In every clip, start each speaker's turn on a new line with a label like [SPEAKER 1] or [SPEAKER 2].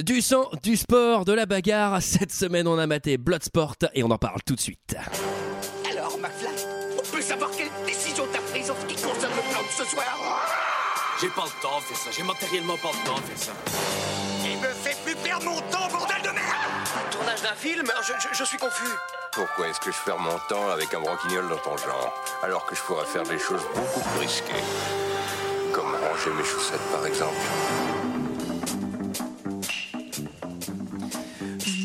[SPEAKER 1] Du sang, du sport, de la bagarre. Cette semaine, on a maté Bloodsport et on en parle tout de suite.
[SPEAKER 2] Alors, McFly, on peut savoir quelle décision t'as prise en ce qui concerne le plan de ce soir
[SPEAKER 3] J'ai pas le temps de faire ça, j'ai matériellement pas le temps de faire ça.
[SPEAKER 2] Il me fait plus perdre mon temps, bordel de merde
[SPEAKER 4] Tournage d'un film je, je- je suis confus.
[SPEAKER 5] Pourquoi est-ce que je perds mon temps avec un broquignol dans ton genre, alors que je pourrais faire des choses beaucoup plus risquées Comme ranger mes chaussettes, par exemple.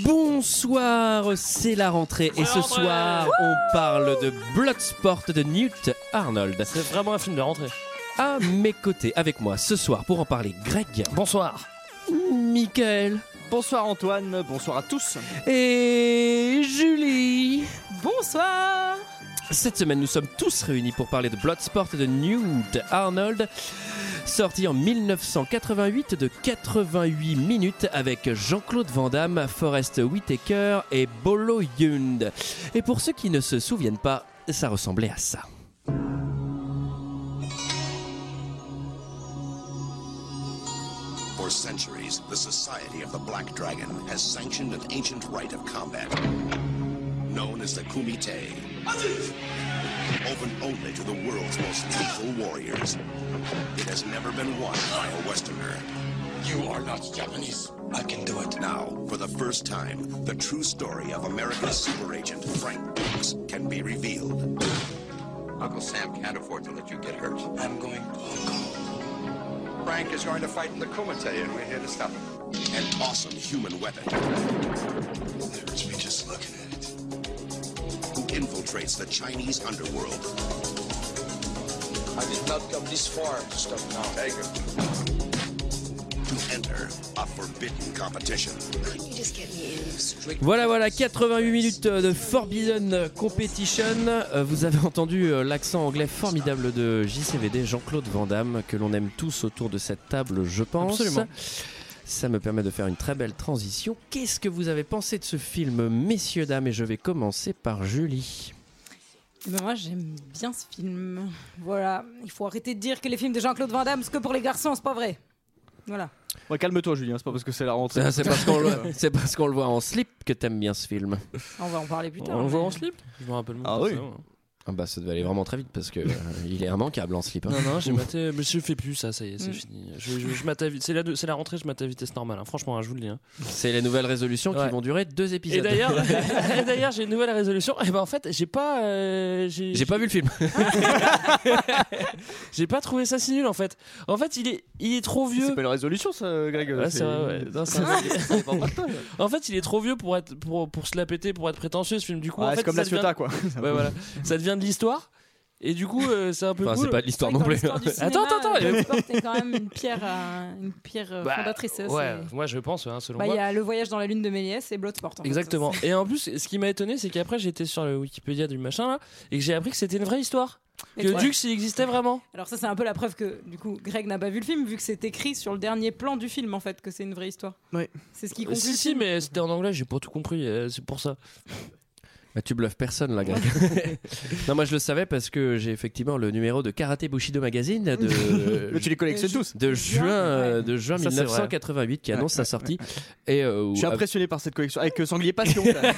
[SPEAKER 1] Bonsoir, c'est la rentrée et ce soir, on parle de Bloodsport de Newt Arnold.
[SPEAKER 6] C'est vraiment un film de rentrée.
[SPEAKER 1] À mes côtés, avec moi ce soir, pour en parler, Greg,
[SPEAKER 6] Bonsoir.
[SPEAKER 1] Michael
[SPEAKER 7] Bonsoir Antoine, bonsoir à tous.
[SPEAKER 1] et Julie.
[SPEAKER 8] Bonsoir
[SPEAKER 1] Cette semaine, nous sommes tous réunis pour parler de Bloodsport de Newt Arnold, sorti en 1988 de 88 minutes avec Jean-Claude Van Damme, Forrest Whitaker et Bolo Yund. Et pour ceux qui ne se souviennent pas, ça ressemblait à ça.
[SPEAKER 2] For centuries, the Society of the Black Dragon has sanctioned an ancient rite of combat known as the Kumite. Open only to the world's most lethal warriors. It has never been won by a Westerner. You are not Japanese. I can do it. Now, for the first time, the true story of America's super agent, Frank Dukes, can be revealed. Uncle Sam can't afford to let you get hurt. I'm going to Frank is going to fight in the Kumite, and we're here to stop him. An awesome human weapon. It hurts me just looking at it. Who infiltrates the Chinese underworld. I did not come this far to stop now. Tiger. To enter a forbidden competition.
[SPEAKER 9] Couldn't you just get me in?
[SPEAKER 1] Voilà, voilà, 88 minutes euh, de Forbidden Competition. Euh, Vous avez entendu euh, l'accent anglais formidable de JCVD, Jean-Claude Van Damme, que l'on aime tous autour de cette table, je pense.
[SPEAKER 6] Absolument.
[SPEAKER 1] Ça me permet de faire une très belle transition. Qu'est-ce que vous avez pensé de ce film, messieurs, dames Et je vais commencer par Julie.
[SPEAKER 8] Eh ben, moi j'aime bien ce film. Voilà, il faut arrêter de dire que les films de Jean-Claude Van Damme, c'est que pour les garçons, c'est pas vrai. Voilà.
[SPEAKER 7] Ouais, calme-toi Julien, c'est pas parce que c'est la rentrée.
[SPEAKER 1] C'est parce qu'on le, c'est parce qu'on le voit en slip que t'aimes bien ce film.
[SPEAKER 8] On va en parler plus tard.
[SPEAKER 6] on le voit
[SPEAKER 8] mais-
[SPEAKER 6] en slip Je me rappelle même
[SPEAKER 7] Ah
[SPEAKER 6] pas
[SPEAKER 7] oui.
[SPEAKER 6] ça, moi.
[SPEAKER 1] Ah bah ça devait aller vraiment très vite parce que euh, il est immanquable en slip. hein.
[SPEAKER 6] Non, non, j'ai maté. Mais je fais plus ça, ça y est, c'est
[SPEAKER 8] Mm.
[SPEAKER 6] fini. Je, je, je mate à vite. C'est la, deux- c'est la rentrée, je mate à vitesse normale. hein. Franchement, hein, je vous le dis. hein.
[SPEAKER 1] C'est les nouvelles résolutions
[SPEAKER 6] Ouais.
[SPEAKER 1] qui vont durer deux épisodes.
[SPEAKER 6] Et d'ailleurs, et d'ailleurs, j'ai une nouvelle résolution. Et ben en fait, j'ai pas. euh, j'ai,
[SPEAKER 1] j'ai pas vu le film.
[SPEAKER 6] j'ai pas trouvé ça si nul en fait. En fait, il est, il est trop vieux.
[SPEAKER 7] C'est pas une résolution ça, Greg.
[SPEAKER 6] Ouais, c'est vrai, ouais. Non, c'est vrai. En fait, il est trop vieux pour, être, pour, pour se la péter, pour être prétentieux ce film. Du coup,
[SPEAKER 7] Ouais,
[SPEAKER 6] en fait,
[SPEAKER 7] Ah, c'est comme
[SPEAKER 6] ça
[SPEAKER 7] la Ciotat quoi.
[SPEAKER 6] devient- ouais, voilà. ça devient de l'histoire. Et du coup, euh, c'est un peu
[SPEAKER 1] Enfin,
[SPEAKER 6] cool.
[SPEAKER 1] c'est pas de l'histoire
[SPEAKER 8] Dans
[SPEAKER 1] non plus.
[SPEAKER 8] l'histoire du cinéma,
[SPEAKER 6] Attends, attends, attends.
[SPEAKER 8] Le sport est quand même une pierre, euh, une pierre euh,
[SPEAKER 6] Bah,
[SPEAKER 8] fondatrice. ça,
[SPEAKER 6] Ouais,
[SPEAKER 8] c'est-
[SPEAKER 6] moi je pense, hein, selon
[SPEAKER 8] Bah, il
[SPEAKER 6] moi.
[SPEAKER 8] y a le voyage dans la lune de Méliès et Bloodsport. en fait.
[SPEAKER 6] Exactement. Et en plus, ce qui m'a étonné, c'est qu'après j'étais sur le Wikipédia du machin là, et que j'ai appris que c'était une vraie histoire.
[SPEAKER 8] Et
[SPEAKER 6] Que
[SPEAKER 8] toi
[SPEAKER 6] Dux il existait vraiment.
[SPEAKER 8] Alors ça c'est un peu la preuve que du coup Greg n'a pas vu le film vu que c'est écrit sur le dernier plan du film en fait que c'est une vraie histoire.
[SPEAKER 7] Ouais.
[SPEAKER 8] C'est ce qui
[SPEAKER 6] Euh,
[SPEAKER 8] compte.
[SPEAKER 6] Si, si, mais c'était en anglais, j'ai pas tout compris, euh, c'est pour ça.
[SPEAKER 1] Bah, tu bluffes personne là, Greg. non, moi je le savais parce que j'ai effectivement le numéro de Karaté Bushido Magazine de,
[SPEAKER 7] Mais tu les collectionnes tous.
[SPEAKER 1] de juin, euh, de juin
[SPEAKER 6] Ça, c'est vrai.
[SPEAKER 1] 1988 qui annonce sa sortie. Et euh, où-
[SPEAKER 7] Je suis impressionné par cette collection. Avec euh, Sanglier Passion, t'as-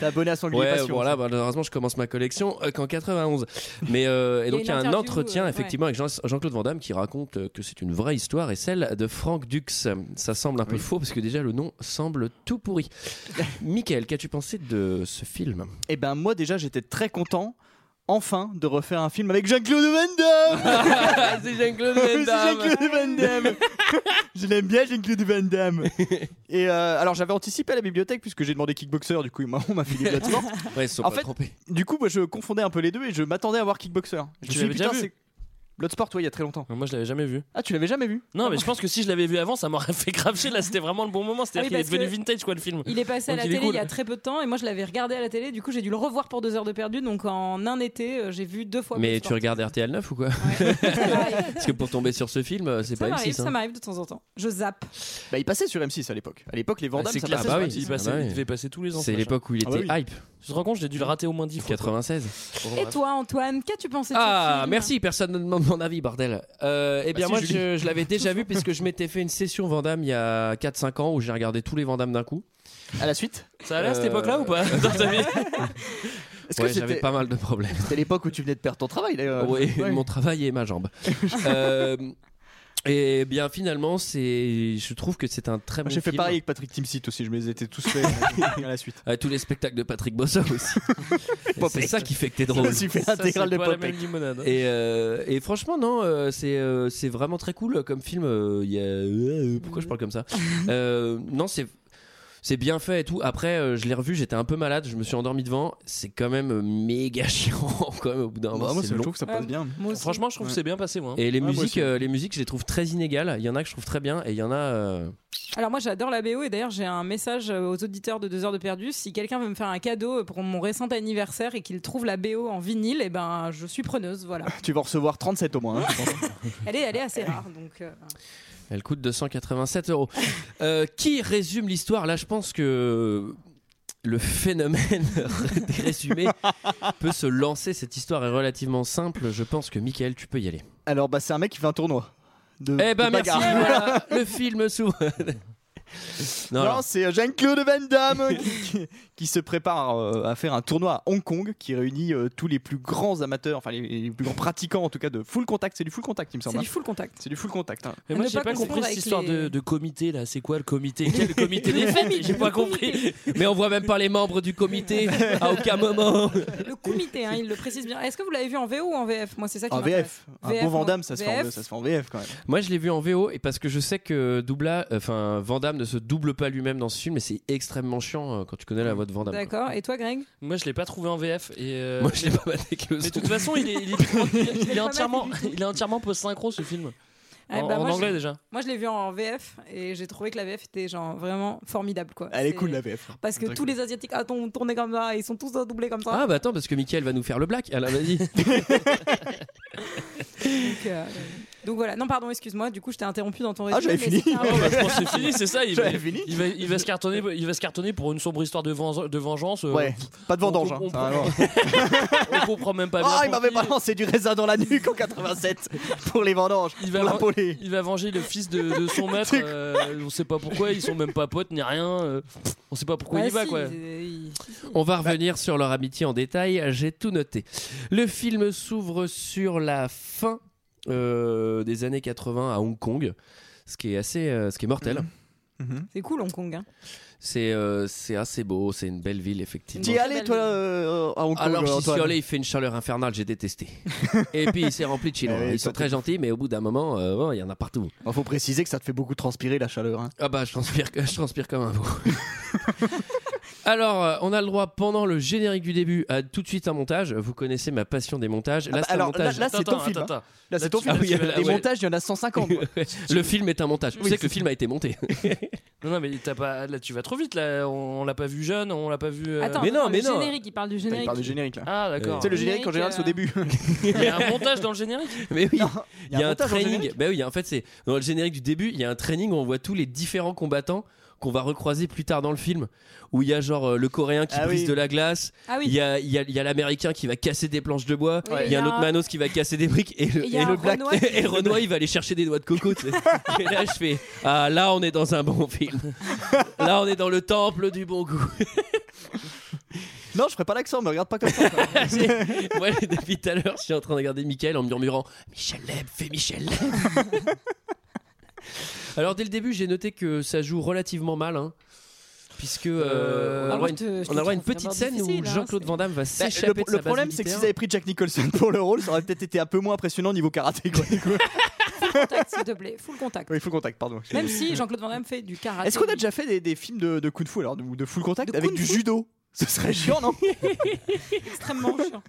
[SPEAKER 7] t'as abonné à Sanglier
[SPEAKER 1] Ouais,
[SPEAKER 7] Passion.
[SPEAKER 1] voilà, bah, malheureusement, je commence ma collection euh, qu'en 91. Mais euh, et
[SPEAKER 8] y a
[SPEAKER 1] donc
[SPEAKER 8] une
[SPEAKER 1] il y a un
[SPEAKER 8] interview,
[SPEAKER 1] entretien
[SPEAKER 8] euh, ouais.
[SPEAKER 1] effectivement avec Jean- Jean-Claude Van Damme qui raconte euh, que c'est une vraie histoire et celle de Franck Dux. Ça semble un peu
[SPEAKER 7] Oui.
[SPEAKER 1] faux parce que déjà le nom semble tout pourri. Michael, qu'as-tu pensé de ce film
[SPEAKER 7] Et ben moi déjà j'étais très content. Enfin, de refaire un film avec Jean-Claude Van Damme
[SPEAKER 1] C'est Jean-Claude
[SPEAKER 7] C'est Jean-Claude Van Damme Je l'aime bien, Jean-Claude Van Damme Et euh, alors, j'avais anticipé à la bibliothèque, puisque j'ai demandé Kickboxer, du coup, il m'a- on m'a filé Bloodsport.
[SPEAKER 1] Ouais, ils se sont
[SPEAKER 7] En
[SPEAKER 1] pas
[SPEAKER 7] fait,
[SPEAKER 1] trompés.
[SPEAKER 7] Du coup, moi, je confondais un peu les deux et je m'attendais à voir Kickboxer. Je me suis
[SPEAKER 6] Tu
[SPEAKER 7] dit,
[SPEAKER 6] l'avais déjà
[SPEAKER 7] putain,
[SPEAKER 6] vu
[SPEAKER 7] c'est- Bloodsport, ouais, il y a très longtemps.
[SPEAKER 6] Moi je l'avais jamais vu.
[SPEAKER 7] Ah, tu l'avais jamais vu
[SPEAKER 6] Non, mais je pense que si je l'avais vu avant, ça m'aurait fait graver. Là, c'était vraiment le bon moment.
[SPEAKER 8] Ah
[SPEAKER 6] C'est-à-dire
[SPEAKER 8] oui,
[SPEAKER 6] qu'il est
[SPEAKER 8] parce
[SPEAKER 6] devenu
[SPEAKER 8] que-
[SPEAKER 6] vintage quoi le film.
[SPEAKER 8] Il est passé à
[SPEAKER 6] Donc
[SPEAKER 8] la
[SPEAKER 6] il est
[SPEAKER 8] télé
[SPEAKER 6] cool.
[SPEAKER 8] il y a très peu de temps et moi je l'avais regardé à la télé. Du coup j'ai dû le revoir pour deux heures de perdu. Donc en un été euh, j'ai vu deux fois.
[SPEAKER 1] Mais tu
[SPEAKER 8] Bloodsport.
[SPEAKER 1] regardes RTL 9 ou quoi Parce que pour tomber sur ce film, euh, c'est
[SPEAKER 8] Ça
[SPEAKER 1] pas
[SPEAKER 8] m'arrive,
[SPEAKER 1] M6.
[SPEAKER 8] ça
[SPEAKER 1] hein.
[SPEAKER 8] m'arrive de temps en temps. Je zappe.
[SPEAKER 7] Bah, il passait sur M6 à l'époque. À l'époque, les Vandamme,
[SPEAKER 1] c'est
[SPEAKER 7] ça
[SPEAKER 1] clair.
[SPEAKER 7] passait
[SPEAKER 1] Ah bah
[SPEAKER 7] sur
[SPEAKER 1] oui.
[SPEAKER 7] M6.
[SPEAKER 6] Il, passait-
[SPEAKER 1] Ah bah oui.
[SPEAKER 6] il devait passer tous les ans. ce
[SPEAKER 1] C'est
[SPEAKER 6] machin.
[SPEAKER 1] l'époque où il
[SPEAKER 7] Ah bah
[SPEAKER 1] était
[SPEAKER 7] oui.
[SPEAKER 1] hype,
[SPEAKER 6] Tu te rends compte, j'ai dû le rater au moins 10 fois. quoi.
[SPEAKER 1] 96.
[SPEAKER 6] Bon,
[SPEAKER 8] Et
[SPEAKER 6] bref.
[SPEAKER 8] toi Antoine, qu'as-tu pensé de ce
[SPEAKER 1] Ah,
[SPEAKER 8] film
[SPEAKER 1] merci, personne ne demande mon avis, bordel. Euh, eh
[SPEAKER 7] Bah,
[SPEAKER 1] bien, moi, je, je l'avais déjà vu puisque je m'étais fait une session Vandame il y a 4-5 ans où j'ai regardé tous les Vandame d'un coup.
[SPEAKER 7] À la suite
[SPEAKER 6] Ça allait à cette
[SPEAKER 7] Euh,
[SPEAKER 6] époque-là ou pas dans ta vie
[SPEAKER 7] Est-ce que
[SPEAKER 1] Ouais, j'avais
[SPEAKER 7] c'était
[SPEAKER 1] pas mal de problèmes.
[SPEAKER 7] c'était l'époque où tu venais de perdre ton travail d'ailleurs
[SPEAKER 1] Oui,
[SPEAKER 7] Ouais.
[SPEAKER 1] mon travail et ma jambe. euh, et bien, finalement, c'est, je trouve que c'est un très bon
[SPEAKER 7] J'ai fait
[SPEAKER 1] film.
[SPEAKER 7] Ah, pareil avec Patrick Timsit aussi, je me les étais tous fait euh, à la suite.
[SPEAKER 1] Euh, tous les spectacles de Patrick Bossa aussi. Et c'est
[SPEAKER 7] Popeye.
[SPEAKER 1] ça qui fait que t'es
[SPEAKER 7] Je me
[SPEAKER 1] drôle.
[SPEAKER 7] suis fait
[SPEAKER 6] Ça, c'est
[SPEAKER 7] l'intégrale de
[SPEAKER 6] pas la
[SPEAKER 7] Popeye.
[SPEAKER 6] même limonade. hein.
[SPEAKER 1] Et, euh, et franchement, non, euh, c'est euh, c'est vraiment très cool comme film. euh, il y a- euh, pourquoi je parle comme ça Euh, Non, c'est. C'est bien fait et tout. Après, euh, je l'ai revu, j'étais un peu malade, je me suis endormi devant. C'est quand même euh, méga chiant, quand même, au bout d'un
[SPEAKER 7] Ah,
[SPEAKER 1] moment.
[SPEAKER 7] Moi,
[SPEAKER 1] c'est
[SPEAKER 7] ça, je
[SPEAKER 1] long.
[SPEAKER 7] trouve que ça passe
[SPEAKER 8] Ouais.
[SPEAKER 7] bien.
[SPEAKER 8] Moi aussi.
[SPEAKER 6] Franchement, je trouve que c'est bien passé, moi. hein.
[SPEAKER 1] Et les
[SPEAKER 7] Ouais, moi
[SPEAKER 1] musiques,
[SPEAKER 7] aussi.
[SPEAKER 1] euh, les musiques, je les trouve très inégales. Il y en a que je trouve très bien et il y en a. euh,
[SPEAKER 8] Alors moi j'adore la BO et d'ailleurs j'ai un message euh, aux auditeurs de 2 heures de perdu. Si quelqu'un veut me faire un cadeau euh, pour mon récent anniversaire et qu'il trouve la BO en vinyle, et ben je suis preneuse, voilà.
[SPEAKER 7] Tu vas en recevoir 37 au moins. hein, je pense.
[SPEAKER 8] Elle est, elle est assez rare donc. euh,
[SPEAKER 1] Elle coûte 287 euros. Euh, qui résume l'histoire Là, je pense que le phénomène des résumés peut se lancer. Cette histoire est relativement simple. Je pense que Michael, tu peux y aller.
[SPEAKER 7] Alors, bah, c'est un mec qui fait un tournoi. De,
[SPEAKER 1] Eh ben
[SPEAKER 7] de
[SPEAKER 1] merci.
[SPEAKER 7] bagarre.
[SPEAKER 1] voilà, le film s'ouvre. Non,
[SPEAKER 7] Non,
[SPEAKER 6] Ah.
[SPEAKER 1] alors,
[SPEAKER 7] c'est euh, Jean-Claude Van Damme euh, qui, qui- qui se prépare euh, à faire un tournoi à Hong Kong qui réunit euh, tous les plus grands amateurs, enfin les, les plus grands pratiquants en tout cas de full contact. C'est du full contact, il me
[SPEAKER 8] C'est
[SPEAKER 7] semble.
[SPEAKER 8] du
[SPEAKER 7] hein.
[SPEAKER 8] full contact.
[SPEAKER 7] C'est du full contact. hein.
[SPEAKER 6] Mais
[SPEAKER 8] À
[SPEAKER 6] moi,
[SPEAKER 8] ne
[SPEAKER 6] j'ai
[SPEAKER 8] pas
[SPEAKER 6] pas, compris
[SPEAKER 8] confondre
[SPEAKER 6] cette
[SPEAKER 8] avec
[SPEAKER 6] histoire de,
[SPEAKER 8] les-
[SPEAKER 6] de comité là. C'est quoi le comité Quel le comité des familles J'ai pas compris.
[SPEAKER 1] mais on voit même pas les membres du comité à aucun moment.
[SPEAKER 8] Le comité, hein, il le précise bien. Est-ce que vous l'avez vu en VO ou en VF Moi c'est ça qui
[SPEAKER 7] En
[SPEAKER 8] m'intéresse.
[SPEAKER 7] VF, un
[SPEAKER 8] VF,
[SPEAKER 7] bon Van
[SPEAKER 8] non.
[SPEAKER 7] Damme, ça se, fait en,
[SPEAKER 8] VF.
[SPEAKER 7] ça se fait en VF quand même.
[SPEAKER 1] Moi, je l'ai vu en VO et parce que je sais que Doubla, enfin Vandame ne se double pas lui-même dans ce film, et c'est extrêmement chiant euh, quand tu connais la voix de Vandame.
[SPEAKER 8] D'accord. Et toi Greg
[SPEAKER 6] Moi, je l'ai pas trouvé en VF. Et euh,
[SPEAKER 1] Moi, je l'ai pas maté avec le
[SPEAKER 6] Mais de
[SPEAKER 1] son.
[SPEAKER 6] toute façon, il est, il est- il est
[SPEAKER 8] pas
[SPEAKER 6] entièrement,
[SPEAKER 8] mal
[SPEAKER 6] il est entièrement post-synchro ce film.
[SPEAKER 8] Eh
[SPEAKER 6] en
[SPEAKER 8] ben,
[SPEAKER 6] en
[SPEAKER 8] moi,
[SPEAKER 6] anglais
[SPEAKER 8] je-
[SPEAKER 6] déjà.
[SPEAKER 8] Moi je l'ai vu en VF et j'ai trouvé que la VF était genre vraiment formidable quoi.
[SPEAKER 7] Elle est
[SPEAKER 8] C'est-
[SPEAKER 7] cool la hein. VF.
[SPEAKER 8] Parce que
[SPEAKER 7] Très
[SPEAKER 8] tous les asiatiques ah, ton- tournaient comme ça, ils sont tous doublés comme ça.
[SPEAKER 1] Ah bah attends parce que Michael va nous faire le black. Alors vas-y.
[SPEAKER 8] Donc, euh, donc voilà, non pardon, excuse-moi, du coup je t'ai interrompu dans ton résumé.
[SPEAKER 7] Ah, j'avais
[SPEAKER 8] mais
[SPEAKER 7] fini.
[SPEAKER 8] c'était un
[SPEAKER 6] Non, bah, je pense que c'est fini, c'est ça. Il va,
[SPEAKER 7] J'avais fini.
[SPEAKER 6] il va- il va se cartonner, il va se cartonner pour une sombre histoire de, vengeance- de vengeance. euh,
[SPEAKER 7] Ouais, pas de vendange.
[SPEAKER 6] on-
[SPEAKER 7] hein.
[SPEAKER 6] on-
[SPEAKER 7] Ah, non.
[SPEAKER 6] On comprend même pas. bien
[SPEAKER 7] Ah, il
[SPEAKER 6] pour
[SPEAKER 7] m'avait
[SPEAKER 6] qui.
[SPEAKER 7] balancé du raisin dans la nuque en 87 pour les vendanges,
[SPEAKER 6] Il va
[SPEAKER 7] pour la
[SPEAKER 6] ven-
[SPEAKER 7] polée.
[SPEAKER 6] Il va venger le fils de, de son maître. euh, on sait pas pourquoi. Ils sont même pas potes ni rien. euh, on sait pas pourquoi
[SPEAKER 8] Ouais,
[SPEAKER 6] il y va
[SPEAKER 8] si,
[SPEAKER 6] quoi.
[SPEAKER 8] euh, il-
[SPEAKER 1] On va revenir sur leur amitié en détail. J'ai tout noté. Le film s'ouvre sur la fin euh, des années 80 à Hong Kong, ce qui est assez, euh, ce qui est mortel.
[SPEAKER 7] Mm-hmm.
[SPEAKER 8] C'est cool Hong Kong. hein.
[SPEAKER 1] C'est euh, c'est assez beau, c'est une belle ville effectivement.
[SPEAKER 7] Tu y allais toi euh, à Hong Kong
[SPEAKER 1] Alors j'y suis
[SPEAKER 7] Antoine
[SPEAKER 1] allé, il fait une chaleur infernale, j'ai détesté. Et puis il s'est rempli de Chinois.
[SPEAKER 7] Ah oui,
[SPEAKER 1] Ils sont
[SPEAKER 7] toi,
[SPEAKER 1] très gentils, mais au bout d'un moment, euh, bon, il y en a partout.
[SPEAKER 7] Bon, Faut préciser que ça te fait beaucoup transpirer la chaleur. hein.
[SPEAKER 1] Ah bah je transpire, je transpire comme un veau. Alors, euh, on a le droit pendant le générique du début à tout de suite un montage. Vous connaissez ma passion des montages. Là,
[SPEAKER 7] Ah bah,
[SPEAKER 1] c'est un
[SPEAKER 7] alors, là-
[SPEAKER 1] montage.
[SPEAKER 7] là, c'est ton film, hein.
[SPEAKER 6] attends.
[SPEAKER 7] Là, c'est ton
[SPEAKER 6] tu-
[SPEAKER 7] film.
[SPEAKER 1] ah oui, là,
[SPEAKER 7] Les
[SPEAKER 1] ouais.
[SPEAKER 7] montages, il y en a 150. quoi.
[SPEAKER 1] le film est un montage.
[SPEAKER 7] Oui,
[SPEAKER 1] tu sais que
[SPEAKER 7] c'est
[SPEAKER 1] le film a été monté.
[SPEAKER 6] Non, non, mais t'as pas. Là, tu vas trop vite. Là, on, on l'a pas vu jeune. On l'a pas vu. euh,
[SPEAKER 8] Attends,
[SPEAKER 1] mais non,
[SPEAKER 8] attends,
[SPEAKER 1] mais
[SPEAKER 8] le
[SPEAKER 1] non.
[SPEAKER 8] générique, il parle du
[SPEAKER 7] Il
[SPEAKER 8] générique.
[SPEAKER 7] parle du générique là.
[SPEAKER 6] Ah d'accord.
[SPEAKER 7] Tu sais, le générique
[SPEAKER 8] Générique,
[SPEAKER 7] en général, c'est au
[SPEAKER 8] euh,
[SPEAKER 7] début.
[SPEAKER 6] Il y a un montage dans le générique.
[SPEAKER 1] Mais oui, il y a un
[SPEAKER 7] montage en
[SPEAKER 1] training.
[SPEAKER 7] générique.
[SPEAKER 1] Ben oui, en fait, c'est dans le générique du début, il y a un training où on voit tous les différents combattants qu'on va recroiser plus tard dans le film. Où il y a genre euh, le coréen qui
[SPEAKER 7] Ah
[SPEAKER 1] brise
[SPEAKER 7] oui.
[SPEAKER 1] de la glace,
[SPEAKER 8] Ah
[SPEAKER 1] il
[SPEAKER 8] oui.
[SPEAKER 1] y a, il y a- il y a l'américain qui va casser des planches de bois,
[SPEAKER 8] Oui,
[SPEAKER 1] il y a un autre Manos qui va casser des briques et le,
[SPEAKER 8] Et il y a
[SPEAKER 1] et
[SPEAKER 8] un
[SPEAKER 1] le black.
[SPEAKER 8] Renoir qui-
[SPEAKER 1] Et Renoir, il va aller chercher des noix de coco. tu sais. et là, je fais Ah, là, on est dans un bon film. Là, on est dans le temple du bon goût.
[SPEAKER 7] Non, je ferai pas l'accent, mais regarde pas comme ça. quoi.
[SPEAKER 1] J'ai- Moi, depuis tout à l'heure, je suis en train de regarder Michael en murmurant Michel Leb, fais Michel Leb. Alors, dès le début, j'ai noté que ça joue relativement mal, hein, puisque euh,
[SPEAKER 6] Euh,
[SPEAKER 1] on a droit
[SPEAKER 8] Ah,
[SPEAKER 1] à
[SPEAKER 8] moi,
[SPEAKER 1] une,
[SPEAKER 8] je te- je te
[SPEAKER 1] on a droit à une
[SPEAKER 8] trouve
[SPEAKER 1] petite
[SPEAKER 8] vraiment
[SPEAKER 1] scène où
[SPEAKER 8] difficile, hein,
[SPEAKER 1] Jean-Claude
[SPEAKER 8] c'est-
[SPEAKER 1] Van Damme va
[SPEAKER 7] Bah,
[SPEAKER 1] s'échapper
[SPEAKER 7] le
[SPEAKER 1] de sa
[SPEAKER 7] le
[SPEAKER 1] base
[SPEAKER 7] problème, c'est que
[SPEAKER 1] militaire.
[SPEAKER 7] s'ils avaient pris Jack Nicholson pour le rôle, ça aurait peut-être été un peu moins impressionnant niveau karaté. Quoi. du coup.
[SPEAKER 8] Contact, s'il te plaît, full contact.
[SPEAKER 7] Oui, full contact, pardon.
[SPEAKER 8] Même si Jean-Claude Van Damme fait du karaté.
[SPEAKER 7] Est-ce qu'on a déjà fait des, des films de, de kung fu alors, ou Ah, de full contact
[SPEAKER 8] De
[SPEAKER 7] avec
[SPEAKER 8] kung
[SPEAKER 7] du
[SPEAKER 8] fu
[SPEAKER 7] judo Ce serait chiant, non
[SPEAKER 8] extrêmement chiant.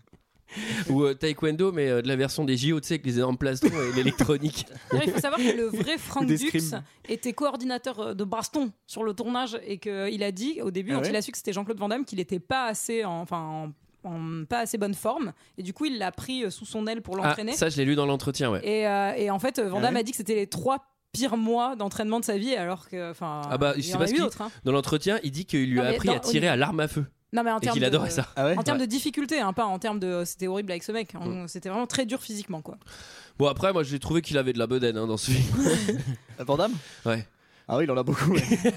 [SPEAKER 1] Ou euh, Taekwondo, mais euh, de la version des JO, tu sais, avec les énormes plastrons et l'électronique.
[SPEAKER 8] D'ailleurs, Il faut savoir que le vrai Frank
[SPEAKER 7] Des
[SPEAKER 8] Dux
[SPEAKER 7] scrims.
[SPEAKER 8] était coordinateur euh, de baston sur le tournage et qu'il a dit au début,
[SPEAKER 7] Ah
[SPEAKER 8] quand
[SPEAKER 7] ouais
[SPEAKER 8] il a su que c'était Jean-Claude Van Damme, qu'il n'était pas assez en, enfin, en, en pas assez bonne forme. Et du coup, il l'a pris euh, sous son aile pour
[SPEAKER 1] Ah,
[SPEAKER 8] l'entraîner.
[SPEAKER 1] ça, Ah je l'ai lu dans l'entretien, ouais.
[SPEAKER 8] Et, euh, et en fait, Van Damme
[SPEAKER 7] Ouais.
[SPEAKER 8] a dit que c'était les trois pires mois d'entraînement de sa vie, alors que. Enfin,
[SPEAKER 1] Ah bah,
[SPEAKER 8] il
[SPEAKER 1] je
[SPEAKER 8] y
[SPEAKER 1] sais
[SPEAKER 8] en
[SPEAKER 1] pas
[SPEAKER 8] a
[SPEAKER 1] ce
[SPEAKER 8] eu
[SPEAKER 1] qu'il-
[SPEAKER 8] d'autres. hein.
[SPEAKER 1] Dans l'entretien, il dit qu'il lui
[SPEAKER 8] Non,
[SPEAKER 1] a
[SPEAKER 8] mais
[SPEAKER 1] appris
[SPEAKER 8] dans-
[SPEAKER 1] à tirer à l'arme à feu.
[SPEAKER 8] Non, mais en
[SPEAKER 1] Et
[SPEAKER 8] termes
[SPEAKER 1] qu'il
[SPEAKER 8] de-
[SPEAKER 1] adorait ça.
[SPEAKER 7] Ah ouais
[SPEAKER 8] En termes de difficulté, hein, pas en termes de. euh, C'était horrible avec ce mec. En- C'était vraiment très dur physiquement, quoi.
[SPEAKER 1] Bon, après, moi j'ai trouvé qu'il avait de la bedaine hein, dans ce film.
[SPEAKER 7] Van Damme
[SPEAKER 1] Ouais.
[SPEAKER 7] Ah oui, il en a beaucoup. ouais.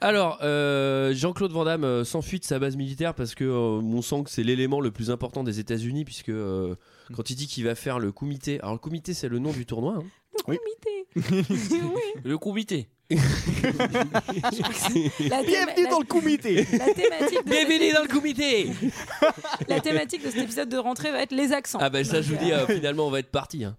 [SPEAKER 1] Alors, euh, Jean-Claude Van Damme euh, s'enfuit de sa base militaire parce que euh, on sent que c'est l'élément le plus important des États-Unis, puisque euh,
[SPEAKER 7] Hmm.
[SPEAKER 1] quand il dit qu'il va faire le comité. Alors, le comité, c'est le nom du tournoi. hein.
[SPEAKER 7] Oui.
[SPEAKER 8] Comité. oui.
[SPEAKER 6] Le comité.
[SPEAKER 8] La thé-
[SPEAKER 7] Bienvenue
[SPEAKER 8] la-
[SPEAKER 7] dans le comité
[SPEAKER 8] la thématique de-
[SPEAKER 6] dans le comité
[SPEAKER 8] La thématique de cet épisode de rentrée va être les accents.
[SPEAKER 1] Ah ben ça je vous dis euh, finalement on va être parti. hein.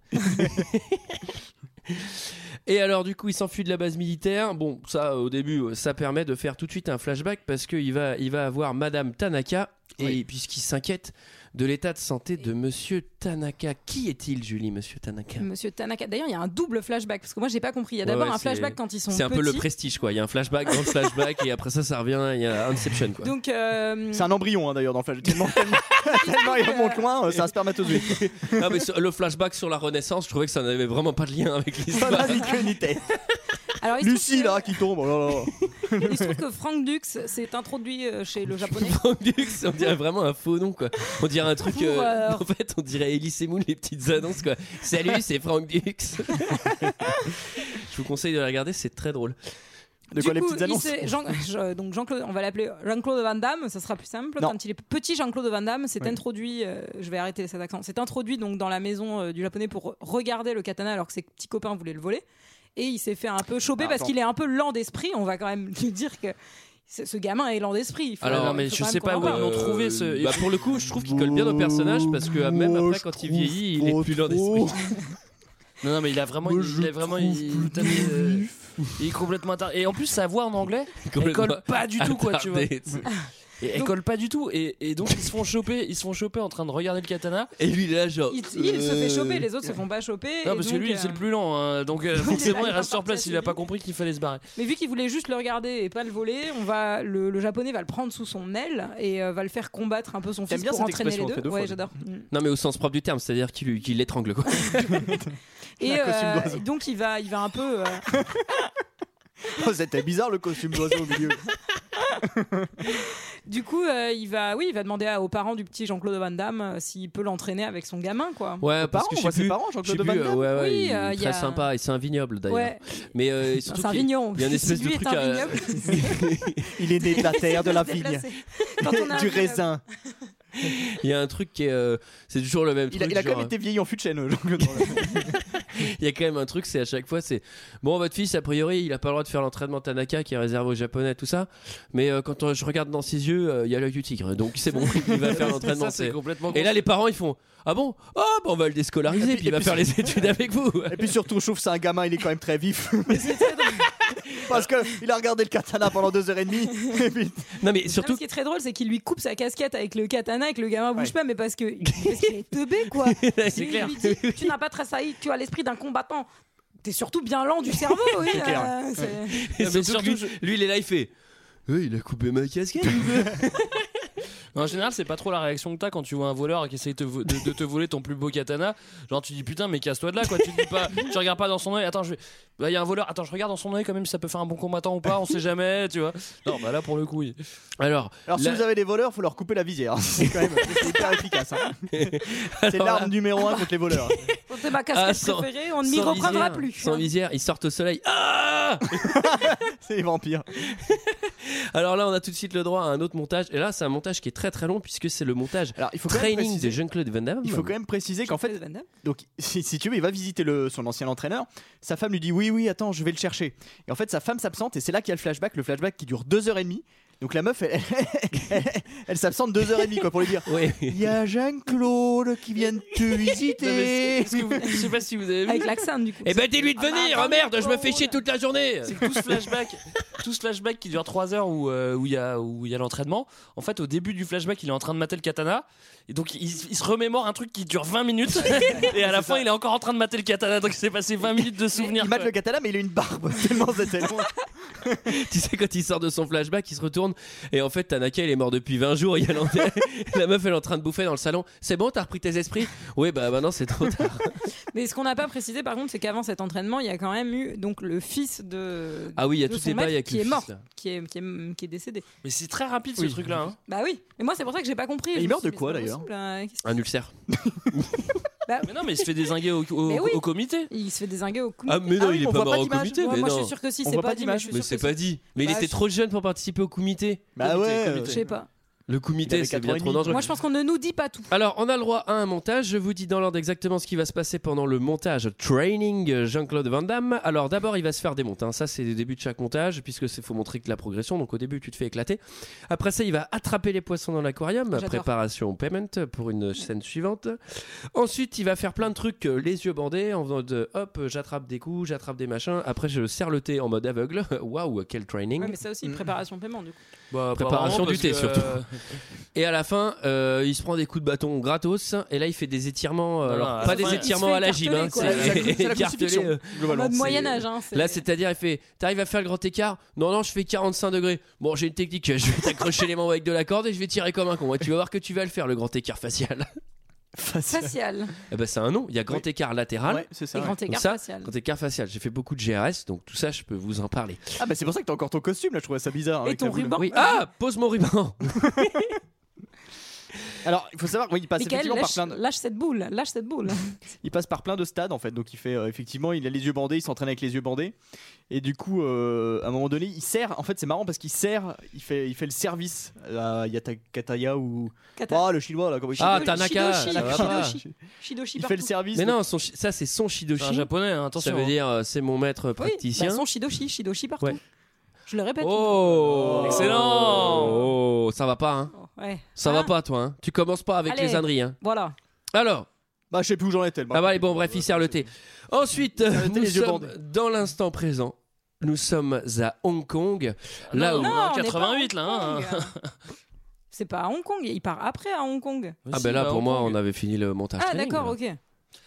[SPEAKER 1] Et alors du coup il s'enfuit de la base militaire. Bon ça au début euh, ça permet de faire tout de suite un flashback parce qu'il va il va avoir Madame Tanaka et puisqu'il s'inquiète de l'état de santé de Monsieur Tanaka. Qui est-il Julie Monsieur Tanaka
[SPEAKER 8] Monsieur Tanaka. D'ailleurs, il y a un double flashback parce que moi, j'ai pas compris. Il y a
[SPEAKER 1] Ouais,
[SPEAKER 8] d'abord
[SPEAKER 1] ouais,
[SPEAKER 8] un
[SPEAKER 1] c'est-
[SPEAKER 8] flashback quand ils sont
[SPEAKER 1] C'est un peu le
[SPEAKER 8] petits.
[SPEAKER 1] prestige quoi. Il y a un flashback dans le flashback et après ça ça revient il y a Inception quoi.
[SPEAKER 8] Donc, euh,
[SPEAKER 7] C'est un embryon hein, d'ailleurs dans le flash. Tellement, tellement, tellement il remonte loin, euh, c'est un spermatozoïde.
[SPEAKER 1] Ah, mais sur- le flashback sur la Renaissance je trouvais que ça n'avait vraiment pas de lien avec
[SPEAKER 7] Ça
[SPEAKER 1] l'histoire.
[SPEAKER 7] n'a ni queue ni tête.
[SPEAKER 8] alors, il se
[SPEAKER 7] Lucie
[SPEAKER 8] trouve
[SPEAKER 7] là qui tombe. oh là là.
[SPEAKER 8] que- il se trouve que Frank Dux s'est introduit euh, chez le japonais.
[SPEAKER 1] Frank Dux, on dirait vraiment un faux nom quoi. On dirait un truc.
[SPEAKER 8] Pour,
[SPEAKER 1] euh,
[SPEAKER 8] euh,
[SPEAKER 1] En fait, on dirait Elise Moon les petites annonces quoi. Salut, c'est Frank Dux. Je vous conseille de la regarder, c'est très drôle.
[SPEAKER 7] De
[SPEAKER 8] Du
[SPEAKER 7] quoi les
[SPEAKER 8] coup,
[SPEAKER 7] petites
[SPEAKER 8] il
[SPEAKER 7] annonces
[SPEAKER 8] s'est- Jean, je- donc Jean-Claude, on va l'appeler Jean-Claude Van Damme, ça sera plus simple.
[SPEAKER 7] Non.
[SPEAKER 8] Quand il est petit, Jean-Claude Van Damme s'est
[SPEAKER 7] Oui.
[SPEAKER 8] introduit, euh, je vais arrêter cet accent, s'est introduit donc dans la maison euh, du japonais pour regarder le katana alors que ses petits copains voulaient le voler. Et il s'est fait un peu choper
[SPEAKER 7] Ah,
[SPEAKER 8] parce
[SPEAKER 7] attends.
[SPEAKER 8] qu'il est un peu lent d'esprit, on va quand même lui dire que ce ce gamin est lent d'esprit. il faut-
[SPEAKER 1] Alors,
[SPEAKER 8] il faut
[SPEAKER 6] mais
[SPEAKER 8] quand
[SPEAKER 6] je
[SPEAKER 8] même
[SPEAKER 6] sais
[SPEAKER 8] qu'on
[SPEAKER 6] pas
[SPEAKER 8] en
[SPEAKER 6] où
[SPEAKER 8] parle.
[SPEAKER 6] ils l'ont trouvé, ce-
[SPEAKER 1] Bah, pour le coup, je trouve qu'il colle bien au personnage parce que même
[SPEAKER 7] Moi,
[SPEAKER 1] après,
[SPEAKER 7] je
[SPEAKER 1] quand il
[SPEAKER 7] trouve
[SPEAKER 1] vieillit, il est
[SPEAKER 7] pas
[SPEAKER 1] plus lent
[SPEAKER 7] trop.
[SPEAKER 1] d'esprit.
[SPEAKER 6] Non, non, mais il a vraiment.
[SPEAKER 7] Moi,
[SPEAKER 6] il-
[SPEAKER 7] je
[SPEAKER 6] il est vraiment.
[SPEAKER 7] trouve
[SPEAKER 6] Il,
[SPEAKER 7] plutôt
[SPEAKER 6] t'as mis, euh, il est complètement attardé. Et en plus, sa voix en anglais, elle colle pas du tout, quoi, tu vois.
[SPEAKER 1] Attardé, tu sais.
[SPEAKER 6] Et elle
[SPEAKER 8] Donc-
[SPEAKER 6] colle pas du tout. Et, et donc, ils se font choper. Ils se font choper en train de regarder le katana.
[SPEAKER 1] Et lui, il est là, genre. euh,
[SPEAKER 8] Il, il se
[SPEAKER 7] Euh,
[SPEAKER 8] fait choper, les autres se font pas choper.
[SPEAKER 6] euh, Non,
[SPEAKER 8] et
[SPEAKER 6] parce que
[SPEAKER 8] donc,
[SPEAKER 6] lui,
[SPEAKER 8] euh,
[SPEAKER 6] c'est le plus lent. hein. donc, euh, forcément, il
[SPEAKER 8] pas
[SPEAKER 6] reste sur
[SPEAKER 8] parti
[SPEAKER 6] place.
[SPEAKER 8] assez
[SPEAKER 6] Il a pas
[SPEAKER 8] vite.
[SPEAKER 6] compris qu'il fallait se barrer.
[SPEAKER 8] Mais vu qu'il voulait juste le regarder et pas le voler, on va le, le japonais va le prendre sous son aile et euh, va le faire combattre un peu son
[SPEAKER 7] T'aimes
[SPEAKER 8] fils
[SPEAKER 7] bien
[SPEAKER 8] pour
[SPEAKER 7] cette
[SPEAKER 8] entraîner les
[SPEAKER 7] expression, on
[SPEAKER 8] deux.
[SPEAKER 7] le fait deux
[SPEAKER 8] ouais,
[SPEAKER 7] fois.
[SPEAKER 8] j'adore. Mm.
[SPEAKER 1] Non, mais au sens propre du terme, c'est-à-dire qu'il lui- qu'il l'étrangle quoi.
[SPEAKER 8] Et
[SPEAKER 7] Un costume
[SPEAKER 8] euh,
[SPEAKER 7] d'oiseau.
[SPEAKER 8] donc il va, il va un peu. euh,
[SPEAKER 7] Oh, C'était bizarre le costume d'oiseau au milieu.
[SPEAKER 8] du coup, euh, il va, oui, il va demander à- aux parents du petit Jean-Claude Van Damme euh, s'il peut l'entraîner avec son gamin, quoi.
[SPEAKER 1] Ouais, parce
[SPEAKER 7] Parents,
[SPEAKER 1] que
[SPEAKER 7] on
[SPEAKER 1] je
[SPEAKER 7] voit
[SPEAKER 1] sais
[SPEAKER 7] ses
[SPEAKER 1] plus.
[SPEAKER 7] parents,
[SPEAKER 1] Je sais
[SPEAKER 7] Jean-Claude Van
[SPEAKER 1] plus, euh,
[SPEAKER 7] Damme.
[SPEAKER 1] ouais, ouais,
[SPEAKER 8] Oui,
[SPEAKER 1] il est
[SPEAKER 8] euh, il y
[SPEAKER 1] très
[SPEAKER 8] a-
[SPEAKER 1] sympa et c'est un vignoble d'ailleurs.
[SPEAKER 8] Ouais,
[SPEAKER 1] Mais euh, et
[SPEAKER 8] c'est
[SPEAKER 1] surtout
[SPEAKER 8] un
[SPEAKER 1] qu'il-
[SPEAKER 8] vignon.
[SPEAKER 1] il y a une espèce de truc à-
[SPEAKER 7] Il est né de la terre, de la vigne, du raisin.
[SPEAKER 1] il y a un truc qui est. euh, c'est toujours le même
[SPEAKER 7] Il a,
[SPEAKER 1] truc.
[SPEAKER 7] il a quand
[SPEAKER 1] genre,
[SPEAKER 7] même été vieilli en fut de chêne, euh, Jean-Claude Van Damme.
[SPEAKER 1] Il y a quand même un truc, c'est à chaque fois, c'est bon, votre fils, a priori, il a pas le droit de faire l'entraînement Tanaka qui est réservé aux japonais, tout ça. Mais euh, quand euh, je regarde dans ses yeux, euh, il y a l'œil du tigre, donc c'est bon, il va faire l'entraînement.
[SPEAKER 6] Ça, c'est
[SPEAKER 1] c'est-
[SPEAKER 6] complètement.
[SPEAKER 1] Et là, les parents, ils font Ah bon Ah, bah, on va le déscolariser,
[SPEAKER 7] Et
[SPEAKER 1] puis,
[SPEAKER 7] puis-
[SPEAKER 1] il va
[SPEAKER 7] et puis-
[SPEAKER 1] faire les études avec vous.
[SPEAKER 7] Et puis surtout, je trouve que c'est un gamin, il est quand même très vif. Parce qu'il a regardé le katana pendant deux heures et demie. Et puis,
[SPEAKER 1] Non, mais
[SPEAKER 8] Surtout...
[SPEAKER 1] surtout,
[SPEAKER 8] Ce qui est très drôle, c'est qu'il lui coupe sa casquette avec le katana et que le gamin bouge
[SPEAKER 7] Ouais.
[SPEAKER 8] pas, mais parce que parce qu'il est teubé, quoi.
[SPEAKER 1] c'est
[SPEAKER 8] Il lui dit, tu n'as pas tressailli, tu as l'esprit d'un combattant. T'es surtout bien lent du cerveau, oui.
[SPEAKER 7] clair.
[SPEAKER 8] euh, c'est-
[SPEAKER 1] Et
[SPEAKER 6] Non, mais
[SPEAKER 1] surtout,
[SPEAKER 6] surtout,
[SPEAKER 1] lui, lui, il est là, il fait Oui, il a coupé ma casquette.
[SPEAKER 6] En général, c'est pas trop la réaction que t'as quand tu vois un voleur qui essaye te vo- de, de te voler ton plus beau katana. Genre, tu dis putain, mais casse-toi de là, quoi. Tu te dis pas, tu regardes pas dans son œil. Attends, je vais. Bah, il y a un voleur. Attends, je regarde dans son œil quand même si ça peut faire un bon combattant ou pas. On sait jamais, tu vois. Non, bah là, pour le coup, oui.
[SPEAKER 1] Alors,
[SPEAKER 7] Alors, si
[SPEAKER 1] La-
[SPEAKER 7] vous avez des voleurs, faut leur couper la visière. C'est quand même c'est hyper efficace. hein. C'est
[SPEAKER 1] alors là-
[SPEAKER 7] l'arme numéro un contre les voleurs.
[SPEAKER 8] C'est ma casquette
[SPEAKER 1] Ah, sans-
[SPEAKER 8] préférée, on ne m'y
[SPEAKER 1] sans
[SPEAKER 8] reprendra
[SPEAKER 1] visière,
[SPEAKER 8] plus. hein.
[SPEAKER 1] Sans visière, ils sortent au soleil. Ah
[SPEAKER 7] C'est les vampires.
[SPEAKER 1] Alors là, on a tout de suite le droit à un autre montage. Et là, c'est un montage qui est très très long puisque c'est le montage
[SPEAKER 7] Alors, il faut quand même
[SPEAKER 1] training de
[SPEAKER 7] préciser,
[SPEAKER 1] Jean-Claude Van Damme.
[SPEAKER 7] il faut quand même préciser qu'en fait, donc, si, si tu veux, il va visiter le, son ancien entraîneur. Sa femme lui dit Oui, oui, attends, je vais le chercher. Et en fait, sa femme s'absente et c'est là qu'il y a le flashback, le flashback qui dure deux heures et demie. Donc, la meuf, elle, elle, elle s'absente deux heures et demie quoi, pour lui dire
[SPEAKER 1] Oui.
[SPEAKER 7] Il y a Jean-Claude qui vient te visiter.
[SPEAKER 6] Est-ce que vous- Je sais pas si vous avez vu.
[SPEAKER 8] Avec l'accent, du coup.
[SPEAKER 1] Eh ben dis-lui de venir,
[SPEAKER 8] bah,
[SPEAKER 1] oh merde, je me fais
[SPEAKER 8] Claude.
[SPEAKER 1] chier toute la journée.
[SPEAKER 6] C'est que tout ce flashback, tout ce flashback qui dure 3 heures où euh, où il y a où il y a l'entraînement. En fait, au début du flashback, il est en train de mater le katana et donc il, il se remémore un truc qui dure 20 minutes et à la fin, il est encore en train de mater le katana. Donc, c'est passé 20 minutes de souvenirs.
[SPEAKER 7] Il mate
[SPEAKER 6] quoi.
[SPEAKER 7] le katana, mais il a une barbe. Tellement, c'est tellement.
[SPEAKER 1] tu sais, quand il sort de son flashback, il se retourne retourne. Et en fait, Tanaka, il est mort depuis 20 jours. Il y a l'enterre- la meuf, elle est en train de bouffer dans le salon. C'est bon, t'as repris tes esprits Oui, bah maintenant, c'est trop tard.
[SPEAKER 8] Mais ce qu'on n'a pas précisé par contre, c'est qu'avant cet entraînement, il y a quand même eu donc le fils de.
[SPEAKER 1] Ah oui, il y a
[SPEAKER 8] de
[SPEAKER 1] tout
[SPEAKER 8] son
[SPEAKER 1] débat,
[SPEAKER 8] maître
[SPEAKER 1] il y a que
[SPEAKER 8] qui
[SPEAKER 1] le
[SPEAKER 8] est
[SPEAKER 1] fils,
[SPEAKER 8] mort,
[SPEAKER 1] là.
[SPEAKER 8] qui est, qui, est, qui est décédé.
[SPEAKER 6] Mais c'est très rapide ce
[SPEAKER 7] Oui.
[SPEAKER 6] truc-là. hein.
[SPEAKER 8] Bah oui, mais moi c'est pour ça que j'ai pas compris.
[SPEAKER 7] Et
[SPEAKER 8] Je
[SPEAKER 7] il
[SPEAKER 8] me
[SPEAKER 7] meurt
[SPEAKER 8] suis
[SPEAKER 7] de
[SPEAKER 8] dit,
[SPEAKER 7] quoi,
[SPEAKER 8] mais c'est pas
[SPEAKER 7] d'ailleurs
[SPEAKER 8] possible, euh, qu'est-ce que-
[SPEAKER 1] Un ulcère.
[SPEAKER 6] Mais non, mais il se fait désinguer au, au-
[SPEAKER 8] Mais oui.
[SPEAKER 6] au comité.
[SPEAKER 8] Il se fait désinguer au coup.
[SPEAKER 1] Ah, mais non,
[SPEAKER 7] oui,
[SPEAKER 1] il est
[SPEAKER 7] on
[SPEAKER 1] pas
[SPEAKER 7] voit
[SPEAKER 1] mort
[SPEAKER 7] pas
[SPEAKER 1] au
[SPEAKER 7] d'image.
[SPEAKER 1] comité.
[SPEAKER 8] Ouais,
[SPEAKER 1] mais
[SPEAKER 8] moi je
[SPEAKER 1] non.
[SPEAKER 8] suis sûr que si,
[SPEAKER 7] On
[SPEAKER 8] c'est
[SPEAKER 7] voit
[SPEAKER 8] pas
[SPEAKER 7] pas
[SPEAKER 8] dit. Mais, je
[SPEAKER 7] d'image.
[SPEAKER 8] suis
[SPEAKER 1] Mais
[SPEAKER 8] sûre
[SPEAKER 1] c'est
[SPEAKER 8] que
[SPEAKER 1] pas dit. Mais il
[SPEAKER 8] Bah,
[SPEAKER 1] était
[SPEAKER 8] je-
[SPEAKER 1] trop jeune pour participer au comité.
[SPEAKER 7] Bah ouais.
[SPEAKER 8] Je sais pas.
[SPEAKER 1] Le
[SPEAKER 7] Il
[SPEAKER 1] comité,
[SPEAKER 7] avait
[SPEAKER 1] c'est
[SPEAKER 7] quatre
[SPEAKER 1] bien
[SPEAKER 7] ans et
[SPEAKER 1] trop
[SPEAKER 7] demi.
[SPEAKER 1] dangereux.
[SPEAKER 8] Moi je pense qu'on ne nous dit pas tout.
[SPEAKER 1] Alors, on a le droit à un montage. Je vous dis dans l'ordre exactement ce qui va se passer pendant le montage Training euh, Jean-Claude Van Damme. Alors, d'abord, il va se faire des montes. hein. Ça, c'est le début de chaque montage, puisque c'est faut montrer que la progression. Donc, au début, tu te fais éclater. Après ça, il va attraper les poissons dans l'aquarium.
[SPEAKER 8] J'adore.
[SPEAKER 1] Préparation au payment pour une scène suivante. Ensuite, il va faire plein de trucs, euh, les yeux bandés, en faisant de hop, j'attrape des coups, j'attrape des machins. Après, je serre le thé en mode aveugle. Waouh, quel training!
[SPEAKER 8] Ouais, mais ça aussi, préparation paiement du coup.
[SPEAKER 6] Bah,
[SPEAKER 1] Préparation
[SPEAKER 6] apparemment,
[SPEAKER 1] du
[SPEAKER 6] parce
[SPEAKER 1] thé,
[SPEAKER 6] que- euh,
[SPEAKER 1] surtout. Et à la fin, euh, il se prend des coups de bâton gratos. Et là, il fait des étirements. euh,
[SPEAKER 6] Non,
[SPEAKER 1] alors,
[SPEAKER 6] non, à
[SPEAKER 1] pas
[SPEAKER 6] la
[SPEAKER 1] des
[SPEAKER 6] fin, il
[SPEAKER 1] étirements
[SPEAKER 8] se
[SPEAKER 1] à la
[SPEAKER 8] fait
[SPEAKER 1] gym. hein,
[SPEAKER 8] écarteler, quoi.
[SPEAKER 1] c'est-
[SPEAKER 7] C'est la crucifixion.
[SPEAKER 1] écarteler, euh,
[SPEAKER 8] En mode
[SPEAKER 1] c'est-
[SPEAKER 8] Moyen-Âge. Hein,
[SPEAKER 1] Là, c'est-à-dire, il fait T'arrives à faire le grand écart Non, non, je fais 45 degrés. Bon, j'ai une technique. Je vais t'accrocher les mains avec de la corde et je vais tirer comme un con. Et tu vas voir que tu vas le faire, le grand écart facial.
[SPEAKER 7] Face-
[SPEAKER 8] facial.
[SPEAKER 1] Eh ben, c'est un nom. Il y a grand
[SPEAKER 7] Oui.
[SPEAKER 1] écart latéral.
[SPEAKER 7] Ouais, c'est
[SPEAKER 8] Et
[SPEAKER 7] ça. ouais.
[SPEAKER 8] grand écart
[SPEAKER 1] ça,
[SPEAKER 8] facial.
[SPEAKER 1] Grand écart facial. J'ai fait beaucoup de GRS, donc tout ça, je peux vous en parler.
[SPEAKER 7] Ah bah c'est pour ça que t'as encore ton costume là, je trouvais ça bizarre.
[SPEAKER 8] Et
[SPEAKER 7] avec
[SPEAKER 8] ton
[SPEAKER 7] la boule.
[SPEAKER 8] ruban.
[SPEAKER 1] Oui. Ah, pose mon ruban.
[SPEAKER 7] Alors il faut savoir, oui, il passe
[SPEAKER 8] Michael,
[SPEAKER 7] effectivement par
[SPEAKER 8] lâche,
[SPEAKER 7] plein de,
[SPEAKER 8] lâche cette boule, lâche cette boule.
[SPEAKER 7] il passe par plein de stades en fait. Donc il fait euh, effectivement, il a les yeux bandés, il s'entraîne avec les yeux bandés. Et du coup, euh, à un moment donné, il sert. En fait, c'est marrant parce qu'il sert, il fait, il fait le service à Yatakataya ou
[SPEAKER 8] Kata-
[SPEAKER 7] oh le chinois là, comment il
[SPEAKER 1] Ah,
[SPEAKER 8] Shidoshi,
[SPEAKER 1] Tanaka.
[SPEAKER 8] Shidoshi,
[SPEAKER 1] ça va pas.
[SPEAKER 8] Shidoshi. Shidoshi
[SPEAKER 7] Il
[SPEAKER 8] partout.
[SPEAKER 7] fait le service.
[SPEAKER 1] Mais non, son chi- ça, c'est son
[SPEAKER 6] C'est un
[SPEAKER 1] Shidoshi.
[SPEAKER 6] japonais, hein,
[SPEAKER 1] Ça
[SPEAKER 6] attention.
[SPEAKER 1] veut dire, euh, c'est mon maître
[SPEAKER 8] Oui,
[SPEAKER 1] praticien.
[SPEAKER 8] bah, son Shidoshi, Shidoshi partout.
[SPEAKER 1] Ouais.
[SPEAKER 8] Je le répète.
[SPEAKER 1] Oh
[SPEAKER 6] Excellent.
[SPEAKER 1] Oh, ça va pas, hein
[SPEAKER 8] Oh, ouais.
[SPEAKER 1] Ça
[SPEAKER 8] Hein
[SPEAKER 1] va pas, toi, hein Tu commences pas avec
[SPEAKER 8] Allez.
[SPEAKER 1] les âneries, hein
[SPEAKER 8] Voilà.
[SPEAKER 1] Alors,
[SPEAKER 7] Bah je sais plus où j'en étais. le
[SPEAKER 1] ah bah,
[SPEAKER 7] bras.
[SPEAKER 1] allez, bon, bref, il sert le thé. Ensuite,
[SPEAKER 7] le thé,
[SPEAKER 1] nous
[SPEAKER 7] les yeux
[SPEAKER 1] sommes
[SPEAKER 7] bandés.
[SPEAKER 1] dans l'instant présent. Nous sommes à Hong Kong,
[SPEAKER 6] Ah,
[SPEAKER 1] là où...
[SPEAKER 6] non, on est
[SPEAKER 8] Non, on
[SPEAKER 6] en
[SPEAKER 8] n'est pas à
[SPEAKER 6] 88 là. hein.
[SPEAKER 8] Hong Kong. C'est pas à Hong Kong, il part après à Hong Kong.
[SPEAKER 1] Ah
[SPEAKER 6] Si,
[SPEAKER 1] ben là,
[SPEAKER 6] bah,
[SPEAKER 1] pour
[SPEAKER 6] Hong
[SPEAKER 1] moi,
[SPEAKER 6] Kong.
[SPEAKER 1] on avait fini le montage.
[SPEAKER 8] Ah
[SPEAKER 1] training.
[SPEAKER 8] d'accord, ok.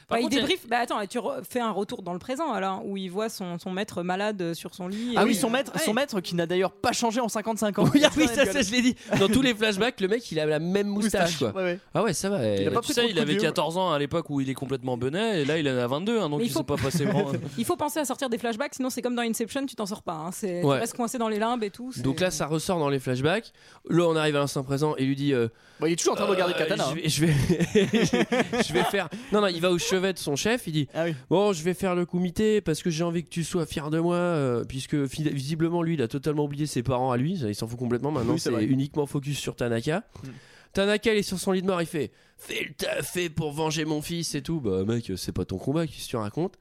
[SPEAKER 6] Par
[SPEAKER 8] Bah, il
[SPEAKER 6] contre, il y a-
[SPEAKER 8] débrief. Bah attends, tu re- fais un retour dans le présent alors où il voit son, son maître malade euh, sur son lit.
[SPEAKER 7] Ah
[SPEAKER 8] et-
[SPEAKER 7] oui, son maître,
[SPEAKER 8] Ouais.
[SPEAKER 7] son maître qui n'a d'ailleurs pas changé en 55 ans.
[SPEAKER 1] Oui, ah oui, ça, ça, je l'ai dit. Dans tous les flashbacks, le mec, il a la même moustache, quoi.
[SPEAKER 7] Ouais, ouais.
[SPEAKER 1] Ah ouais, ça va.
[SPEAKER 7] Il
[SPEAKER 1] elle-
[SPEAKER 7] a pas
[SPEAKER 6] Tu
[SPEAKER 7] pris
[SPEAKER 6] sais,
[SPEAKER 7] trop
[SPEAKER 6] il
[SPEAKER 7] de
[SPEAKER 6] avait
[SPEAKER 7] vieux.
[SPEAKER 6] 14 ans à l'époque où il est complètement benet, et là il en a 22, hein, donc
[SPEAKER 8] Mais il
[SPEAKER 6] il
[SPEAKER 8] faut-
[SPEAKER 6] s'est pas passé grand.
[SPEAKER 8] Il faut penser à sortir des flashbacks, sinon c'est comme dans Inception, tu t'en sors pas. Hein. C'est
[SPEAKER 1] Ouais.
[SPEAKER 8] tu restes coincé dans les limbes et tout. c'est-
[SPEAKER 1] Donc là, ça ressort dans les flashbacks. Là, on arrive à l'instant présent et lui dit... euh,
[SPEAKER 7] Bon, Bah, il est toujours en train de regarder
[SPEAKER 1] Euh,
[SPEAKER 7] Katana. hein.
[SPEAKER 1] Je vais, je vais, je vais faire. Non, non, il va au chevet de son chef. Il dit
[SPEAKER 7] Ah oui.
[SPEAKER 1] Bon, je vais faire le comité parce que j'ai envie que tu sois fier de moi. euh, puisque fi- visiblement, lui, il a totalement oublié ses parents à lui. ça, Il s'en fout complètement. Maintenant,
[SPEAKER 7] Oui, c'est
[SPEAKER 1] c'est
[SPEAKER 7] vrai.
[SPEAKER 1] uniquement focus sur Tanaka.
[SPEAKER 7] Hmm.
[SPEAKER 1] Tanaka, il est sur son lit de mort. Il fait Fais le taf fais pour venger mon fils et tout. Bah, mec, c'est pas ton combat. Qu'est-ce que tu racontes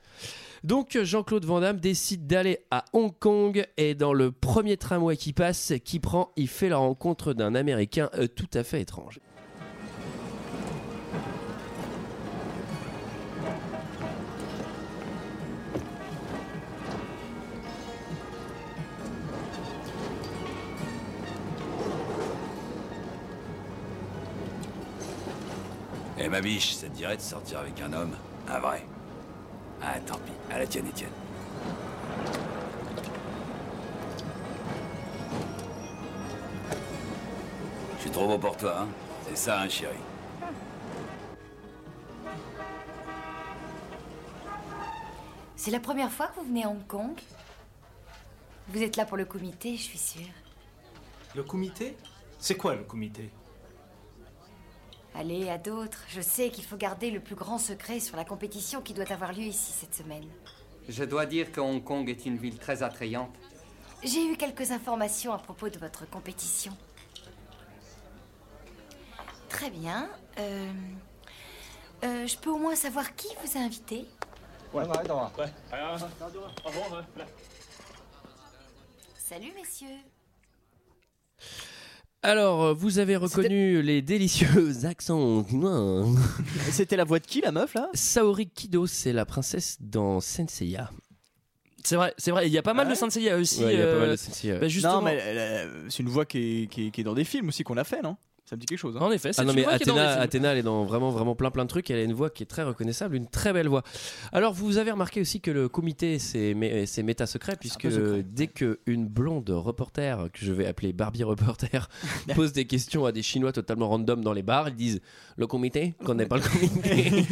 [SPEAKER 1] donc Jean-Claude Van Damme décide d'aller à Hong Kong et dans le premier tramway qui passe, qui prend, il fait la rencontre d'un Américain euh, tout à fait étrange.
[SPEAKER 9] Eh ma biche, ça te dirait de sortir avec un homme Un vrai Ah tant pis, à la tienne Étienne. Je suis trop beau pour toi, hein C'est ça, hein, chérie
[SPEAKER 10] C'est la première fois que vous venez à Hong Kong Vous êtes là pour le comité, je suis sûre.
[SPEAKER 11] Le comité C'est quoi le comité
[SPEAKER 10] Allez, à d'autres. Je sais qu'il faut garder le plus grand secret sur la compétition qui doit avoir lieu ici cette semaine.
[SPEAKER 12] Je dois dire que Hong Kong est une ville très attrayante.
[SPEAKER 10] J'ai eu quelques informations à propos de votre compétition. Très bien. Euh, euh, je peux au moins savoir qui vous a invité Salut messieurs.
[SPEAKER 1] Alors, euh, vous avez reconnu les délicieux accents.
[SPEAKER 7] C'était la voix de qui la meuf là
[SPEAKER 1] Saori Kido, c'est la princesse dans Senseiya.
[SPEAKER 6] C'est vrai, c'est vrai. Il y a pas mal de Senseiya aussi.
[SPEAKER 1] Ouais, il y a pas mal
[SPEAKER 6] euh,
[SPEAKER 1] de Senseiya.
[SPEAKER 6] bah, justement.
[SPEAKER 7] Non, mais elle, elle, euh, c'est une voix qui est, qui est- qui est dans des films aussi qu'on a fait, non Ça me dit quelque chose. hein.
[SPEAKER 6] En effet, c'est
[SPEAKER 1] Ah non,
[SPEAKER 6] une
[SPEAKER 1] mais
[SPEAKER 6] voix qui est dans les
[SPEAKER 1] Athéna,
[SPEAKER 6] films.
[SPEAKER 1] Athéna, elle est dans vraiment, vraiment plein, plein de trucs. Elle a une voix qui est très reconnaissable, une très belle voix. Alors, vous avez remarqué aussi que le comité, c'est mé- c'est méta secret, puisque
[SPEAKER 6] peu secret.
[SPEAKER 1] dès qu'une blonde reporter, que je vais appeler Barbie reporter, pose des questions à des Chinois totalement random dans les bars, ils disent le comité, qu'on n'est pas le comité.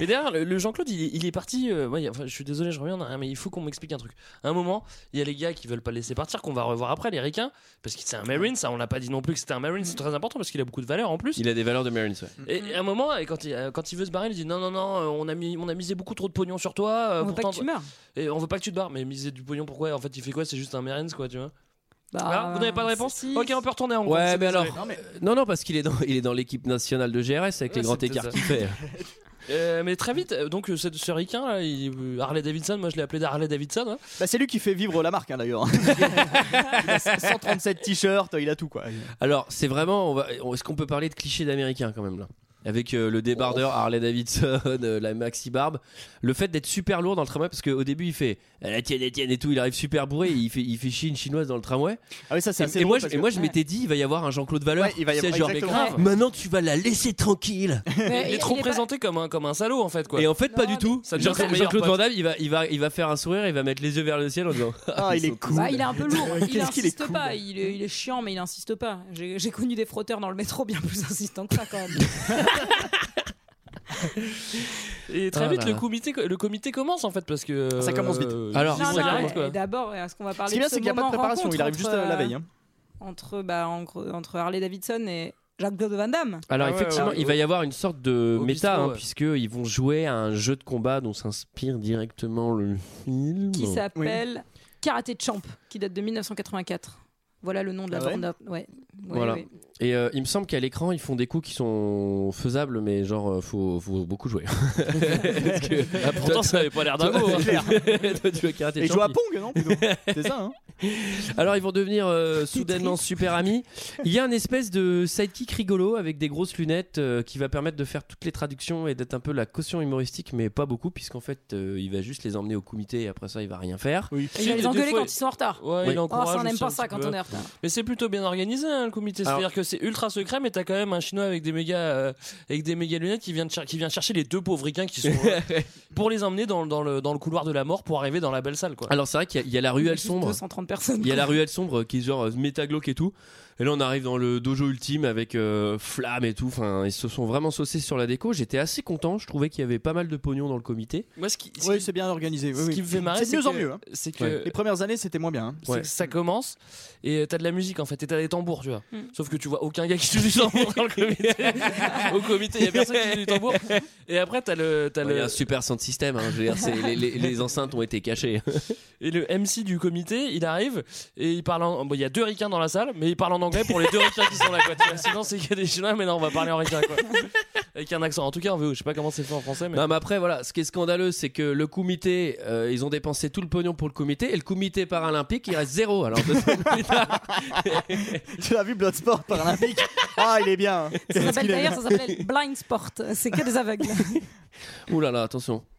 [SPEAKER 6] Et d'ailleurs, le, le Jean-Claude, il, il est parti. euh, ouais, enfin, je suis désolé, je reviens en arrière, mais il faut qu'on m'explique un truc. À un moment, il y a les gars qui veulent pas le laisser partir, qu'on va revoir après, les ricains, parce que c'est un Marine, ça, on l'a pas dit non plus que c'était un Marine, c'est très important parce qu'il a beaucoup de valeur en plus.
[SPEAKER 1] Il a des valeurs de Marines, ouais.
[SPEAKER 6] Et
[SPEAKER 8] Mm.
[SPEAKER 6] et à un moment, et quand il, euh, quand il veut se barrer, il dit non, non, non, euh, on a, mis, on a misé beaucoup trop de pognon sur toi. euh,
[SPEAKER 8] On veut pas
[SPEAKER 6] pourtant-
[SPEAKER 8] que tu meures.
[SPEAKER 6] Et on veut pas que tu te barres, mais miser du pognon, pourquoi En fait, il fait quoi C'est juste un Marines, quoi, tu vois
[SPEAKER 8] Bah,
[SPEAKER 6] Ah, Vous n'avez pas de réponse Ok, on peut retourner en
[SPEAKER 1] Ouais, mais
[SPEAKER 7] hein.
[SPEAKER 1] alors. Non, non, parce qu'il est dans, il est dans l'équipe nationale de GRS avec les
[SPEAKER 6] Ouais,
[SPEAKER 1] grands
[SPEAKER 6] c'est
[SPEAKER 1] écarts
[SPEAKER 6] peut-être
[SPEAKER 1] qu'il fait.
[SPEAKER 6] Euh, mais très vite, euh, donc euh, ce, ce ricain là, il- euh, Harley Davidson, moi je l'ai appelé Harley Davidson. hein.
[SPEAKER 7] Bah, c'est lui qui fait vivre la marque hein, d'ailleurs. il a 137 t-shirts, il a tout quoi.
[SPEAKER 1] Alors, c'est vraiment. on va- Est-ce qu'on peut parler de clichés d'américains quand même là avec euh, le
[SPEAKER 7] Oh.
[SPEAKER 1] débardeur Harley Davidson, euh, la maxi barbe, le fait d'être super lourd dans le tramway parce qu'au début il fait Ah, la tienne, la tienne et tout, il arrive super bourré, il fait il fait chier une chinoise dans le tramway.
[SPEAKER 7] Ah oui ça c'est
[SPEAKER 1] et,
[SPEAKER 7] assez
[SPEAKER 1] et moi
[SPEAKER 7] drôle
[SPEAKER 1] je,
[SPEAKER 7] parce
[SPEAKER 1] et
[SPEAKER 7] que-
[SPEAKER 1] moi je m'étais dit il va y avoir un Jean-Claude Valeur,
[SPEAKER 7] Ouais, il va y
[SPEAKER 1] tu sais,
[SPEAKER 7] avoir-
[SPEAKER 1] genre mais
[SPEAKER 7] exactement.
[SPEAKER 1] grave. Maintenant tu vas la laisser tranquille.
[SPEAKER 6] il est trop présenté comme un comme un salaud en fait quoi.
[SPEAKER 1] Et en fait pas du tout.
[SPEAKER 6] Ça devient
[SPEAKER 1] Jean-
[SPEAKER 6] son meilleur
[SPEAKER 1] Jean-Claude
[SPEAKER 6] pote.
[SPEAKER 1] Van Damme, il va il va il va faire un sourire, il va mettre les yeux vers le ciel en disant
[SPEAKER 7] Ah, il
[SPEAKER 1] ils
[SPEAKER 7] est
[SPEAKER 1] sont
[SPEAKER 7] cool.
[SPEAKER 8] Bah, il est un peu lourd, il
[SPEAKER 7] Qu'est-ce qu'il est
[SPEAKER 8] insiste
[SPEAKER 7] cool.
[SPEAKER 8] pas, il est, il est chiant mais il insiste pas. J'ai j'ai connu des frotteurs dans le métro bien plus insistants que ça quand même.
[SPEAKER 6] Et très
[SPEAKER 1] Ah
[SPEAKER 6] vite
[SPEAKER 1] là
[SPEAKER 6] le
[SPEAKER 1] là.
[SPEAKER 6] comité le comité commence en fait parce que
[SPEAKER 8] Ah,
[SPEAKER 6] euh,
[SPEAKER 7] Ça commence vite.
[SPEAKER 1] Alors-
[SPEAKER 6] ils
[SPEAKER 8] Non,
[SPEAKER 6] vont
[SPEAKER 8] non,
[SPEAKER 6] direct, quoi.
[SPEAKER 8] et D'abord, est-ce qu'on va parler
[SPEAKER 7] Ce qui est bien,
[SPEAKER 8] de ce
[SPEAKER 7] c'est qu'il y a pas de
[SPEAKER 8] moment
[SPEAKER 7] préparation,
[SPEAKER 8] rencontre
[SPEAKER 7] il arrive juste,
[SPEAKER 8] entre,
[SPEAKER 7] euh, la veille, hein.
[SPEAKER 8] Entre, bah, en gros, entre Harley Davidson et Jacques-Claude Van Damme.
[SPEAKER 1] Alors
[SPEAKER 6] Ah
[SPEAKER 1] effectivement, il va y avoir une sorte de
[SPEAKER 6] Au bistrot,
[SPEAKER 1] méta, hein,
[SPEAKER 6] ouais.
[SPEAKER 1] puisque ils vont jouer à un jeu de combat dont s'inspire directement le film.
[SPEAKER 8] Qui s'appelle Karaté Champ, qui date de 1984. Voilà le nom de la
[SPEAKER 7] Ah ouais
[SPEAKER 8] bande. à- Ouais. Ouais,
[SPEAKER 1] Voilà.
[SPEAKER 8] ouais.
[SPEAKER 1] Et euh, il me semble qu'à l'écran, ils font des coups qui sont faisables, mais genre, euh, faut, faut beaucoup jouer. Parce que-
[SPEAKER 6] Ah, pourtant
[SPEAKER 1] toi,
[SPEAKER 6] ça avait pas l'air d'un
[SPEAKER 1] toi-
[SPEAKER 6] mot. hein.
[SPEAKER 1] toi, tu vas karaté
[SPEAKER 7] Et il joue à
[SPEAKER 1] champi.
[SPEAKER 7] Pong non plutôt C'est ça hein
[SPEAKER 1] Alors ils vont devenir euh, soudainement super amis. Il y a un espèce de sidekick rigolo avec des grosses lunettes euh, qui va permettre de faire toutes les traductions et d'être un peu la caution humoristique, mais pas beaucoup puisqu'en fait euh, il va juste les emmener au comité et après ça il va rien faire.
[SPEAKER 7] Oui.
[SPEAKER 8] Et il va les
[SPEAKER 6] Des
[SPEAKER 8] engueuler
[SPEAKER 6] fois,
[SPEAKER 8] quand ils sont en retard.
[SPEAKER 6] Ouais,
[SPEAKER 1] Oui.
[SPEAKER 6] il
[SPEAKER 8] Oh, ça, on
[SPEAKER 6] encourage
[SPEAKER 8] n'aime
[SPEAKER 6] aussi un
[SPEAKER 8] pas ça
[SPEAKER 6] petit
[SPEAKER 8] quand
[SPEAKER 6] peu.
[SPEAKER 8] on est en retard.
[SPEAKER 6] Mais c'est plutôt bien organisé hein, le comité,
[SPEAKER 1] Alors-
[SPEAKER 6] c'est-à-dire que c'est ultra secret, mais t'as quand même un chinois avec des méga euh, avec des méga lunettes qui vient de cher- qui vient chercher les deux pauvres ricains qui sont euh, pour les emmener dans, dans le dans le couloir de la mort pour arriver dans la belle salle quoi.
[SPEAKER 1] Alors c'est vrai qu'il y, a- il y a la ruelle
[SPEAKER 8] Juste
[SPEAKER 1] sombre.
[SPEAKER 8] 230 personnes.
[SPEAKER 1] Il y a la ruelle sombre qui est genre euh, métagloque et tout. Et là on arrive dans le dojo ultime avec euh, flamme et tout. Enfin ils se sont vraiment saucés sur la déco. J'étais assez content. Je trouvais qu'il y avait pas mal de pognon dans le comité.
[SPEAKER 6] Moi ce qui, ce
[SPEAKER 7] Oui
[SPEAKER 6] qui-
[SPEAKER 7] c'est bien organisé. oui,
[SPEAKER 6] ce
[SPEAKER 7] oui.
[SPEAKER 6] qui me fait marrer,
[SPEAKER 7] C'est de mieux en
[SPEAKER 6] que-
[SPEAKER 7] mieux. hein.
[SPEAKER 6] C'est que
[SPEAKER 1] Ouais.
[SPEAKER 7] Les premières années c'était moins bien. hein.
[SPEAKER 6] c'est
[SPEAKER 1] Ouais.
[SPEAKER 6] que ça commence et t'as de la musique en fait et t'as des tambours tu vois
[SPEAKER 8] Mm.
[SPEAKER 6] sauf que tu vois aucun gars qui joue du tambour dans le comité au comité il y a personne qui joue du tambour et après t'as le t'as
[SPEAKER 1] Ouais, Il y a
[SPEAKER 6] le
[SPEAKER 1] un super centre système. hein. Je veux dire, c'est- les, les- les enceintes ont été cachées.
[SPEAKER 6] et le MC du comité il arrive et il parle en bon il y a deux ricains dans la salle mais il parle en anglais pour les deux ricains qui sont là quoi tu vois. sinon c'est qu'il y a des chinois mais non on va parler en ricain quoi avec un accent en tout cas en VO je sais pas comment c'est fait en français mais
[SPEAKER 1] Non, mais après, voilà, ce qui est scandaleux, c'est que le comité, euh, ils ont dépensé tout le pognon pour le comité, et le comité paralympique, il reste zéro. Alors, deux semaines plus tard.
[SPEAKER 7] Tu l'as vu Bloodsport paralympique Ah il est bien. hein.
[SPEAKER 8] Ça s'appelle-
[SPEAKER 7] Il est
[SPEAKER 8] D'ailleurs,
[SPEAKER 7] bien.
[SPEAKER 8] ça s'appelle Blind Sport. C'est que des aveugles.
[SPEAKER 1] Ouh là là, attention.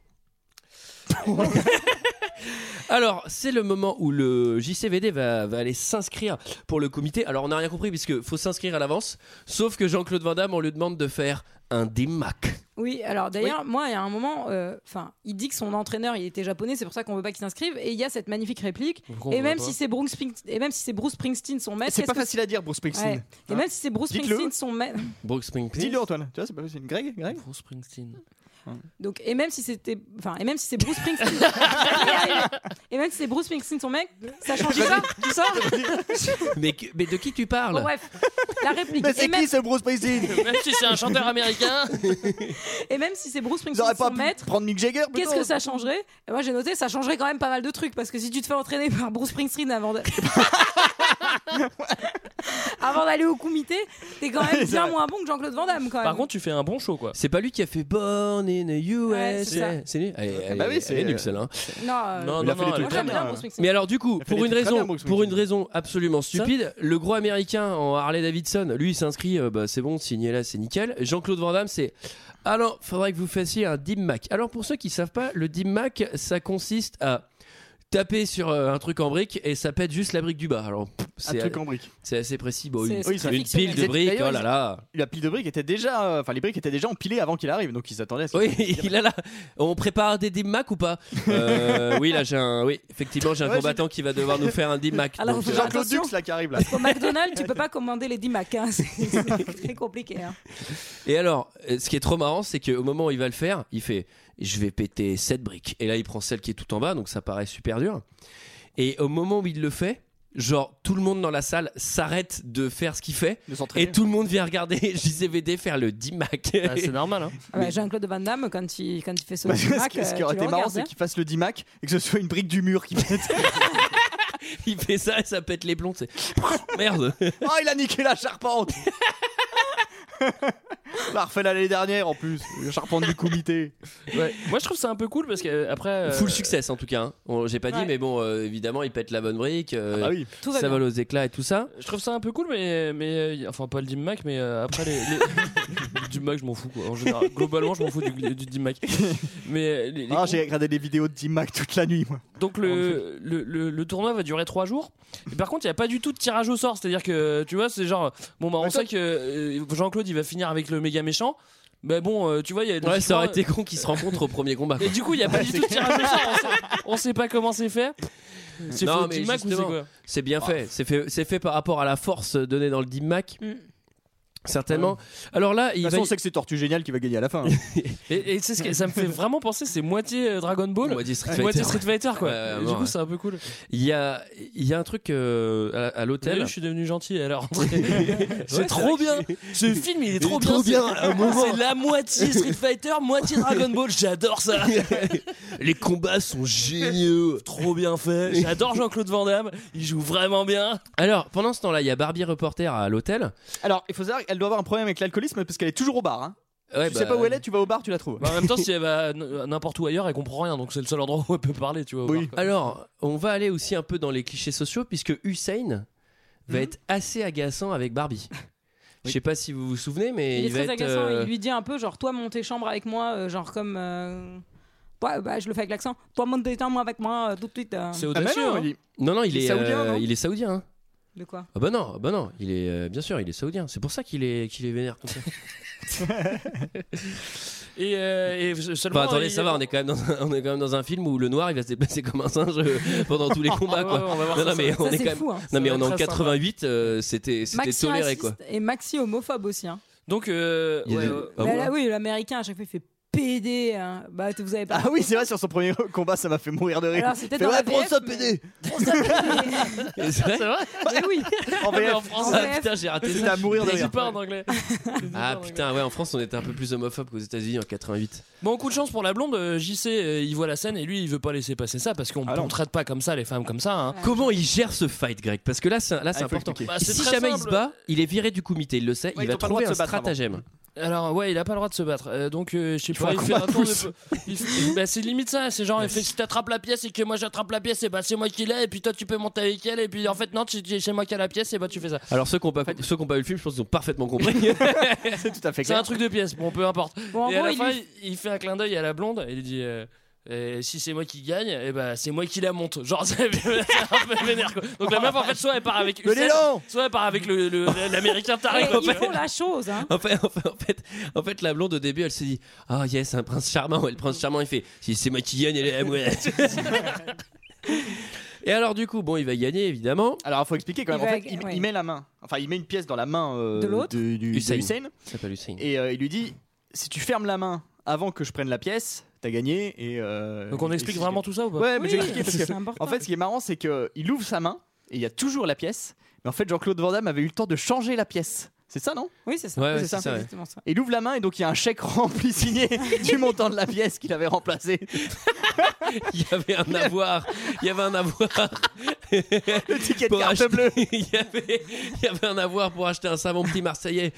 [SPEAKER 1] Alors, c'est le moment où le JCVD va, va aller s'inscrire pour le comité. Alors, on n'a rien compris, puisque faut s'inscrire à l'avance. Sauf que Jean-Claude Van Damme, on lui demande de faire un DIMAC.
[SPEAKER 8] Oui, alors d'ailleurs, moi, il y a un moment, euh, enfin, il dit que son entraîneur, il était japonais, c'est pour ça qu'on veut pas qu'il s'inscrive. Et il y a cette magnifique réplique.
[SPEAKER 6] Pourquoi on
[SPEAKER 8] Et
[SPEAKER 6] veut
[SPEAKER 8] même,
[SPEAKER 6] pas
[SPEAKER 8] si c'est Bruce Spring- et même si c'est Bruce Springsteen son maître,
[SPEAKER 7] C'est
[SPEAKER 8] qu'est-ce
[SPEAKER 7] pas
[SPEAKER 8] que
[SPEAKER 7] facile à dire Bruce
[SPEAKER 8] c'est- Ouais.
[SPEAKER 7] Springsteen. hein.
[SPEAKER 8] Et même si c'est Bruce
[SPEAKER 7] Dites-le.
[SPEAKER 8] Springsteen son maître.
[SPEAKER 1] Brooke Springsteen.
[SPEAKER 7] Dis-le Antoine. Tu vois c'est pas facile. Greg Greg.
[SPEAKER 6] Bruce Springsteen
[SPEAKER 8] Donc, et même si c'était, enfin, et même si c'est Bruce Springsteen, et même si c'est Bruce Springsteen son mec, ça change pas, tout ça.
[SPEAKER 1] Mais, que- mais de qui tu parles
[SPEAKER 8] Bon, bref, la réplique.
[SPEAKER 7] Mais
[SPEAKER 8] Et
[SPEAKER 7] c'est
[SPEAKER 8] même,
[SPEAKER 7] qui ce Bruce Springsteen
[SPEAKER 6] même si c'est un chanteur américain
[SPEAKER 8] et même si c'est Bruce
[SPEAKER 7] Ils
[SPEAKER 8] Springsteen
[SPEAKER 7] auraient pas
[SPEAKER 8] son
[SPEAKER 7] pu
[SPEAKER 8] maître,
[SPEAKER 7] prendre Mick Jagger
[SPEAKER 8] qu'est-ce
[SPEAKER 7] plutôt
[SPEAKER 8] que ça changerait Et moi j'ai noté, ça changerait quand même pas mal de trucs parce que si tu te fais entraîner par Bruce Springsteen avant de- avant d'aller au comité, t'es quand même bien moins bon que Jean-Claude Van Damme quand même.
[SPEAKER 6] par contre tu fais un bon show quoi
[SPEAKER 1] C'est pas lui qui a fait Born in the
[SPEAKER 8] Ouais, c'est
[SPEAKER 1] USA.
[SPEAKER 8] ça.
[SPEAKER 1] c'est lui. Elle, est- elle
[SPEAKER 7] bah
[SPEAKER 1] est-
[SPEAKER 7] oui, c'est-
[SPEAKER 1] elle est nulle celle-là. hein.
[SPEAKER 8] non, euh,
[SPEAKER 6] non
[SPEAKER 7] Il a
[SPEAKER 6] non
[SPEAKER 7] fait des
[SPEAKER 6] non
[SPEAKER 8] moi
[SPEAKER 7] trucs.
[SPEAKER 6] elle-
[SPEAKER 8] j'aime bien
[SPEAKER 7] euh,
[SPEAKER 8] Bruce Springsteen.
[SPEAKER 1] Mais alors du coup,
[SPEAKER 7] Elle fait
[SPEAKER 1] pour
[SPEAKER 7] des
[SPEAKER 1] une
[SPEAKER 7] très
[SPEAKER 1] raison,
[SPEAKER 7] bien, Brooks
[SPEAKER 1] pour une
[SPEAKER 7] Wilkins.
[SPEAKER 1] raison absolument stupide, le gros américain en Harley Davidson, lui il s'inscrit, euh, bah, c'est bon, signé là, c'est nickel. Jean-Claude Van Damme, c'est alors faudrait que vous fassiez un dim mac. Alors pour ceux qui savent pas, le dim mac, ça consiste à taper sur euh, un truc en brique et ça pète juste la brique du bas. Alors pff,
[SPEAKER 7] Un truc en brique.
[SPEAKER 1] C'est assez précis. Bon, une,
[SPEAKER 7] Oui, ça-
[SPEAKER 1] une pile de briques,
[SPEAKER 7] D'ailleurs,
[SPEAKER 1] oh là
[SPEAKER 7] ils-
[SPEAKER 1] là.
[SPEAKER 7] La pile de briques était déjà. euh, Enfin, les briques étaient déjà empilées avant qu'il arrive, donc ils attendaient à ce
[SPEAKER 1] Oui, il a là. On prépare des Dim Mac ou pas Euh, Oui, là j'ai un. Oui, effectivement, j'ai un
[SPEAKER 7] Ouais,
[SPEAKER 1] combattant qui va devoir nous faire un Dim Mac.
[SPEAKER 8] Alors,
[SPEAKER 1] donc,
[SPEAKER 8] faut
[SPEAKER 1] euh,
[SPEAKER 8] faire Jean-Claude attention.
[SPEAKER 7] Dux, là, qui arrive là.
[SPEAKER 8] Au McDonald's, tu peux pas commander les 10 Mac. hein. C'est c'est très compliqué. hein.
[SPEAKER 1] Et alors, euh, ce qui est trop marrant, c'est qu'au moment où il va le faire, il fait Je vais péter cette brique. Et là, il prend celle qui est tout en bas, donc ça paraît super dur. Et au moment où il le fait, genre tout le monde dans la salle s'arrête de faire ce qu'il fait. Et tout le monde vient regarder JCVD faire le D-Mac.
[SPEAKER 6] bah, c'est normal. hein.
[SPEAKER 8] Ah ouais, Jean-Claude Van Damme, quand il, quand il fait ce
[SPEAKER 7] Parce
[SPEAKER 8] 10
[SPEAKER 7] que ce,
[SPEAKER 8] Mac,
[SPEAKER 7] qui- ce
[SPEAKER 8] euh,
[SPEAKER 7] qui aurait
[SPEAKER 8] tu le
[SPEAKER 7] été marrant,
[SPEAKER 8] regardes,
[SPEAKER 7] c'est
[SPEAKER 8] hein.
[SPEAKER 7] qu'il fasse le D-Mac et que ce soit une brique du mur qui pète.
[SPEAKER 1] il fait ça et ça pète les plombs. c'est- Merde.
[SPEAKER 7] oh, il a niqué la charpente L'a refait l'année dernière en plus, la charpente du comité.
[SPEAKER 6] Moi, je trouve ça un peu cool parce que euh, après. euh,
[SPEAKER 1] Full succès en tout cas. hein. On- J'ai pas dit,
[SPEAKER 6] Ouais.
[SPEAKER 1] mais bon, euh, évidemment, il pète la bonne brique. euh,
[SPEAKER 6] Ah bah oui. Tout va
[SPEAKER 1] Ça
[SPEAKER 6] bien.
[SPEAKER 1] vole aux éclats et tout ça.
[SPEAKER 6] Je trouve ça un peu cool, mais. mais euh, enfin, pas le Dim Mac, mais euh, après les. les... Dim Mac, je m'en fous quoi. En général, globalement, je m'en fous du, du Dim Mac. Mais. euh, les- les
[SPEAKER 7] Ah, j'ai regardé des vidéos de D-Mac toute la nuit, moi.
[SPEAKER 6] Donc le, le, le- le tournoi va durer 3 jours. Et par contre, il n'y a pas du tout de tirage au sort. C'est-à-dire que, tu vois, c'est genre, bon, bah on sait que euh, Jean-Claude, il va finir avec le méga méchant. Bah bon, euh, tu vois, il y a...
[SPEAKER 1] Ouais, ça aurait été
[SPEAKER 6] logiquement,
[SPEAKER 1] con qu'ils se rencontrent au premier combat.
[SPEAKER 6] Et du coup, il n'y a pas du tout de tirage au sort. On sait, on sait pas comment c'est fait. C'est fait
[SPEAKER 1] Non,
[SPEAKER 6] au
[SPEAKER 1] mais
[SPEAKER 6] Big Mac ou c'est
[SPEAKER 1] justement,
[SPEAKER 6] quoi
[SPEAKER 1] c'est bien fait. C'est fait, c'est fait par rapport à la force donnée dans le Dim Mac.
[SPEAKER 8] Mm.
[SPEAKER 1] Certainement. Alors là, il
[SPEAKER 7] De toute
[SPEAKER 1] va.
[SPEAKER 7] façon, on sait que c'est Tortue Géniale qui va gagner à la fin. hein.
[SPEAKER 6] Et, et c'est ce que ça me fait vraiment penser, c'est moitié euh, Dragon Ball,
[SPEAKER 1] Moitié Street Fighter.
[SPEAKER 6] Fighter, quoi.
[SPEAKER 1] Ouais, ouais,
[SPEAKER 6] Et
[SPEAKER 1] ouais,
[SPEAKER 6] du coup,
[SPEAKER 1] ouais.
[SPEAKER 6] c'est un peu cool.
[SPEAKER 1] Il y a, il y a un truc euh, à, à
[SPEAKER 6] T'as vu,
[SPEAKER 1] l'hôtel.
[SPEAKER 6] je suis devenu gentil à la rentrée. c'est
[SPEAKER 1] Ouais,
[SPEAKER 6] trop bien. Ce film, il est trop bien. c'est- C'est la moitié Street Fighter, moitié Dragon Ball. J'adore ça.
[SPEAKER 1] Les combats sont géniaux.
[SPEAKER 6] trop bien fait. J'adore Jean-Claude Van Damme. Il joue vraiment bien.
[SPEAKER 1] Alors, pendant ce temps-là, il y a Barbie Reporter à l'hôtel.
[SPEAKER 7] Alors, il faut savoir qu'elle doit avoir un problème avec l'alcoolisme parce qu'elle est toujours au bar. Hein.
[SPEAKER 1] Ouais,
[SPEAKER 7] tu
[SPEAKER 1] bah,
[SPEAKER 7] sais pas où elle est, tu vas au bar, tu la trouves.
[SPEAKER 6] Bah, en même temps, si elle va n- euh, n'importe où ailleurs, elle comprend rien. Donc c'est le seul endroit où elle peut parler, tu vois. au bar, quoi.
[SPEAKER 1] Alors, on va aller aussi un peu dans les clichés sociaux puisque Hussein va
[SPEAKER 8] Mm.
[SPEAKER 1] être assez agaçant avec Barbie. Je sais pas si vous vous souvenez, mais
[SPEAKER 8] Il
[SPEAKER 1] il,
[SPEAKER 8] est
[SPEAKER 1] va
[SPEAKER 8] très
[SPEAKER 1] être.
[SPEAKER 8] agaçant.
[SPEAKER 1] euh,
[SPEAKER 8] Il lui dit un peu genre, toi, monte tes chambres avec moi, euh, genre comme. euh, Ouais, bah, je le fais avec l'accent. Toi, monte tes chambres avec moi euh, tout de suite. euh.
[SPEAKER 7] Ah,
[SPEAKER 1] Non, non, il,
[SPEAKER 8] Il est
[SPEAKER 1] est,
[SPEAKER 8] saoudien,
[SPEAKER 1] euh,
[SPEAKER 8] non
[SPEAKER 1] il est saoudien. hein.
[SPEAKER 8] De quoi
[SPEAKER 1] Ah bah non, ah bah non, il est euh, bien sûr, il est saoudien. C'est pour ça qu'il est qu'il est vénère comme ça.
[SPEAKER 6] Et, euh, et seulement.
[SPEAKER 1] Enfin, Bah, attendez,
[SPEAKER 6] il-
[SPEAKER 1] ça va, on est quand même dans un, on est quand même dans un film où le noir il va se déplacer comme un singe euh, pendant tous les combats quoi.
[SPEAKER 6] Ah, Ouais, Oh, ouais, on va voir
[SPEAKER 1] non,
[SPEAKER 6] ça,
[SPEAKER 1] non, mais
[SPEAKER 6] ça.
[SPEAKER 1] on
[SPEAKER 6] Ça,
[SPEAKER 1] est
[SPEAKER 6] c'est
[SPEAKER 1] quand même.
[SPEAKER 6] fou, hein. Ça
[SPEAKER 1] Non mais
[SPEAKER 6] va
[SPEAKER 1] on
[SPEAKER 6] être
[SPEAKER 1] est en
[SPEAKER 6] très sympa.
[SPEAKER 1] 88, euh, c'était c'était
[SPEAKER 8] Maxi
[SPEAKER 1] toléré
[SPEAKER 8] raciste
[SPEAKER 1] quoi.
[SPEAKER 8] Et Maxi homophobe aussi. hein.
[SPEAKER 6] Donc. euh,
[SPEAKER 1] Il y a
[SPEAKER 6] ouais,
[SPEAKER 1] des-
[SPEAKER 6] ouais.
[SPEAKER 1] Ah
[SPEAKER 8] Bah,
[SPEAKER 1] bon
[SPEAKER 8] là, oui, l'américain à chaque fois il fait PD. hein. Bah, t- vous avez pas.
[SPEAKER 7] Ah oui, c'est vrai, sur son premier combat, ça m'a fait mourir de rire.
[SPEAKER 8] Alors, c'était
[SPEAKER 7] Fait,
[SPEAKER 8] dans
[SPEAKER 7] ouais,
[SPEAKER 8] la
[SPEAKER 7] prends
[SPEAKER 8] VF,
[SPEAKER 7] ça,
[SPEAKER 8] mais-
[SPEAKER 7] PD
[SPEAKER 1] C'est vrai
[SPEAKER 8] Mais oui.
[SPEAKER 7] En
[SPEAKER 6] Mais
[SPEAKER 7] VF.
[SPEAKER 6] en France,
[SPEAKER 8] En
[SPEAKER 1] Ah
[SPEAKER 8] VF.
[SPEAKER 1] putain, j'ai raté
[SPEAKER 7] C'était
[SPEAKER 1] ça.
[SPEAKER 7] à mourir de
[SPEAKER 6] il
[SPEAKER 7] rire.
[SPEAKER 6] parle en anglais.
[SPEAKER 1] Ah putain, ouais, en France on était un peu plus homophobe qu'aux États-Unis en 88.
[SPEAKER 6] Bon, coup de chance pour la blonde, euh, JC, euh, il voit la scène et lui, il veut pas laisser passer ça parce qu'on
[SPEAKER 7] Ah non.
[SPEAKER 6] ne traite pas comme ça les femmes comme ça. hein.
[SPEAKER 1] Comment il gère ce fight, Greg Parce que là, c'est là, c'est
[SPEAKER 7] il faut
[SPEAKER 1] important.
[SPEAKER 7] expliquer.
[SPEAKER 6] Bah, c'est
[SPEAKER 1] si
[SPEAKER 6] très
[SPEAKER 1] jamais il se
[SPEAKER 6] simple.
[SPEAKER 1] bat, il est viré du comité, il le sait.
[SPEAKER 7] Ouais,
[SPEAKER 1] il
[SPEAKER 7] ils
[SPEAKER 1] va
[SPEAKER 7] ont pas le
[SPEAKER 1] trouver
[SPEAKER 7] droit de
[SPEAKER 1] un
[SPEAKER 7] se battre avant.
[SPEAKER 1] stratagème.
[SPEAKER 6] Alors, ouais, il a pas le droit de se battre. Euh, donc, euh, je sais
[SPEAKER 7] fais
[SPEAKER 6] pas,
[SPEAKER 7] un
[SPEAKER 6] il fait
[SPEAKER 7] combat
[SPEAKER 6] un
[SPEAKER 7] de
[SPEAKER 6] tour
[SPEAKER 7] pouce.
[SPEAKER 6] de. il fait- bah, c'est limite ça. C'est genre, il fait, si t'attrapes la pièce et que moi j'attrape la pièce, et bah c'est moi qui l'ai, et puis toi tu peux monter avec elle, et puis en fait, non, tu- tu- c'est moi qui a la pièce, et bah tu fais ça.
[SPEAKER 1] Alors ceux qui n'ont pas, ceux qui ont pas vu le film, je pense qu'ils ont parfaitement compris.
[SPEAKER 7] C'est tout à fait
[SPEAKER 6] C'est
[SPEAKER 7] clair.
[SPEAKER 6] un truc de pièce, bon, peu importe.
[SPEAKER 8] Bon, en
[SPEAKER 6] et
[SPEAKER 8] gros,
[SPEAKER 6] à la
[SPEAKER 8] il
[SPEAKER 6] fin,
[SPEAKER 8] lui-
[SPEAKER 6] il, il fait un clin d'œil à la blonde, et il dit. euh, Euh, si c'est moi qui gagne, et bah c'est moi qui la monte. Genre, c'est un peu vénère quoi. Donc la meuf en fait, soit elle part avec
[SPEAKER 7] Le
[SPEAKER 6] Usain,
[SPEAKER 7] l'élan
[SPEAKER 6] soit elle part avec le- le- l'américain
[SPEAKER 8] Et
[SPEAKER 6] taré.
[SPEAKER 8] ils font la chose. hein.
[SPEAKER 1] En fait, en, fait, en, fait, en fait, la blonde au début, elle se dit Oh yes, un prince charmant. Et le prince charmant, il fait Si c'est moi qui gagne, elle est à moi. Et alors, du coup, bon, il va gagner évidemment.
[SPEAKER 7] Alors, il faut expliquer quand même.
[SPEAKER 8] Il
[SPEAKER 7] En
[SPEAKER 8] va-
[SPEAKER 7] fait, il,
[SPEAKER 8] ouais.
[SPEAKER 7] il met la main. Enfin, il met une pièce dans la main euh,
[SPEAKER 8] De l'autre
[SPEAKER 7] du- de
[SPEAKER 1] Usain.
[SPEAKER 7] Usain.
[SPEAKER 1] Ça s'appelle Hussein.
[SPEAKER 7] Et euh, il lui dit si tu fermes la main avant que je prenne la pièce, t'as gagné. Et, euh,
[SPEAKER 6] Donc on
[SPEAKER 7] et
[SPEAKER 6] explique
[SPEAKER 7] c'est-
[SPEAKER 6] vraiment tout ça ou pas
[SPEAKER 7] Ouais, mais
[SPEAKER 8] Oui,
[SPEAKER 7] j'ai expliqué parce
[SPEAKER 8] c'est
[SPEAKER 7] que-
[SPEAKER 8] important.
[SPEAKER 7] En fait, ce qui est marrant, c'est qu'il ouvre sa main et il y a toujours la pièce. Mais en fait, Jean-Claude Van Damme avait eu le temps de changer la pièce. C'est ça, non
[SPEAKER 8] Oui, c'est ça.
[SPEAKER 1] Ouais, ouais,
[SPEAKER 8] C'est
[SPEAKER 1] c'est ça, ouais.
[SPEAKER 8] exactement ça.
[SPEAKER 7] Et Il ouvre la main et donc il y a un chèque rempli signé du montant de la pièce qu'il avait remplacé.
[SPEAKER 1] Il y avait un avoir. Il y avait un avoir.
[SPEAKER 7] Le ticket de
[SPEAKER 1] Pour
[SPEAKER 7] carte
[SPEAKER 1] acheter-
[SPEAKER 7] bleue.
[SPEAKER 1] il, y avait, il y avait un avoir pour acheter un savon petit marseillais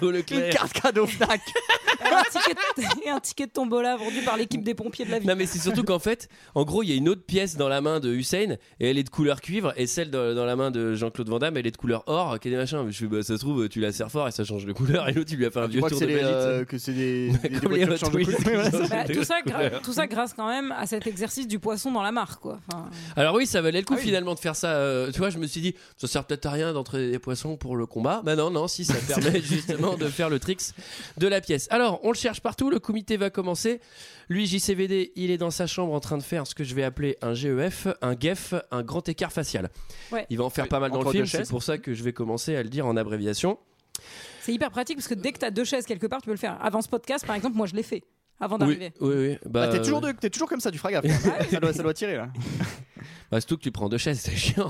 [SPEAKER 1] au
[SPEAKER 7] Une
[SPEAKER 1] Leclerc.
[SPEAKER 7] carte cadeau Fnac.
[SPEAKER 8] Et un ticket de- et un ticket de tombola vendu par l'équipe des pompiers de la ville.
[SPEAKER 1] Non, mais c'est surtout qu'en fait, en gros, il y a une autre pièce dans la main de Hussein et elle est de couleur cuivre et celle dans, dans la main de Jean-Claude Van Damme, elle est de couleur or, qui est des machins. Je fais, bah, ça se trouve, tu la serres fort et ça change de couleur et l'autre, tu lui as fait un
[SPEAKER 7] Je
[SPEAKER 1] vieux
[SPEAKER 7] crois que
[SPEAKER 1] tour de
[SPEAKER 7] c'est des,
[SPEAKER 1] magie.
[SPEAKER 7] euh,
[SPEAKER 1] tu sais.
[SPEAKER 7] que c'est des, des- des
[SPEAKER 1] Comme les
[SPEAKER 7] voitures
[SPEAKER 1] Hot
[SPEAKER 7] qui changent de
[SPEAKER 1] Wheels, ils
[SPEAKER 7] couleur. Ouais, voilà,
[SPEAKER 1] ont
[SPEAKER 7] ça.
[SPEAKER 8] Bah, tout, ça, gra-
[SPEAKER 1] couleur.
[SPEAKER 8] tout ça grâce quand même à cet exercice du poisson dans la mare. Quoi. Enfin,
[SPEAKER 1] Alors oui, ça valait le coup
[SPEAKER 8] Ah oui.
[SPEAKER 1] finalement de faire ça. euh, tu vois, je me suis dit, ça sert peut-être à rien d'entrer des poissons pour le combat. Bah non, non, si ça permet justement de faire le tricks de la pièce. Alors, on le cherche partout. Le comité va commencer. Lui, JCVD, il est dans sa chambre en train de faire ce que je vais appeler un GEF, un GEF, un grand écart facial.
[SPEAKER 8] Ouais.
[SPEAKER 1] Il va en faire pas mal dans
[SPEAKER 7] entre
[SPEAKER 1] le film.
[SPEAKER 7] deux chaises.
[SPEAKER 1] C'est pour ça que je vais commencer à le dire en abréviation.
[SPEAKER 8] c'est hyper pratique parce que dès que tu as deux chaises quelque part, tu peux le faire. Avant ce podcast, par exemple, moi je l'ai fait avant
[SPEAKER 1] Oui,
[SPEAKER 8] d'arriver.
[SPEAKER 1] oui, oui. Bah,
[SPEAKER 7] Ah, t'es toujours,
[SPEAKER 1] euh,
[SPEAKER 7] de- t'es toujours comme ça, tu feras gaffe. ça, doit, ça doit tirer là.
[SPEAKER 1] bah, surtout que tu prends deux chaises, c'est chiant.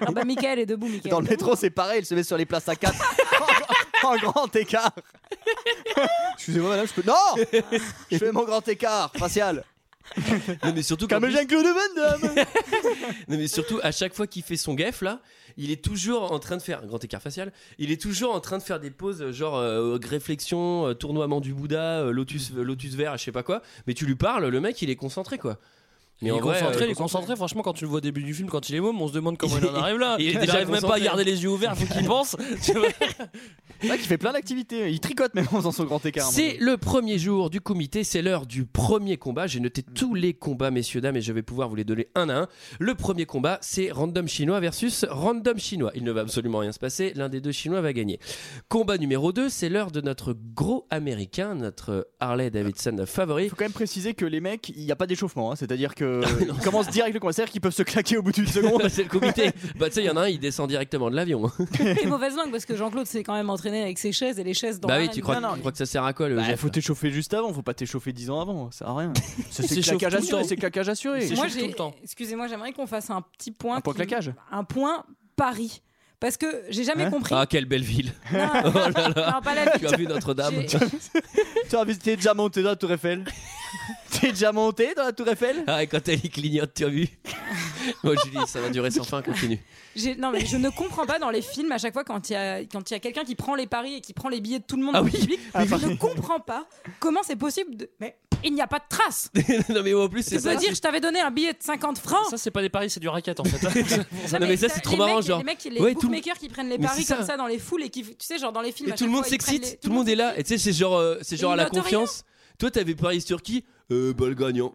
[SPEAKER 8] Ah bah, Michael est debout, Michael.
[SPEAKER 7] Dans le métro, c'est pareil, il se met sur les places à 4. en grand écart. Excusez-moi, madame, je peux. Non Je fais mon grand écart facial.
[SPEAKER 1] non, mais surtout qu'en
[SPEAKER 8] E
[SPEAKER 7] Comme
[SPEAKER 1] plus-
[SPEAKER 7] Jean-Claude Van Damme
[SPEAKER 1] Non mais surtout à chaque fois qu'il fait son gaffe là, il est toujours en train de faire un grand écart facial. Il est toujours en train de faire des poses euh, genre euh, réflexion, euh, tournoiement du Bouddha, euh, lotus euh, lotus vert, je sais pas quoi. Mais tu lui parles, le mec il est concentré quoi. Mais
[SPEAKER 6] il
[SPEAKER 1] en
[SPEAKER 6] est
[SPEAKER 1] vrai,
[SPEAKER 6] concentré,
[SPEAKER 1] euh,
[SPEAKER 6] il est concentré. Franchement, quand tu le vois au début du film, quand il est môme, on se demande comment il en arrive là.
[SPEAKER 1] Il est
[SPEAKER 6] Il
[SPEAKER 1] déjà
[SPEAKER 6] arrive même pas à
[SPEAKER 1] concentré.
[SPEAKER 6] garder les yeux ouverts, faut qu'il pense. Tu vois.
[SPEAKER 7] C'est vrai qu'il fait plein d'activités. Il tricote même en faisant son grand écart. à mon
[SPEAKER 1] C'est
[SPEAKER 7] avis.
[SPEAKER 1] le premier jour du comité, c'est l'heure du premier combat. J'ai noté tous les combats, messieurs, dames, et je vais pouvoir vous les donner un à un. Le premier combat, c'est Random Chinois versus Random Chinois. Il ne va absolument rien se passer, l'un des deux Chinois va gagner. Combat numéro 2, c'est l'heure de notre gros Américain, notre Harley Davidson favori.
[SPEAKER 7] Faut quand même préciser que les mecs, il n'y a pas d'échauffement. hein. C'est-à-dire que ils commencent direct le concert, c'est-à-dire qu'ils peuvent se claquer au bout d'une seconde.
[SPEAKER 1] c'est le comité. Bah tu sais, il y en a un, il descend directement de l'avion. hein.
[SPEAKER 8] Et mauvaise langue parce que Jean-Claude s'est quand même entraîné avec ses chaises et les chaises dans
[SPEAKER 1] bah
[SPEAKER 8] la
[SPEAKER 1] oui, tu
[SPEAKER 8] reine.
[SPEAKER 1] crois,
[SPEAKER 8] Non, non,
[SPEAKER 1] tu crois que ça sert à quoi le
[SPEAKER 7] Bah,
[SPEAKER 1] geste
[SPEAKER 7] faut t'échauffer juste avant, faut pas t'échauffer 10 ans avant, ça sert à rien. Ça,
[SPEAKER 6] Il
[SPEAKER 7] C'est
[SPEAKER 6] s'échauffe
[SPEAKER 7] claquage
[SPEAKER 6] tout le
[SPEAKER 7] assuré,
[SPEAKER 6] temps.
[SPEAKER 7] c'est claquage assuré.
[SPEAKER 6] Il
[SPEAKER 8] Moi,
[SPEAKER 6] s'échauffe tout
[SPEAKER 8] j'ai-
[SPEAKER 6] le temps.
[SPEAKER 8] Excusez-moi, j'aimerais qu'on fasse un petit point.
[SPEAKER 7] Un point
[SPEAKER 8] qui-
[SPEAKER 7] claquage.
[SPEAKER 8] Un point pari. Parce que j'ai jamais compris.
[SPEAKER 1] Ah quelle belle ville.
[SPEAKER 8] Non,
[SPEAKER 1] Oh là là.
[SPEAKER 8] non, pas la
[SPEAKER 1] Tu
[SPEAKER 8] vie.
[SPEAKER 1] as vu Notre-Dame
[SPEAKER 8] J'ai-
[SPEAKER 7] Tu as vu, t'es déjà monté dans la Tour Eiffel T'es déjà monté dans la Tour Eiffel
[SPEAKER 1] Ah, et quand elle y clignote, tu as vu Bon, Julie, ça va durer sans fin, continue.
[SPEAKER 8] j'ai- Non, mais je ne comprends pas dans les films à chaque fois quand il y a quand il y a quelqu'un qui prend les paris et qui prend les billets de tout le monde
[SPEAKER 1] Ah
[SPEAKER 8] dans le
[SPEAKER 1] oui.
[SPEAKER 8] public.
[SPEAKER 7] Ah,
[SPEAKER 8] je ne
[SPEAKER 7] pareil.
[SPEAKER 8] comprends pas comment c'est possible. de- Mais il n'y a pas de trace.
[SPEAKER 1] non, mais en plus,
[SPEAKER 8] Tu
[SPEAKER 1] c'est
[SPEAKER 8] peux
[SPEAKER 1] ça.
[SPEAKER 8] dire, je t'avais donné un billet de 50 francs.
[SPEAKER 6] Ça, c'est pas des paris, c'est du racket en fait.
[SPEAKER 1] Non, mais ça, c'est trop
[SPEAKER 8] les
[SPEAKER 1] marrant,
[SPEAKER 8] mecs-
[SPEAKER 1] genre.
[SPEAKER 8] Les mecs, les
[SPEAKER 1] Ouais, tout le-
[SPEAKER 8] bookmakers qui prennent les
[SPEAKER 1] Mais
[SPEAKER 8] paris
[SPEAKER 1] c'est
[SPEAKER 8] comme
[SPEAKER 1] ça.
[SPEAKER 8] ça dans les foules et qui, tu sais, genre dans les films.
[SPEAKER 1] Et
[SPEAKER 8] à
[SPEAKER 1] tout le
[SPEAKER 8] chaque
[SPEAKER 1] monde
[SPEAKER 8] fois, ils prennent
[SPEAKER 1] s'excite,
[SPEAKER 8] les-
[SPEAKER 1] tout le monde est là. Et tu sais, c'est genre, euh, c'est genre
[SPEAKER 8] Et
[SPEAKER 1] à la
[SPEAKER 8] ils notent rien.
[SPEAKER 1] confiance. Toi, t'avais Paris Turquie, euh, bah le gagnant.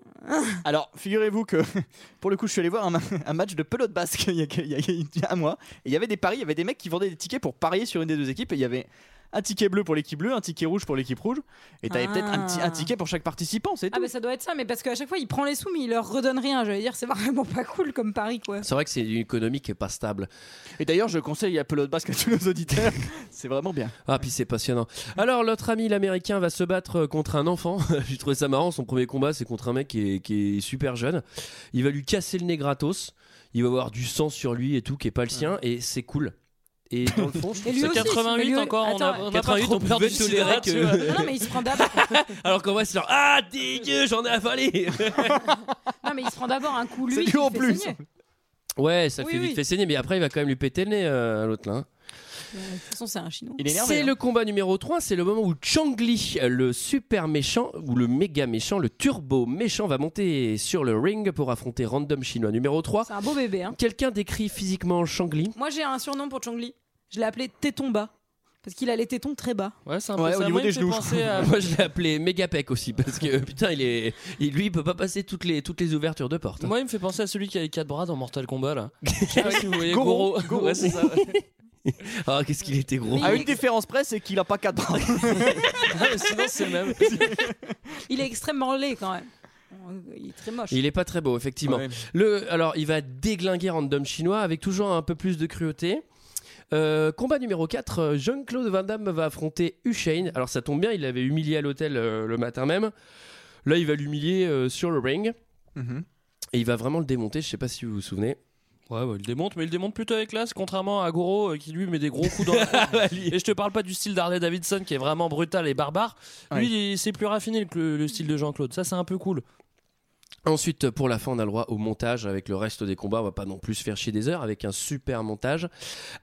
[SPEAKER 7] Alors, figurez-vous que pour le coup, je suis allé voir un, ma- un match de pelote basque il y, a, il y a- il y a un mois. Et il y avait des paris, il y avait des mecs qui vendaient des tickets pour parier sur une des deux équipes. Et il y avait un ticket bleu pour l'équipe bleue, un ticket rouge pour l'équipe rouge. Et t'avais
[SPEAKER 8] Ah.
[SPEAKER 7] peut-être un, petit- un ticket pour chaque participant, c'est
[SPEAKER 8] Ah
[SPEAKER 7] tout.
[SPEAKER 8] bah ça doit être ça, mais parce qu'à chaque fois il prend les sous mais il leur redonne rien. J'allais dire c'est vraiment pas cool comme pari quoi.
[SPEAKER 1] C'est vrai que c'est une économie qui est pas stable.
[SPEAKER 7] Et d'ailleurs, je conseille la pelote basque à tous nos auditeurs. c'est vraiment bien.
[SPEAKER 1] Ah, puis c'est passionnant. Alors, l'autre ami, l'américain, va se battre euh, contre un enfant. J'ai trouvé ça marrant. Son premier combat, c'est contre un mec qui est, qui est super jeune. Il va lui casser le nez gratos. Il va avoir du sang sur lui et tout, qui est pas le sien. Et c'est cool. Et dans le fond, je
[SPEAKER 8] Et
[SPEAKER 1] trouve
[SPEAKER 8] lui
[SPEAKER 1] ça
[SPEAKER 8] aussi,
[SPEAKER 1] quatre-
[SPEAKER 6] 88
[SPEAKER 8] mais lui-
[SPEAKER 6] encore, on a-
[SPEAKER 8] attends,
[SPEAKER 6] on a, pas
[SPEAKER 1] 88,
[SPEAKER 6] eu ton
[SPEAKER 1] on
[SPEAKER 6] père
[SPEAKER 1] pouvait
[SPEAKER 6] du
[SPEAKER 1] tolérer
[SPEAKER 6] sidérat,
[SPEAKER 1] que-
[SPEAKER 6] tu vois.
[SPEAKER 8] Non, non, mais il se prend d'abord.
[SPEAKER 1] Alors qu'en vrai, c'est genre Ah, dégueu, j'en ai avalé
[SPEAKER 8] Non mais il se prend d'abord un coup lui.
[SPEAKER 7] C'est
[SPEAKER 8] qui
[SPEAKER 7] dur en
[SPEAKER 8] fait
[SPEAKER 7] plus.
[SPEAKER 8] saigner.
[SPEAKER 1] Ouais, ça
[SPEAKER 8] Oui,
[SPEAKER 1] fait
[SPEAKER 8] oui.
[SPEAKER 1] vite fait saigner, mais après il va quand même lui péter le nez euh, à l'autre là. hein.
[SPEAKER 8] Euh, De toute façon c'est un chinois.
[SPEAKER 7] Il est énervé.
[SPEAKER 1] C'est
[SPEAKER 7] hein.
[SPEAKER 1] le combat numéro 3, c'est le moment où Chang Li, le super méchant, ou le méga méchant, le turbo méchant, va monter sur le ring pour affronter Random Chinois numéro 3.
[SPEAKER 8] C'est un beau bébé hein.
[SPEAKER 1] Quelqu'un décrit physiquement Chang Li
[SPEAKER 8] Moi j'ai un surnom pour Chongli. Je l'ai appelé téton bas parce qu'il a les tétons très bas.
[SPEAKER 1] Ah,
[SPEAKER 6] Ouais, c'est un
[SPEAKER 7] Ouais,
[SPEAKER 6] peu
[SPEAKER 7] au
[SPEAKER 6] ça.
[SPEAKER 7] niveau
[SPEAKER 6] Moi, il
[SPEAKER 7] des genoux,
[SPEAKER 6] me fait
[SPEAKER 7] je
[SPEAKER 6] penser à-
[SPEAKER 1] Moi je l'ai appelé Megapec aussi, parce que putain, il est... il- lui il peut pas passer toutes les, toutes les ouvertures de porte. hein.
[SPEAKER 6] Moi, il me fait penser à celui qui a les 4 bras dans Mortal Kombat là. Je sais pas si vous voyez
[SPEAKER 7] Goro.
[SPEAKER 6] Goro.
[SPEAKER 7] Goro.
[SPEAKER 6] Ouais, c'est ça.
[SPEAKER 1] Ah, qu'est-ce qu'il était gros.
[SPEAKER 8] Mais
[SPEAKER 7] À
[SPEAKER 8] il
[SPEAKER 7] une
[SPEAKER 8] est-
[SPEAKER 7] différence près, c'est qu'il a pas 4 bras.
[SPEAKER 6] Ah, mais sinon, c'est le même.
[SPEAKER 8] Il est extrêmement laid quand même. Il est très moche.
[SPEAKER 1] Il est pas très beau, effectivement.
[SPEAKER 7] Ouais.
[SPEAKER 1] Le, alors, il va déglinguer Random Chinois avec toujours un peu plus de cruauté. Euh, combat numéro 4, Jean-Claude Van Damme va affronter Hussein. Alors, ça tombe bien, il l'avait humilié à l'hôtel euh, le matin même. Là, il va l'humilier euh, sur le ring
[SPEAKER 7] Mhm.
[SPEAKER 1] et il va vraiment le démonter. Je sais pas si vous vous souvenez.
[SPEAKER 6] Ouais, ouais, il démonte, mais il démonte plutôt avec classe, contrairement à Goro euh, qui lui met des gros coups dans la
[SPEAKER 1] Bah,
[SPEAKER 6] tronche. Et je te parle pas du style d'Harley Davidson qui est vraiment brutal et barbare. Lui,
[SPEAKER 7] Ouais.
[SPEAKER 6] il- c'est plus raffiné que le, le style de Jean-Claude. Ça, c'est un peu cool.
[SPEAKER 1] Ensuite, pour la fin, on a le droit au montage avec le reste des combats. On va pas non plus se faire chier des heures avec un super montage.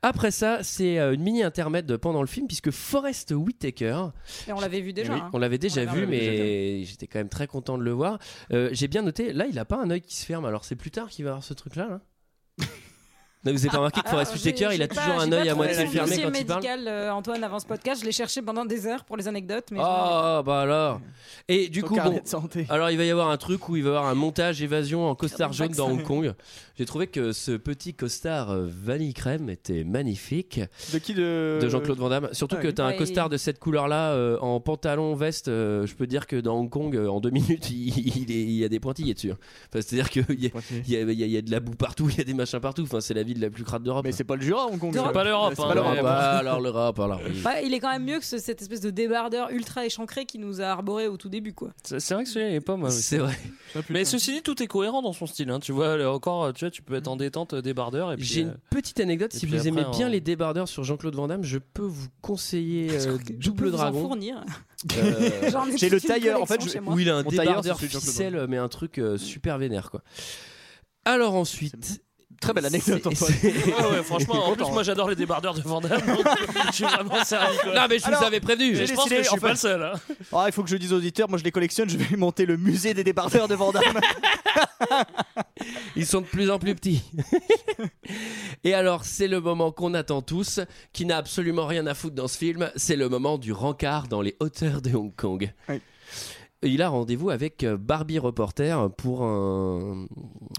[SPEAKER 1] Après ça, c'est euh, une mini intermède pendant le film puisque Forrest Whitaker.
[SPEAKER 8] Et on l'avait vu déjà,
[SPEAKER 1] Oui,
[SPEAKER 8] hein.
[SPEAKER 1] On l'avait déjà
[SPEAKER 8] On l'avait
[SPEAKER 1] vu,
[SPEAKER 8] déjà
[SPEAKER 1] mais j'étais quand même très content de le voir. Euh, J'ai bien noté. Là, il a pas un œil qui se ferme. Alors c'est plus tard qu'il va avoir ce truc-là. là. Non, vous avez pas remarqué que Forrest
[SPEAKER 8] Alors, Ah, j'ai-
[SPEAKER 1] Whitaker, il a
[SPEAKER 8] j'ai
[SPEAKER 1] toujours
[SPEAKER 8] pas-
[SPEAKER 1] un
[SPEAKER 8] j'ai
[SPEAKER 1] œil
[SPEAKER 8] pas
[SPEAKER 1] à
[SPEAKER 8] trouvé
[SPEAKER 1] moitié
[SPEAKER 8] son
[SPEAKER 1] fermé
[SPEAKER 8] dossier
[SPEAKER 1] quand il parle.
[SPEAKER 8] médical, euh, Antoine, avant ce podcast, je l'ai cherché pendant des heures pour les anecdotes. Mais je m'en ai-
[SPEAKER 1] Oh bah alors Et du
[SPEAKER 7] Son
[SPEAKER 1] coup,
[SPEAKER 7] carnet
[SPEAKER 1] bon,
[SPEAKER 7] de santé. Ah,
[SPEAKER 1] alors il va y avoir un truc où il va y avoir un montage évasion en costard jaune dans Hong Kong. J'ai trouvé que ce petit costard euh, vanille crème était magnifique.
[SPEAKER 7] De qui de...
[SPEAKER 1] De Jean-Claude Van Damme. Surtout
[SPEAKER 7] Ah
[SPEAKER 1] que
[SPEAKER 7] oui.
[SPEAKER 1] t'as un
[SPEAKER 7] Ouais,
[SPEAKER 1] costard de cette couleur-là euh, en pantalon, veste. euh, je peux dire que dans Hong Kong, euh, en deux minutes, il, il est- il y a des pointillés dessus. hein. Enfin, C'est-à-dire qu'il y, a- il y, a- il y a- il y a de la boue partout, il y a des machins partout. Enfin, c'est la ville la plus crade d'Europe. Mais c'est
[SPEAKER 7] pas le Jura, Hong Kong.
[SPEAKER 1] C'est pas l'Europe.
[SPEAKER 7] C'est
[SPEAKER 6] hein,
[SPEAKER 7] hein. pas l'Europe.
[SPEAKER 1] Ah, alors l'Europe, alors oui.
[SPEAKER 8] Ouais, il est quand même mieux que ce- cette espèce de débardeur ultra échancré qui nous a arboré au tout début, quoi.
[SPEAKER 6] C'est c'est vrai que celui-là, il est pas mal.
[SPEAKER 1] C'est vrai.
[SPEAKER 6] Mais ceci dit, tout est cohérent dans son style. hein. Tu vois, là, encore, tu vois, tu peux être en détente, euh, débardeur. et puis,
[SPEAKER 1] J'ai
[SPEAKER 6] euh,
[SPEAKER 1] une petite anecdote.
[SPEAKER 6] et
[SPEAKER 1] Si
[SPEAKER 6] puis
[SPEAKER 1] vous aimez
[SPEAKER 6] après,
[SPEAKER 1] bien
[SPEAKER 6] on-
[SPEAKER 1] les débardeurs sur Jean-Claude Van Damme, je peux vous conseiller euh, Double
[SPEAKER 8] Vous en
[SPEAKER 1] Dragon.
[SPEAKER 8] fournir.
[SPEAKER 1] Euh,
[SPEAKER 8] J'en ai
[SPEAKER 7] J'ai le
[SPEAKER 8] toute une
[SPEAKER 7] tailleur, en fait,
[SPEAKER 8] collection
[SPEAKER 7] je-
[SPEAKER 8] chez moi.
[SPEAKER 1] Où il a un
[SPEAKER 7] Mon tailleur,
[SPEAKER 1] débardeur
[SPEAKER 7] c'est celui de Jean-Claude
[SPEAKER 1] ficelle, mais un truc
[SPEAKER 6] Mm.
[SPEAKER 1] euh, super vénère, quoi. Alors ensuite.
[SPEAKER 7] Très belle anecdote, Antoine.
[SPEAKER 6] Ah Ouais, ouais, franchement, en plus, moi j'adore les débardeurs de Vandame. je suis vraiment sérieux. quoi.
[SPEAKER 1] Non, mais je vous avais prévenu.
[SPEAKER 6] Mais Je pense que je suis pas le seul. hein.
[SPEAKER 7] Ah, il faut que je dise aux auditeurs, moi je les collectionne, je vais monter le musée des débardeurs de Vandamme.
[SPEAKER 1] Ils sont de plus en plus petits. Et alors, c'est le moment qu'on attend tous, qui n'a absolument rien à foutre dans ce film. C'est le moment du rencard dans les hauteurs de Hong Kong. Et Il a rendez-vous avec euh, Barbie Reporter pour un,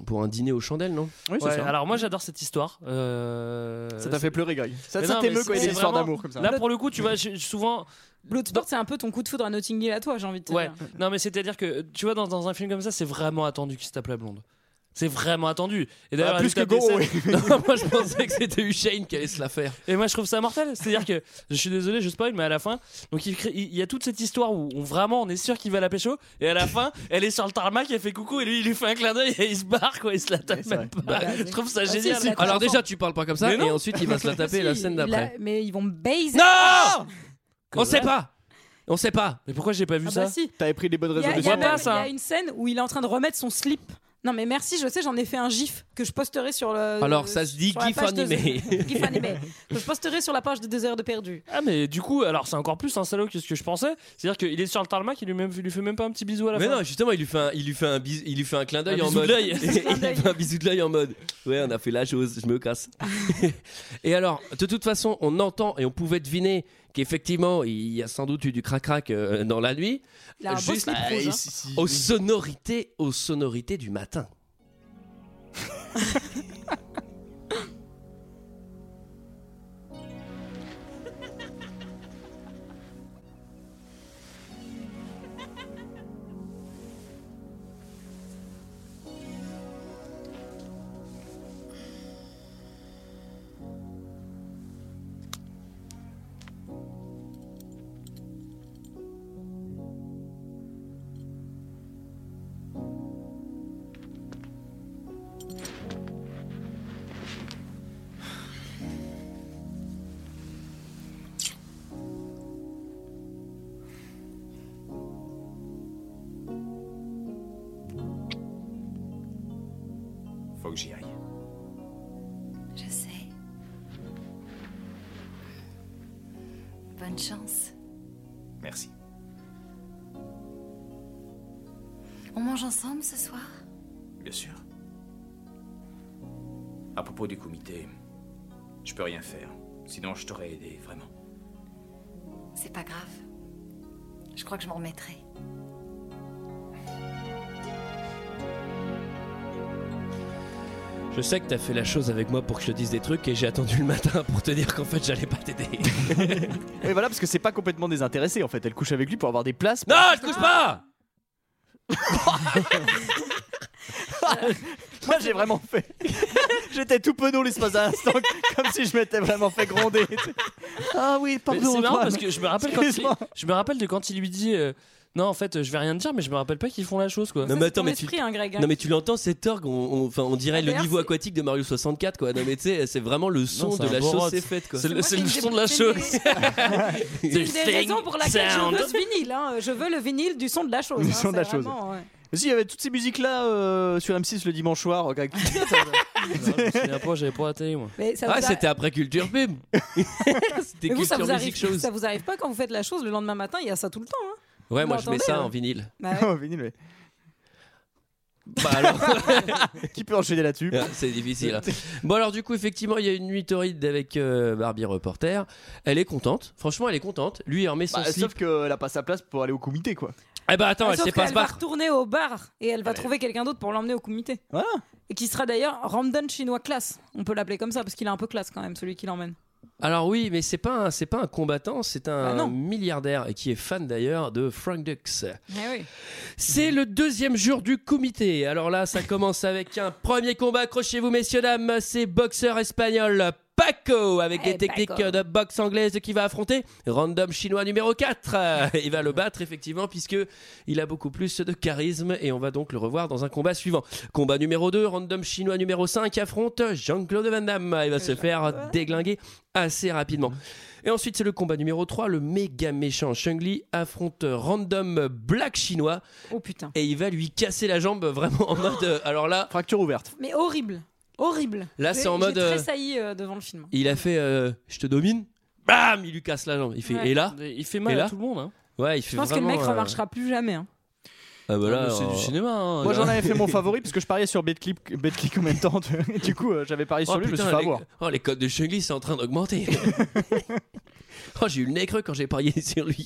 [SPEAKER 1] pour un dîner aux chandelles, non
[SPEAKER 6] Ouais, Alors moi j'adore cette histoire. Euh,
[SPEAKER 7] Ça t'a fait
[SPEAKER 6] c'est-
[SPEAKER 7] pleurer, Greg. Ça-
[SPEAKER 6] Mais
[SPEAKER 7] ça
[SPEAKER 6] non,
[SPEAKER 7] t'émeut
[SPEAKER 6] mais
[SPEAKER 7] quand il y a
[SPEAKER 6] c'est
[SPEAKER 7] des histoires
[SPEAKER 6] vraiment-
[SPEAKER 7] d'amour comme ça.
[SPEAKER 6] Là pour le coup, tu vois, je- je- souvent.
[SPEAKER 8] Bloodsport, c'est un peu ton coup de foudre à Notting Hill à toi, j'ai envie de te
[SPEAKER 6] Ouais.
[SPEAKER 8] dire.
[SPEAKER 6] Non mais c'est-à-dire que tu vois dans, dans un film comme ça, c'est vraiment attendu qu'il se tape la blonde. C'est vraiment attendu. Et
[SPEAKER 1] Ah,
[SPEAKER 6] elle
[SPEAKER 1] plus
[SPEAKER 6] lui tape
[SPEAKER 1] que Goro,
[SPEAKER 6] des selles.
[SPEAKER 1] oui. Non, moi je pensais que c'était Usain qui allait se la faire.
[SPEAKER 6] Et moi je trouve ça mortel. C'est-à-dire que je suis désolé, je spoil, mais à la fin, donc il, crée- il- il y a toute cette histoire où on, vraiment on est sûr qu'il va la pécho. Et à la fin, elle est sur le tarmac, elle fait coucou et lui il lui fait un clin d'œil et il se barre quoi, il se la tape même pas.
[SPEAKER 8] bah,
[SPEAKER 6] je trouve ça
[SPEAKER 1] Ah, si,
[SPEAKER 6] génial.
[SPEAKER 1] si, Alors déjà, tu parles pas comme ça,
[SPEAKER 6] Mais non.
[SPEAKER 1] et ensuite il va se la taper la
[SPEAKER 8] Si,
[SPEAKER 1] scène
[SPEAKER 8] il
[SPEAKER 1] d'après.
[SPEAKER 8] a- Mais ils vont Ah, bah me baiser.
[SPEAKER 1] Non
[SPEAKER 8] Que
[SPEAKER 1] On sait
[SPEAKER 8] dalle.
[SPEAKER 1] pas On sait pas
[SPEAKER 6] Mais pourquoi j'ai pas vu
[SPEAKER 8] Ah bah si.
[SPEAKER 7] T'avais pris des bonnes
[SPEAKER 8] Il y, a,
[SPEAKER 7] résolutions.
[SPEAKER 8] il y a même- il y a une scène où il est en train de remettre son slip. Non mais merci, je sais, j'en ai fait un gif que je posterai sur le.
[SPEAKER 1] Alors, ça se dit
[SPEAKER 8] sur la
[SPEAKER 1] gif
[SPEAKER 8] page de-
[SPEAKER 1] animé.
[SPEAKER 8] gif animé. Que je posterai sur la page de 2 heures de perdu.
[SPEAKER 6] Ah mais du coup alors c'est encore plus un salaud que ce que je pensais c'est à dire qu'il est sur le tarmac il lui, même, il lui fait même pas un petit bisou à la
[SPEAKER 1] Mais
[SPEAKER 6] fin
[SPEAKER 1] non, justement, il lui fait un, il lui fait un, bis- il lui fait un clin d'œil
[SPEAKER 6] Un
[SPEAKER 1] en
[SPEAKER 6] bisou de
[SPEAKER 1] mode.
[SPEAKER 6] l'œil.
[SPEAKER 1] il lui fait un bisou de l'œil en mode. Ouais, on a fait la chose, je me casse. et alors, de toute façon, on entend et on pouvait deviner qu'effectivement, il y a sans doute eu du crac-crac euh, dans la nuit.
[SPEAKER 8] Il a un beau
[SPEAKER 1] Juste ah,
[SPEAKER 8] slip rouge, hein.
[SPEAKER 1] si, si, aux sonorités, aux sonorités du matin.
[SPEAKER 9] Faut que j'y aille.
[SPEAKER 10] Je sais. Bonne chance.
[SPEAKER 9] Merci.
[SPEAKER 10] On mange ensemble ce soir
[SPEAKER 9] Bien sûr. À propos du comité, je peux rien faire. Sinon, je t'aurais aidé, vraiment.
[SPEAKER 10] C'est pas grave. Je crois que je m'en remettrai.
[SPEAKER 1] Je sais que t'as fait la chose avec moi pour que je te dise des trucs et j'ai attendu le matin pour te dire qu'en fait j'allais pas t'aider.
[SPEAKER 7] Et voilà, parce que c'est pas complètement désintéressé en fait. Elle couche avec lui pour avoir des places.
[SPEAKER 1] non,
[SPEAKER 6] Ah,
[SPEAKER 1] je couche pas
[SPEAKER 7] Moi j'ai vraiment fait. J'étais tout penaud l'espace d'un instant, comme si je m'étais vraiment fait gronder. Ah oui,
[SPEAKER 6] Mais
[SPEAKER 7] pardon.
[SPEAKER 6] c'est marrant
[SPEAKER 7] Antoine.
[SPEAKER 6] parce que je me rappelle quand il,
[SPEAKER 7] Excuse-moi.
[SPEAKER 6] je me rappelle de quand il lui dit euh, non en fait euh, je vais rien te dire mais je me rappelle pas qu'ils font la chose quoi
[SPEAKER 1] Non, mais attends, mais tu,
[SPEAKER 8] hein, Greg, hein.
[SPEAKER 1] non, mais tu l'entends, cet orgue, on, on- enfin, on dirait le
[SPEAKER 8] D'ailleurs,
[SPEAKER 1] niveau aquatique de Mario 64, quoi. Non, mais tu sais, c'est vraiment le son
[SPEAKER 6] c'est
[SPEAKER 1] de
[SPEAKER 6] un
[SPEAKER 1] la
[SPEAKER 6] bon
[SPEAKER 1] chose,
[SPEAKER 6] rock.
[SPEAKER 1] c'est faite, quoi.
[SPEAKER 6] C'est le- c'est le
[SPEAKER 8] J'ai-
[SPEAKER 6] son de la
[SPEAKER 8] j'ai-
[SPEAKER 6] chose.
[SPEAKER 8] C'est une des raisons pour laquelle
[SPEAKER 6] Sound.
[SPEAKER 8] je veux ce vinyle. hein. Je veux le vinyle du son de la chose.
[SPEAKER 7] Le
[SPEAKER 8] hein.
[SPEAKER 7] son de la
[SPEAKER 8] C'est
[SPEAKER 7] chose.
[SPEAKER 8] vraiment, ouais.
[SPEAKER 7] Mais si, il y avait toutes ces musiques-là euh, sur M6 le dimanche soir. euh, Greg.
[SPEAKER 6] Après, j'avais pas la télé, moi.
[SPEAKER 8] Mais ça vous
[SPEAKER 1] ah,
[SPEAKER 8] a-
[SPEAKER 1] c'était après Culture Pub. c'était
[SPEAKER 8] Mais vous,
[SPEAKER 1] Culture
[SPEAKER 8] ça vous,
[SPEAKER 1] Music
[SPEAKER 8] arrive,
[SPEAKER 1] Shows.
[SPEAKER 8] ça vous arrive pas quand vous faites la chose le lendemain matin, il y a ça tout le temps. hein.
[SPEAKER 1] Ouais,
[SPEAKER 8] Vous
[SPEAKER 1] moi je mets
[SPEAKER 8] l'entendez,
[SPEAKER 1] ça
[SPEAKER 8] hein
[SPEAKER 1] en vinyle.
[SPEAKER 8] Bah ouais.
[SPEAKER 7] Oh, vinyle, ouais. Qui peut enchaîner là-dessus
[SPEAKER 1] Ah, C'est difficile. Bon, alors, du coup, effectivement, il y a une nuit torride avec euh, Barbie Reporter. Elle est contente. Franchement, elle est contente. Lui, il remet son
[SPEAKER 7] Bah,
[SPEAKER 1] slip.
[SPEAKER 7] sauf qu'elle a pas sa place pour aller au comité, quoi.
[SPEAKER 1] Eh ben, attends,
[SPEAKER 8] Ah,
[SPEAKER 1] elle
[SPEAKER 8] sauf
[SPEAKER 1] sait pas
[SPEAKER 8] qu'elle
[SPEAKER 1] se
[SPEAKER 8] va
[SPEAKER 1] battre.
[SPEAKER 8] retourner au bar et elle va trouver quelqu'un d'autre pour l'emmener au comité.
[SPEAKER 7] Voilà.
[SPEAKER 8] Et qui sera d'ailleurs Ramdan chinois classe. On peut l'appeler comme ça parce qu'il est un peu classe quand même, celui qui l'emmène.
[SPEAKER 1] Alors, oui, mais c'est pas un, c'est pas un combattant, c'est
[SPEAKER 8] Bah,
[SPEAKER 1] un milliardaire et qui est fan d'ailleurs de Frank Dux. C'est le deuxième jour du comité. Alors là, ça commence avec un premier combat. Accrochez-vous, messieurs, dames. C'est boxeur espagnol Paco avec
[SPEAKER 6] Eh,
[SPEAKER 1] des techniques
[SPEAKER 6] Paco.
[SPEAKER 1] de boxe anglaise qui va affronter Random Chinois numéro 4. Il va le battre, effectivement, puisque il a beaucoup plus de charisme et on va donc le revoir dans un combat suivant. Combat numéro 2, Random Chinois numéro 5 affronte Jean-Claude Van Damme. Il va se faire déglinguer assez rapidement. Et ensuite, c'est le combat numéro 3, le méga méchant Shengli affronte Random Black Chinois.
[SPEAKER 8] Oh putain.
[SPEAKER 1] Et il va lui casser la jambe vraiment en mode. euh, alors là.
[SPEAKER 7] Fracture ouverte.
[SPEAKER 8] Mais horrible, horrible.
[SPEAKER 1] Là, c'est en
[SPEAKER 8] J'ai-
[SPEAKER 1] mode,
[SPEAKER 8] J'ai
[SPEAKER 1] euh,
[SPEAKER 8] tressailli euh, devant le film.
[SPEAKER 1] Il a fait euh, Je te domine. Bam Il lui casse la jambe. Il fait
[SPEAKER 8] Ouais.
[SPEAKER 1] Et là
[SPEAKER 6] Il fait mal
[SPEAKER 1] Et
[SPEAKER 6] à
[SPEAKER 1] là
[SPEAKER 6] tout le monde, hein.
[SPEAKER 1] Ouais, il fait
[SPEAKER 8] Je pense que le
[SPEAKER 1] vraiment,
[SPEAKER 8] mec
[SPEAKER 1] euh,
[SPEAKER 8] remarchera plus jamais. hein.
[SPEAKER 1] Ah bah là,
[SPEAKER 6] C'est
[SPEAKER 1] alors-
[SPEAKER 6] du cinéma, hein.
[SPEAKER 7] Moi
[SPEAKER 6] Là.
[SPEAKER 7] j'en avais fait mon favori parce que je pariais sur BetClick, BetClick en même temps. tu vois. Et du coup, euh, j'avais parié sur
[SPEAKER 1] Oh,
[SPEAKER 7] lui, je me suis
[SPEAKER 1] putain,
[SPEAKER 7] fait
[SPEAKER 1] les...
[SPEAKER 7] avoir.
[SPEAKER 1] oh, les codes de Shengli, c'est en train d'augmenter. oh, j'ai eu le nez creux quand j'ai parié sur lui.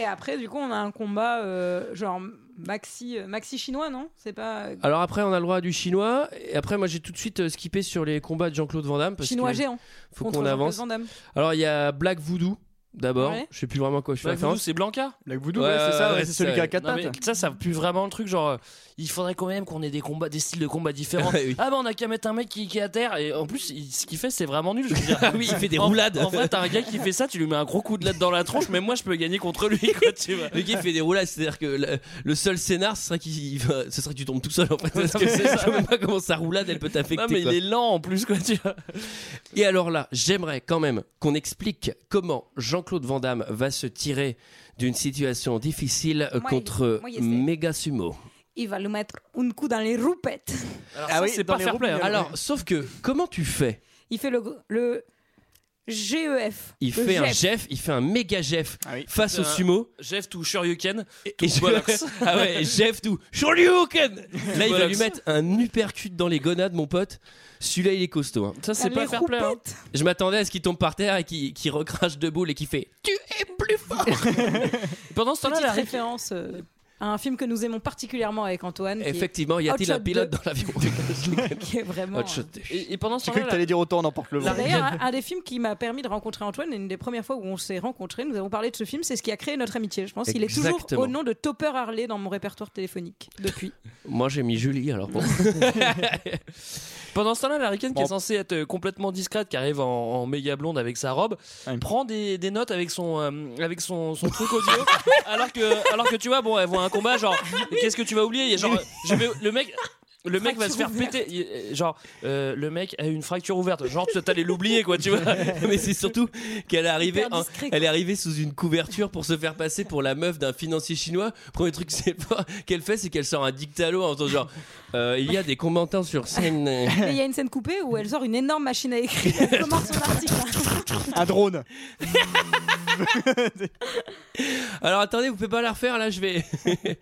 [SPEAKER 8] Et après, du coup, on a un combat euh, genre maxi, euh, maxi chinois, non C'est pas euh,
[SPEAKER 1] Alors après, on a le droit à du chinois. Et après, moi, j'ai tout de suite euh, skippé sur les combats de Jean-Claude Van Damme. Parce
[SPEAKER 8] chinois
[SPEAKER 1] que
[SPEAKER 8] géant.
[SPEAKER 1] Faut
[SPEAKER 8] contre
[SPEAKER 1] qu'on
[SPEAKER 8] Jean-Claude
[SPEAKER 1] avance.
[SPEAKER 8] Van Damme.
[SPEAKER 1] Alors, il y a Black Voodoo d'abord.
[SPEAKER 8] Ouais.
[SPEAKER 1] Je sais plus vraiment à quoi je fais
[SPEAKER 6] Black Bah, Voodoo,
[SPEAKER 1] référence.
[SPEAKER 6] c'est Blanca
[SPEAKER 7] Black
[SPEAKER 1] Voodoo, ouais, Ouais, c'est ça, ouais, ouais, c'est c'est celui ça, qui a ouais. quatre
[SPEAKER 6] Non, mais
[SPEAKER 1] pattes.
[SPEAKER 6] Ça, ça pue vraiment le truc. Genre, euh, il faudrait quand même qu'on ait des combats, des styles de combats différents.
[SPEAKER 1] Ouais, oui.
[SPEAKER 6] Ah bah, on a qu'à mettre un mec qui, qui est à terre. Et en plus, il- ce qu'il fait, c'est vraiment nul. Je veux dire.
[SPEAKER 1] Ah oui, il fait des
[SPEAKER 6] En-
[SPEAKER 1] roulades.
[SPEAKER 6] En, vrai, t'as un gars qui fait ça, tu lui mets un gros coup de latte dans la tronche. Même moi, je peux gagner contre lui. Quoi, tu vois.
[SPEAKER 1] Le gars il fait des roulades, c'est-à-dire que le, le seul scénar ce serait, qu'il- il va- ce serait que tu tombes tout seul en fait. Parce que
[SPEAKER 6] c'est ça.
[SPEAKER 1] je sais même pas comment sa roulade elle peut t'affecter.
[SPEAKER 6] Non, mais
[SPEAKER 1] quoi.
[SPEAKER 6] il est lent en plus, quoi, tu vois.
[SPEAKER 1] Et alors là, j'aimerais quand même qu'on explique comment Jean-Claude Van Damme va se tirer d'une situation difficile euh,
[SPEAKER 8] Moi,
[SPEAKER 1] contre
[SPEAKER 8] moi, je sais.
[SPEAKER 1] Mega Sumo.
[SPEAKER 8] Il va lui mettre un coup dans les roupettes.
[SPEAKER 6] Alors, ça, c'est pas fair play. hein.
[SPEAKER 1] Alors, sauf que comment tu fais
[SPEAKER 8] Il fait le, le GEF.
[SPEAKER 1] Il
[SPEAKER 8] Le E
[SPEAKER 1] fait un E
[SPEAKER 8] GEF.
[SPEAKER 1] Jeff, il fait un méga Jeff face
[SPEAKER 6] C'est
[SPEAKER 1] au
[SPEAKER 6] un
[SPEAKER 1] sumo.
[SPEAKER 6] Jeff tout Shoryuken.
[SPEAKER 1] Ah Euh,
[SPEAKER 6] Tout
[SPEAKER 1] Et je-
[SPEAKER 6] bollocks.
[SPEAKER 1] ah ouais, Jeff tout. Shoryuken Là, il va
[SPEAKER 6] Bollocks.
[SPEAKER 1] lui mettre un uppercut dans les gonades, mon pote. Celui-là, il est costaud. hein.
[SPEAKER 6] Ça, c'est
[SPEAKER 8] Dans
[SPEAKER 6] pas
[SPEAKER 8] les
[SPEAKER 6] fair play. hein.
[SPEAKER 8] roupettes.
[SPEAKER 1] Je m'attendais à ce qu'il tombe par terre et qu'il qu'il recrache deux boules et qu'il fait Tu es plus fort
[SPEAKER 6] Pendant ce temps-là,
[SPEAKER 8] Petite
[SPEAKER 6] la ré-
[SPEAKER 8] référence euh, à un film que nous aimons particulièrement avec Antoine. qui est
[SPEAKER 1] Effectivement, y a-t-il
[SPEAKER 8] Hot
[SPEAKER 1] un
[SPEAKER 8] Shot
[SPEAKER 1] pilote dans l'avion
[SPEAKER 8] qui est vraiment.
[SPEAKER 1] Hot Shot
[SPEAKER 8] euh,
[SPEAKER 6] et, et
[SPEAKER 9] Ah,
[SPEAKER 6] pendant ce
[SPEAKER 7] J'ai cru
[SPEAKER 6] temps-là,
[SPEAKER 7] que
[SPEAKER 6] la-
[SPEAKER 7] t'allais dire autant, on emporte le vent.
[SPEAKER 8] c'est D'ailleurs, un, un des films qui m'a permis de rencontrer Antoine, et une des premières fois où on s'est rencontrés, nous avons parlé de ce film, c'est ce qui a créé notre amitié. Je pense qu'il est toujours
[SPEAKER 1] Exactement.
[SPEAKER 8] au nom de Topper Harley dans mon répertoire téléphonique depuis.
[SPEAKER 1] Moi j'ai mis Julie alors bon.
[SPEAKER 6] Pendant ce temps-là, la Ricaine, qui
[SPEAKER 1] Bon.
[SPEAKER 6] est censée être euh, complètement discrète, qui arrive en, en méga blonde avec sa robe,
[SPEAKER 1] Ah
[SPEAKER 6] prend des, des notes avec son, euh, avec son, son truc audio. alors, que, alors que tu vois, bon, elle voit un combat, genre, qu'est-ce que tu vas oublier Il y a genre, euh, je vais- le mec. Le mec va se faire péter, Il- euh, genre euh, le mec a une fracture ouverte, genre tu t'allais l'oublier quoi, tu vois.
[SPEAKER 1] Mais c'est surtout qu'elle est arrivée,
[SPEAKER 8] Hyper
[SPEAKER 1] en-
[SPEAKER 8] discret, quoi.
[SPEAKER 1] elle est arrivée sous une couverture pour se faire passer pour la meuf d'un financier chinois. Premier truc c'est pas- qu'elle fait, c'est qu'elle sort un dictalo en faisant genre Euh, il y a des combattants sur scène.
[SPEAKER 8] Mais il y a une scène coupée où elle sort une énorme machine à écrire. Elle commence son article.
[SPEAKER 7] Un drone.
[SPEAKER 1] Alors attendez, vous pouvez pas la refaire là, je vais.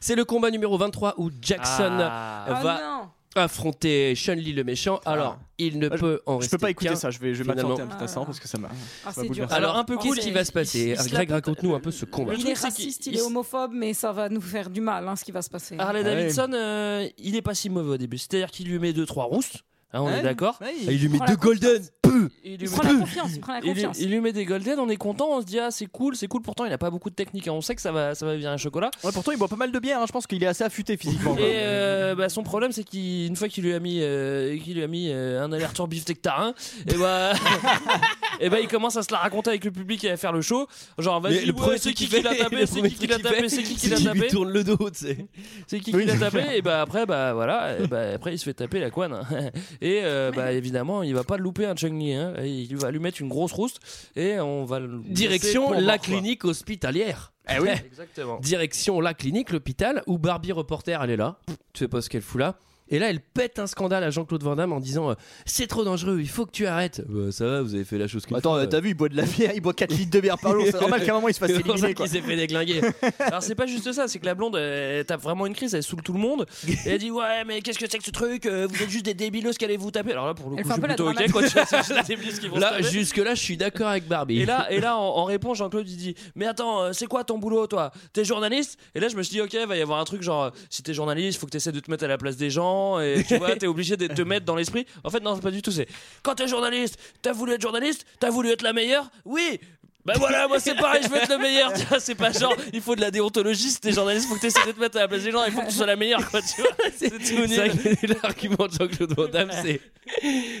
[SPEAKER 1] c'est le combat numéro 23 où Jackson
[SPEAKER 6] Ah.
[SPEAKER 1] va
[SPEAKER 8] Oh non.
[SPEAKER 1] affronter Chun-Li le méchant. Alors, il ne
[SPEAKER 7] Ah, je-
[SPEAKER 1] peut en
[SPEAKER 7] Je
[SPEAKER 1] rester
[SPEAKER 7] peux pas écouter
[SPEAKER 1] qu'un,
[SPEAKER 7] ça, je vais, je vais
[SPEAKER 1] finalement.
[SPEAKER 7] m'absenter un petit instant parce que ça m'a. ça
[SPEAKER 8] Ah, c'est
[SPEAKER 7] m'a
[SPEAKER 8] dur.
[SPEAKER 7] bouleversé.
[SPEAKER 1] Alors, un peu
[SPEAKER 8] Oh,
[SPEAKER 1] cool
[SPEAKER 8] c'est-
[SPEAKER 1] qui va se passer.
[SPEAKER 6] il se
[SPEAKER 1] Greg,
[SPEAKER 6] la-
[SPEAKER 1] raconte-nous un peu ce combat.
[SPEAKER 6] Le
[SPEAKER 8] Il est
[SPEAKER 6] truc, c'est
[SPEAKER 8] raciste,
[SPEAKER 6] qu'il-
[SPEAKER 8] il est
[SPEAKER 6] il-
[SPEAKER 8] homophobe, mais ça va nous faire du mal, hein, ce qui va se passer.
[SPEAKER 6] Harley
[SPEAKER 7] Ah ouais.
[SPEAKER 6] Davidson, euh, il est pas si mauvais au début, c'est-à-dire qu'il lui met deux trois rousses, hein, on
[SPEAKER 7] Ouais.
[SPEAKER 6] est d'accord.
[SPEAKER 7] Ouais,
[SPEAKER 1] Ah, il lui met
[SPEAKER 8] prend la
[SPEAKER 1] deux golden. Peu.
[SPEAKER 6] Il
[SPEAKER 8] Il
[SPEAKER 6] lui
[SPEAKER 8] prend la confiance, il prend la
[SPEAKER 6] Il lui,
[SPEAKER 8] confiance.
[SPEAKER 6] il lui met des golden, on est content, on se dit ah c'est cool, c'est cool. Pourtant il a pas beaucoup de technique, hein, on sait que ça va, ça va virer un chocolat.
[SPEAKER 7] Ouais, pourtant, il boit pas mal de bière, hein, je pense qu'il est assez affûté physiquement.
[SPEAKER 6] Et
[SPEAKER 7] quoi.
[SPEAKER 6] euh, bah, son problème c'est qu'une fois qu'il lui a mis, euh, qu'il lui a mis euh, un aller-retour beefsteak tarin, et bah, et bah il commence à se la raconter avec le public et à faire le show. Genre
[SPEAKER 1] Mais
[SPEAKER 6] vas-y, ouais, c'est qui qui l'a tapé,
[SPEAKER 1] le
[SPEAKER 6] c'est
[SPEAKER 1] premier
[SPEAKER 6] qui qui
[SPEAKER 1] truc
[SPEAKER 6] l'a
[SPEAKER 1] qu'il
[SPEAKER 6] tapé,
[SPEAKER 1] fait,
[SPEAKER 6] c'est qui qui
[SPEAKER 1] c'est
[SPEAKER 6] l'a
[SPEAKER 1] qu'il lui
[SPEAKER 6] tapé,
[SPEAKER 1] tourne le dos, tu sais.
[SPEAKER 6] c'est qui
[SPEAKER 7] Oui,
[SPEAKER 6] qui l'a
[SPEAKER 7] c'est
[SPEAKER 6] tapé. Et bah après bah voilà, et bah après il se fait taper la couane. hein. Et euh, bah évidemment il va pas le louper un Chung Li, hein. il va lui mettre une grosse rouste et on va le
[SPEAKER 1] Direction
[SPEAKER 6] c'est pour
[SPEAKER 1] la
[SPEAKER 6] mort, quoi.
[SPEAKER 1] clinique hospitalière.
[SPEAKER 7] Eh oui.
[SPEAKER 6] Exactement.
[SPEAKER 1] Direction la clinique, l'hôpital, où Barbie reporter, elle est là. Pff, Tu sais pas ce qu'elle fout là. Et là, elle pète un scandale à Jean-Claude Van Damme en disant euh, C'est trop dangereux, il faut que tu arrêtes. Bah, ça va, vous avez fait la chose qu'il
[SPEAKER 7] Attends,
[SPEAKER 1] faut,
[SPEAKER 7] euh, t'as vu, il boit de la bière, il boit 4 litres de bière par jour. C'est normal qu'à un moment il se fasse
[SPEAKER 1] C'est pour ça
[SPEAKER 7] éliminer. quoi.
[SPEAKER 1] qu'il s'est fait déglinguer.
[SPEAKER 6] Alors c'est pas juste ça, c'est que la blonde elle, elle tape vraiment une crise, elle saoule tout le monde. Et elle dit ouais mais qu'est-ce que c'est que ce truc Euh, Vous êtes juste des débilos qui allez vous taper. Alors là pour le
[SPEAKER 1] Elle
[SPEAKER 6] coup
[SPEAKER 1] fait
[SPEAKER 6] je
[SPEAKER 1] un
[SPEAKER 6] suis
[SPEAKER 1] peu la
[SPEAKER 6] plutôt ok
[SPEAKER 1] dramatique.
[SPEAKER 6] quoi. tu vois, c'est juste des débilos qui vont se
[SPEAKER 1] Là,
[SPEAKER 6] taper.
[SPEAKER 1] jusque-là, je suis d'accord avec Barbie.
[SPEAKER 6] Et là, et là en, en réponse, Jean-Claude il dit Mais attends, euh, c'est quoi ton boulot, toi T'es journaliste Et là, je me suis dit Ok, va y avoir un truc genre euh, Si t'es journaliste, faut que t'essaies de te mettre à la place des gens, et tu vois, t'es obligé de te mettre dans l'esprit. En fait, non, c'est pas du tout. C'est Quand t'es journaliste, t'as voulu être journaliste T'as voulu être la meilleure Oui bah voilà, moi c'est pareil, je veux être le meilleur. Tu vois, c'est pas genre, il faut de la déontologie si t'es journaliste, faut que t'essaies de te mettre à la place des gens, il faut que tu sois la meilleure, quoi, tu vois. C'est tout
[SPEAKER 1] C'est vrai
[SPEAKER 6] nul.
[SPEAKER 1] que l'argument de Jean-Claude Van Damme, c'est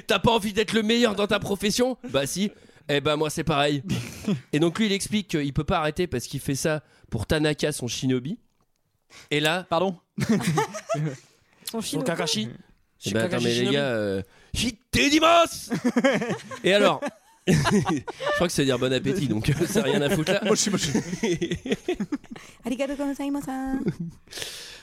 [SPEAKER 1] T'as pas envie d'être le meilleur dans ta profession Bah si. Eh ben moi c'est pareil. Et donc lui il explique qu'il peut pas arrêter parce qu'il fait ça pour Tanaka son shinobi. Et là.
[SPEAKER 7] Pardon.
[SPEAKER 8] Son
[SPEAKER 6] Son Kakashi.
[SPEAKER 1] Eh ben, attends mais les
[SPEAKER 6] Shinobi.
[SPEAKER 1] gars. euh, Hitedimas Et alors. je crois que ça veut dire bon appétit donc ça a rien à foutre là.
[SPEAKER 8] Arigato gozaimasu.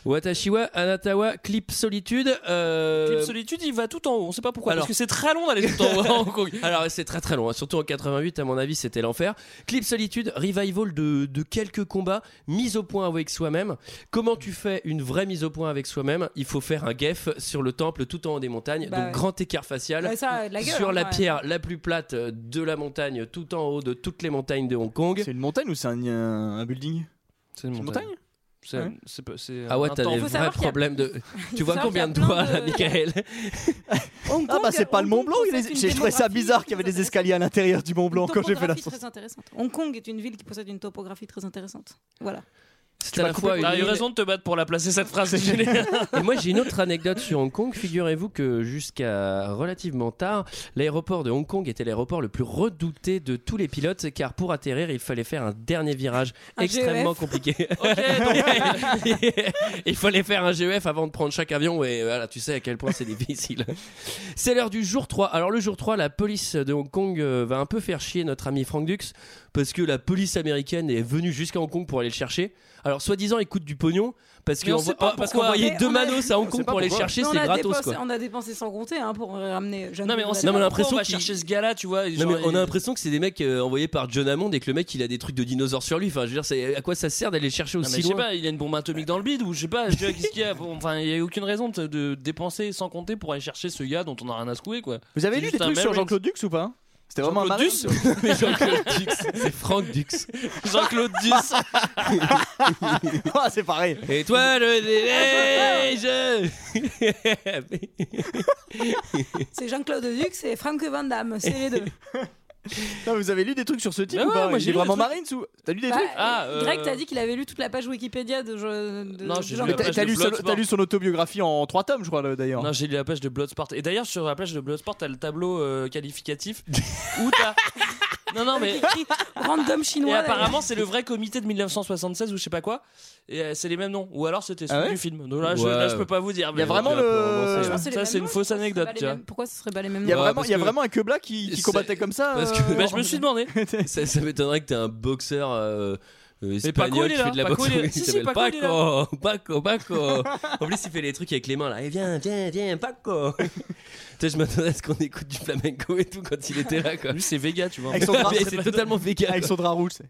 [SPEAKER 1] Watashiwa Anatawa clip solitude. euh,
[SPEAKER 6] Clip Solitude, il va tout en haut, on sait pas pourquoi.
[SPEAKER 1] Alors-
[SPEAKER 6] Parce que c'est très long d'aller tout en haut à Hong Kong.
[SPEAKER 1] Alors c'est très très long, hein. surtout en 88 à mon avis c'était l'enfer. Clip Solitude, revival de, de quelques combats, mise au point avec soi-même. Comment tu fais une vraie mise au point avec soi-même Il faut faire un gef sur le temple tout en haut des montagnes,
[SPEAKER 8] Bah
[SPEAKER 1] donc
[SPEAKER 8] ouais.
[SPEAKER 1] grand écart facial
[SPEAKER 7] Bah,
[SPEAKER 8] Ouais, ça, de la gueule,
[SPEAKER 6] hein,
[SPEAKER 1] sur la
[SPEAKER 7] hein,
[SPEAKER 8] ouais.
[SPEAKER 1] pierre la plus plate de la montagne tout en haut de toutes les montagnes de Hong Kong.
[SPEAKER 7] C'est une montagne ou c'est un, un- un building
[SPEAKER 6] C'est une
[SPEAKER 7] C'est une montagne
[SPEAKER 6] C'est
[SPEAKER 7] Ouais.
[SPEAKER 6] c'est pas- c'est
[SPEAKER 1] Ah ouais,
[SPEAKER 6] un
[SPEAKER 1] t'as
[SPEAKER 6] temps.
[SPEAKER 1] des
[SPEAKER 6] Faut
[SPEAKER 1] vrais
[SPEAKER 6] savoir qu'il y a-
[SPEAKER 1] problèmes de.
[SPEAKER 6] faut
[SPEAKER 1] Tu vois
[SPEAKER 6] savoir
[SPEAKER 1] combien de
[SPEAKER 6] qu'il y a
[SPEAKER 1] doigts
[SPEAKER 6] plein
[SPEAKER 1] là,
[SPEAKER 6] de-
[SPEAKER 1] Michael
[SPEAKER 7] Ah bah c'est pas le Mont Blanc, il y a les- j'ai trouvé ça bizarre qu'il y avait des escaliers à l'intérieur du Mont Blanc quand j'ai fait la
[SPEAKER 8] Topographie très intéressante. Hong Kong est une ville qui possède une topographie très intéressante. Voilà.
[SPEAKER 1] C'est à la fois une
[SPEAKER 6] T'as eu
[SPEAKER 1] île-
[SPEAKER 6] raison de te battre pour la placer cette phrase. Julie.
[SPEAKER 1] Et moi j'ai une autre anecdote sur Hong Kong. Figurez-vous que jusqu'à relativement tard, l'aéroport de Hong Kong était l'aéroport le plus redouté de tous les pilotes car pour atterrir il fallait faire un dernier virage
[SPEAKER 6] Un
[SPEAKER 1] extrêmement
[SPEAKER 6] GEF.
[SPEAKER 1] compliqué.
[SPEAKER 6] Ok, donc-
[SPEAKER 1] il fallait faire un GEF avant de prendre chaque avion et voilà, tu sais à quel point c'est difficile. C'est l'heure du jour 3. Alors le jour 3, la police de Hong Kong euh, va un peu faire chier notre ami Frank Dux parce que la police américaine est venue jusqu'à Hong Kong pour aller le chercher. Alors soi-disant, il coûte du pognon parce
[SPEAKER 6] Mais
[SPEAKER 1] qu'on
[SPEAKER 6] on sait
[SPEAKER 1] voit-
[SPEAKER 6] pas
[SPEAKER 1] ah, parce qu'on
[SPEAKER 6] pourquoi.
[SPEAKER 1] voyait
[SPEAKER 6] Mais
[SPEAKER 1] deux
[SPEAKER 6] on a-
[SPEAKER 1] manos à Hong
[SPEAKER 6] on
[SPEAKER 1] Kong
[SPEAKER 6] sait pas
[SPEAKER 1] pour aller
[SPEAKER 6] pourquoi.
[SPEAKER 1] chercher,
[SPEAKER 8] Mais on
[SPEAKER 1] c'est
[SPEAKER 8] a
[SPEAKER 1] gratos
[SPEAKER 8] dépensé-
[SPEAKER 1] quoi.
[SPEAKER 8] On a dépensé sans compter hein, pour ramener. Jeanne
[SPEAKER 6] Non mais on
[SPEAKER 8] d'Arc.
[SPEAKER 6] sait pas pourquoi on
[SPEAKER 1] l'impression
[SPEAKER 6] va
[SPEAKER 1] qu'il-
[SPEAKER 6] chercher ce gars-là, tu vois.
[SPEAKER 1] Non,
[SPEAKER 6] genre,
[SPEAKER 1] mais on
[SPEAKER 6] il-
[SPEAKER 1] a l'impression que c'est des mecs euh, envoyés par John Hammond et que le mec il a des trucs de dinosaures sur lui. Enfin, je veux dire, c'est à quoi ça sert d'aller chercher
[SPEAKER 6] Non, mais
[SPEAKER 1] aussi
[SPEAKER 6] je sais
[SPEAKER 1] loin
[SPEAKER 6] pas, il a une bombe atomique dans le bide ou je sais pas, je sais pas, qu'est-ce qu'il y a. Bon, Enfin, il y a aucune raison de, de dépenser sans compter pour aller chercher ce gars dont on a rien à secouer quoi.
[SPEAKER 7] Vous avez
[SPEAKER 6] C'est
[SPEAKER 7] lu des
[SPEAKER 6] juste un
[SPEAKER 7] trucs sur
[SPEAKER 6] Marine.
[SPEAKER 7] Jean-Claude Dux ou pas C'était vraiment un
[SPEAKER 6] Jean-Claude
[SPEAKER 7] malin.
[SPEAKER 6] Dux
[SPEAKER 1] Mais Jean-Claude Dux, c'est Franck Dux.
[SPEAKER 6] Jean-Claude Dux.
[SPEAKER 7] Ah, c'est pareil.
[SPEAKER 1] Et toi le Hey, je-
[SPEAKER 8] C'est Jean-Claude Dux et Frank Van Damme, c'est les deux.
[SPEAKER 7] Non, vous avez lu des trucs sur ce type
[SPEAKER 6] Ah
[SPEAKER 7] ou
[SPEAKER 6] ouais,
[SPEAKER 7] pas
[SPEAKER 6] moi,
[SPEAKER 7] Il
[SPEAKER 6] j'ai
[SPEAKER 7] est
[SPEAKER 6] lu des
[SPEAKER 7] vraiment
[SPEAKER 6] trucs.
[SPEAKER 7] marine sous. T'as lu des
[SPEAKER 8] Bah,
[SPEAKER 7] trucs
[SPEAKER 6] Ah, euh,
[SPEAKER 8] Greg t'a dit qu'il avait lu toute la page Wikipédia de, je- de-
[SPEAKER 6] Non,
[SPEAKER 8] de
[SPEAKER 6] j'ai lu
[SPEAKER 8] Jean-
[SPEAKER 6] la
[SPEAKER 7] T'as-
[SPEAKER 6] page
[SPEAKER 7] T'as
[SPEAKER 6] de
[SPEAKER 7] lu, son-
[SPEAKER 6] Bloodsport.
[SPEAKER 7] t'as lu son autobiographie en 3 tomes, je crois là, d'ailleurs.
[SPEAKER 6] Non, j'ai lu la page de Bloodsport. Et d'ailleurs, sur la page de Bloodsport, t'as le tableau euh, qualificatif où t'as. Non, non, mais.
[SPEAKER 8] Random chinois.
[SPEAKER 6] Et
[SPEAKER 8] là.
[SPEAKER 6] apparemment, c'est le vrai comité de 1976 ou je sais pas quoi. Et euh, c'est les mêmes noms. Ou alors, c'était celui
[SPEAKER 7] Ah ouais
[SPEAKER 6] du film. Donc là, je,
[SPEAKER 1] Ouais.
[SPEAKER 6] là, je peux pas vous dire.
[SPEAKER 7] Il y a
[SPEAKER 6] mais-
[SPEAKER 7] vraiment le.
[SPEAKER 8] Je pense que les
[SPEAKER 6] hein. Ça,
[SPEAKER 8] mêmes
[SPEAKER 6] c'est une
[SPEAKER 8] noms, je pense
[SPEAKER 6] fausse
[SPEAKER 8] que ce serait
[SPEAKER 6] anecdote,
[SPEAKER 8] pas les
[SPEAKER 6] tu vois.
[SPEAKER 8] mêmes- Pourquoi ce serait pas les mêmes
[SPEAKER 7] Il y a
[SPEAKER 8] noms
[SPEAKER 1] Ouais,
[SPEAKER 7] vraiment,
[SPEAKER 1] parce
[SPEAKER 7] il y a
[SPEAKER 1] que-
[SPEAKER 7] vraiment un quebla qui, qui
[SPEAKER 1] C'est-
[SPEAKER 7] combattait comme ça.
[SPEAKER 1] parce que-
[SPEAKER 7] euh,
[SPEAKER 6] Bah, je me suis demandé.
[SPEAKER 1] ça, ça m'étonnerait que t'es un boxeur euh, euh, espagnol
[SPEAKER 6] Paco, il est
[SPEAKER 1] qui
[SPEAKER 6] là,
[SPEAKER 1] fait de la
[SPEAKER 6] Paco,
[SPEAKER 1] boxe
[SPEAKER 6] il est-
[SPEAKER 1] il
[SPEAKER 6] si, si,
[SPEAKER 1] s'appelle
[SPEAKER 6] Paco, il est
[SPEAKER 1] Paco, Paco, Paco. en plus il fait les trucs avec les mains là et viens viens viens Paco tu sais je m'attendais à ce qu'on écoute du flamenco et tout quand il était là quoi
[SPEAKER 6] Lui, c'est Vega, tu vois.
[SPEAKER 7] Avec son bras-
[SPEAKER 1] Mais c'est totalement vegan
[SPEAKER 7] Avec son drap rouge. c'est-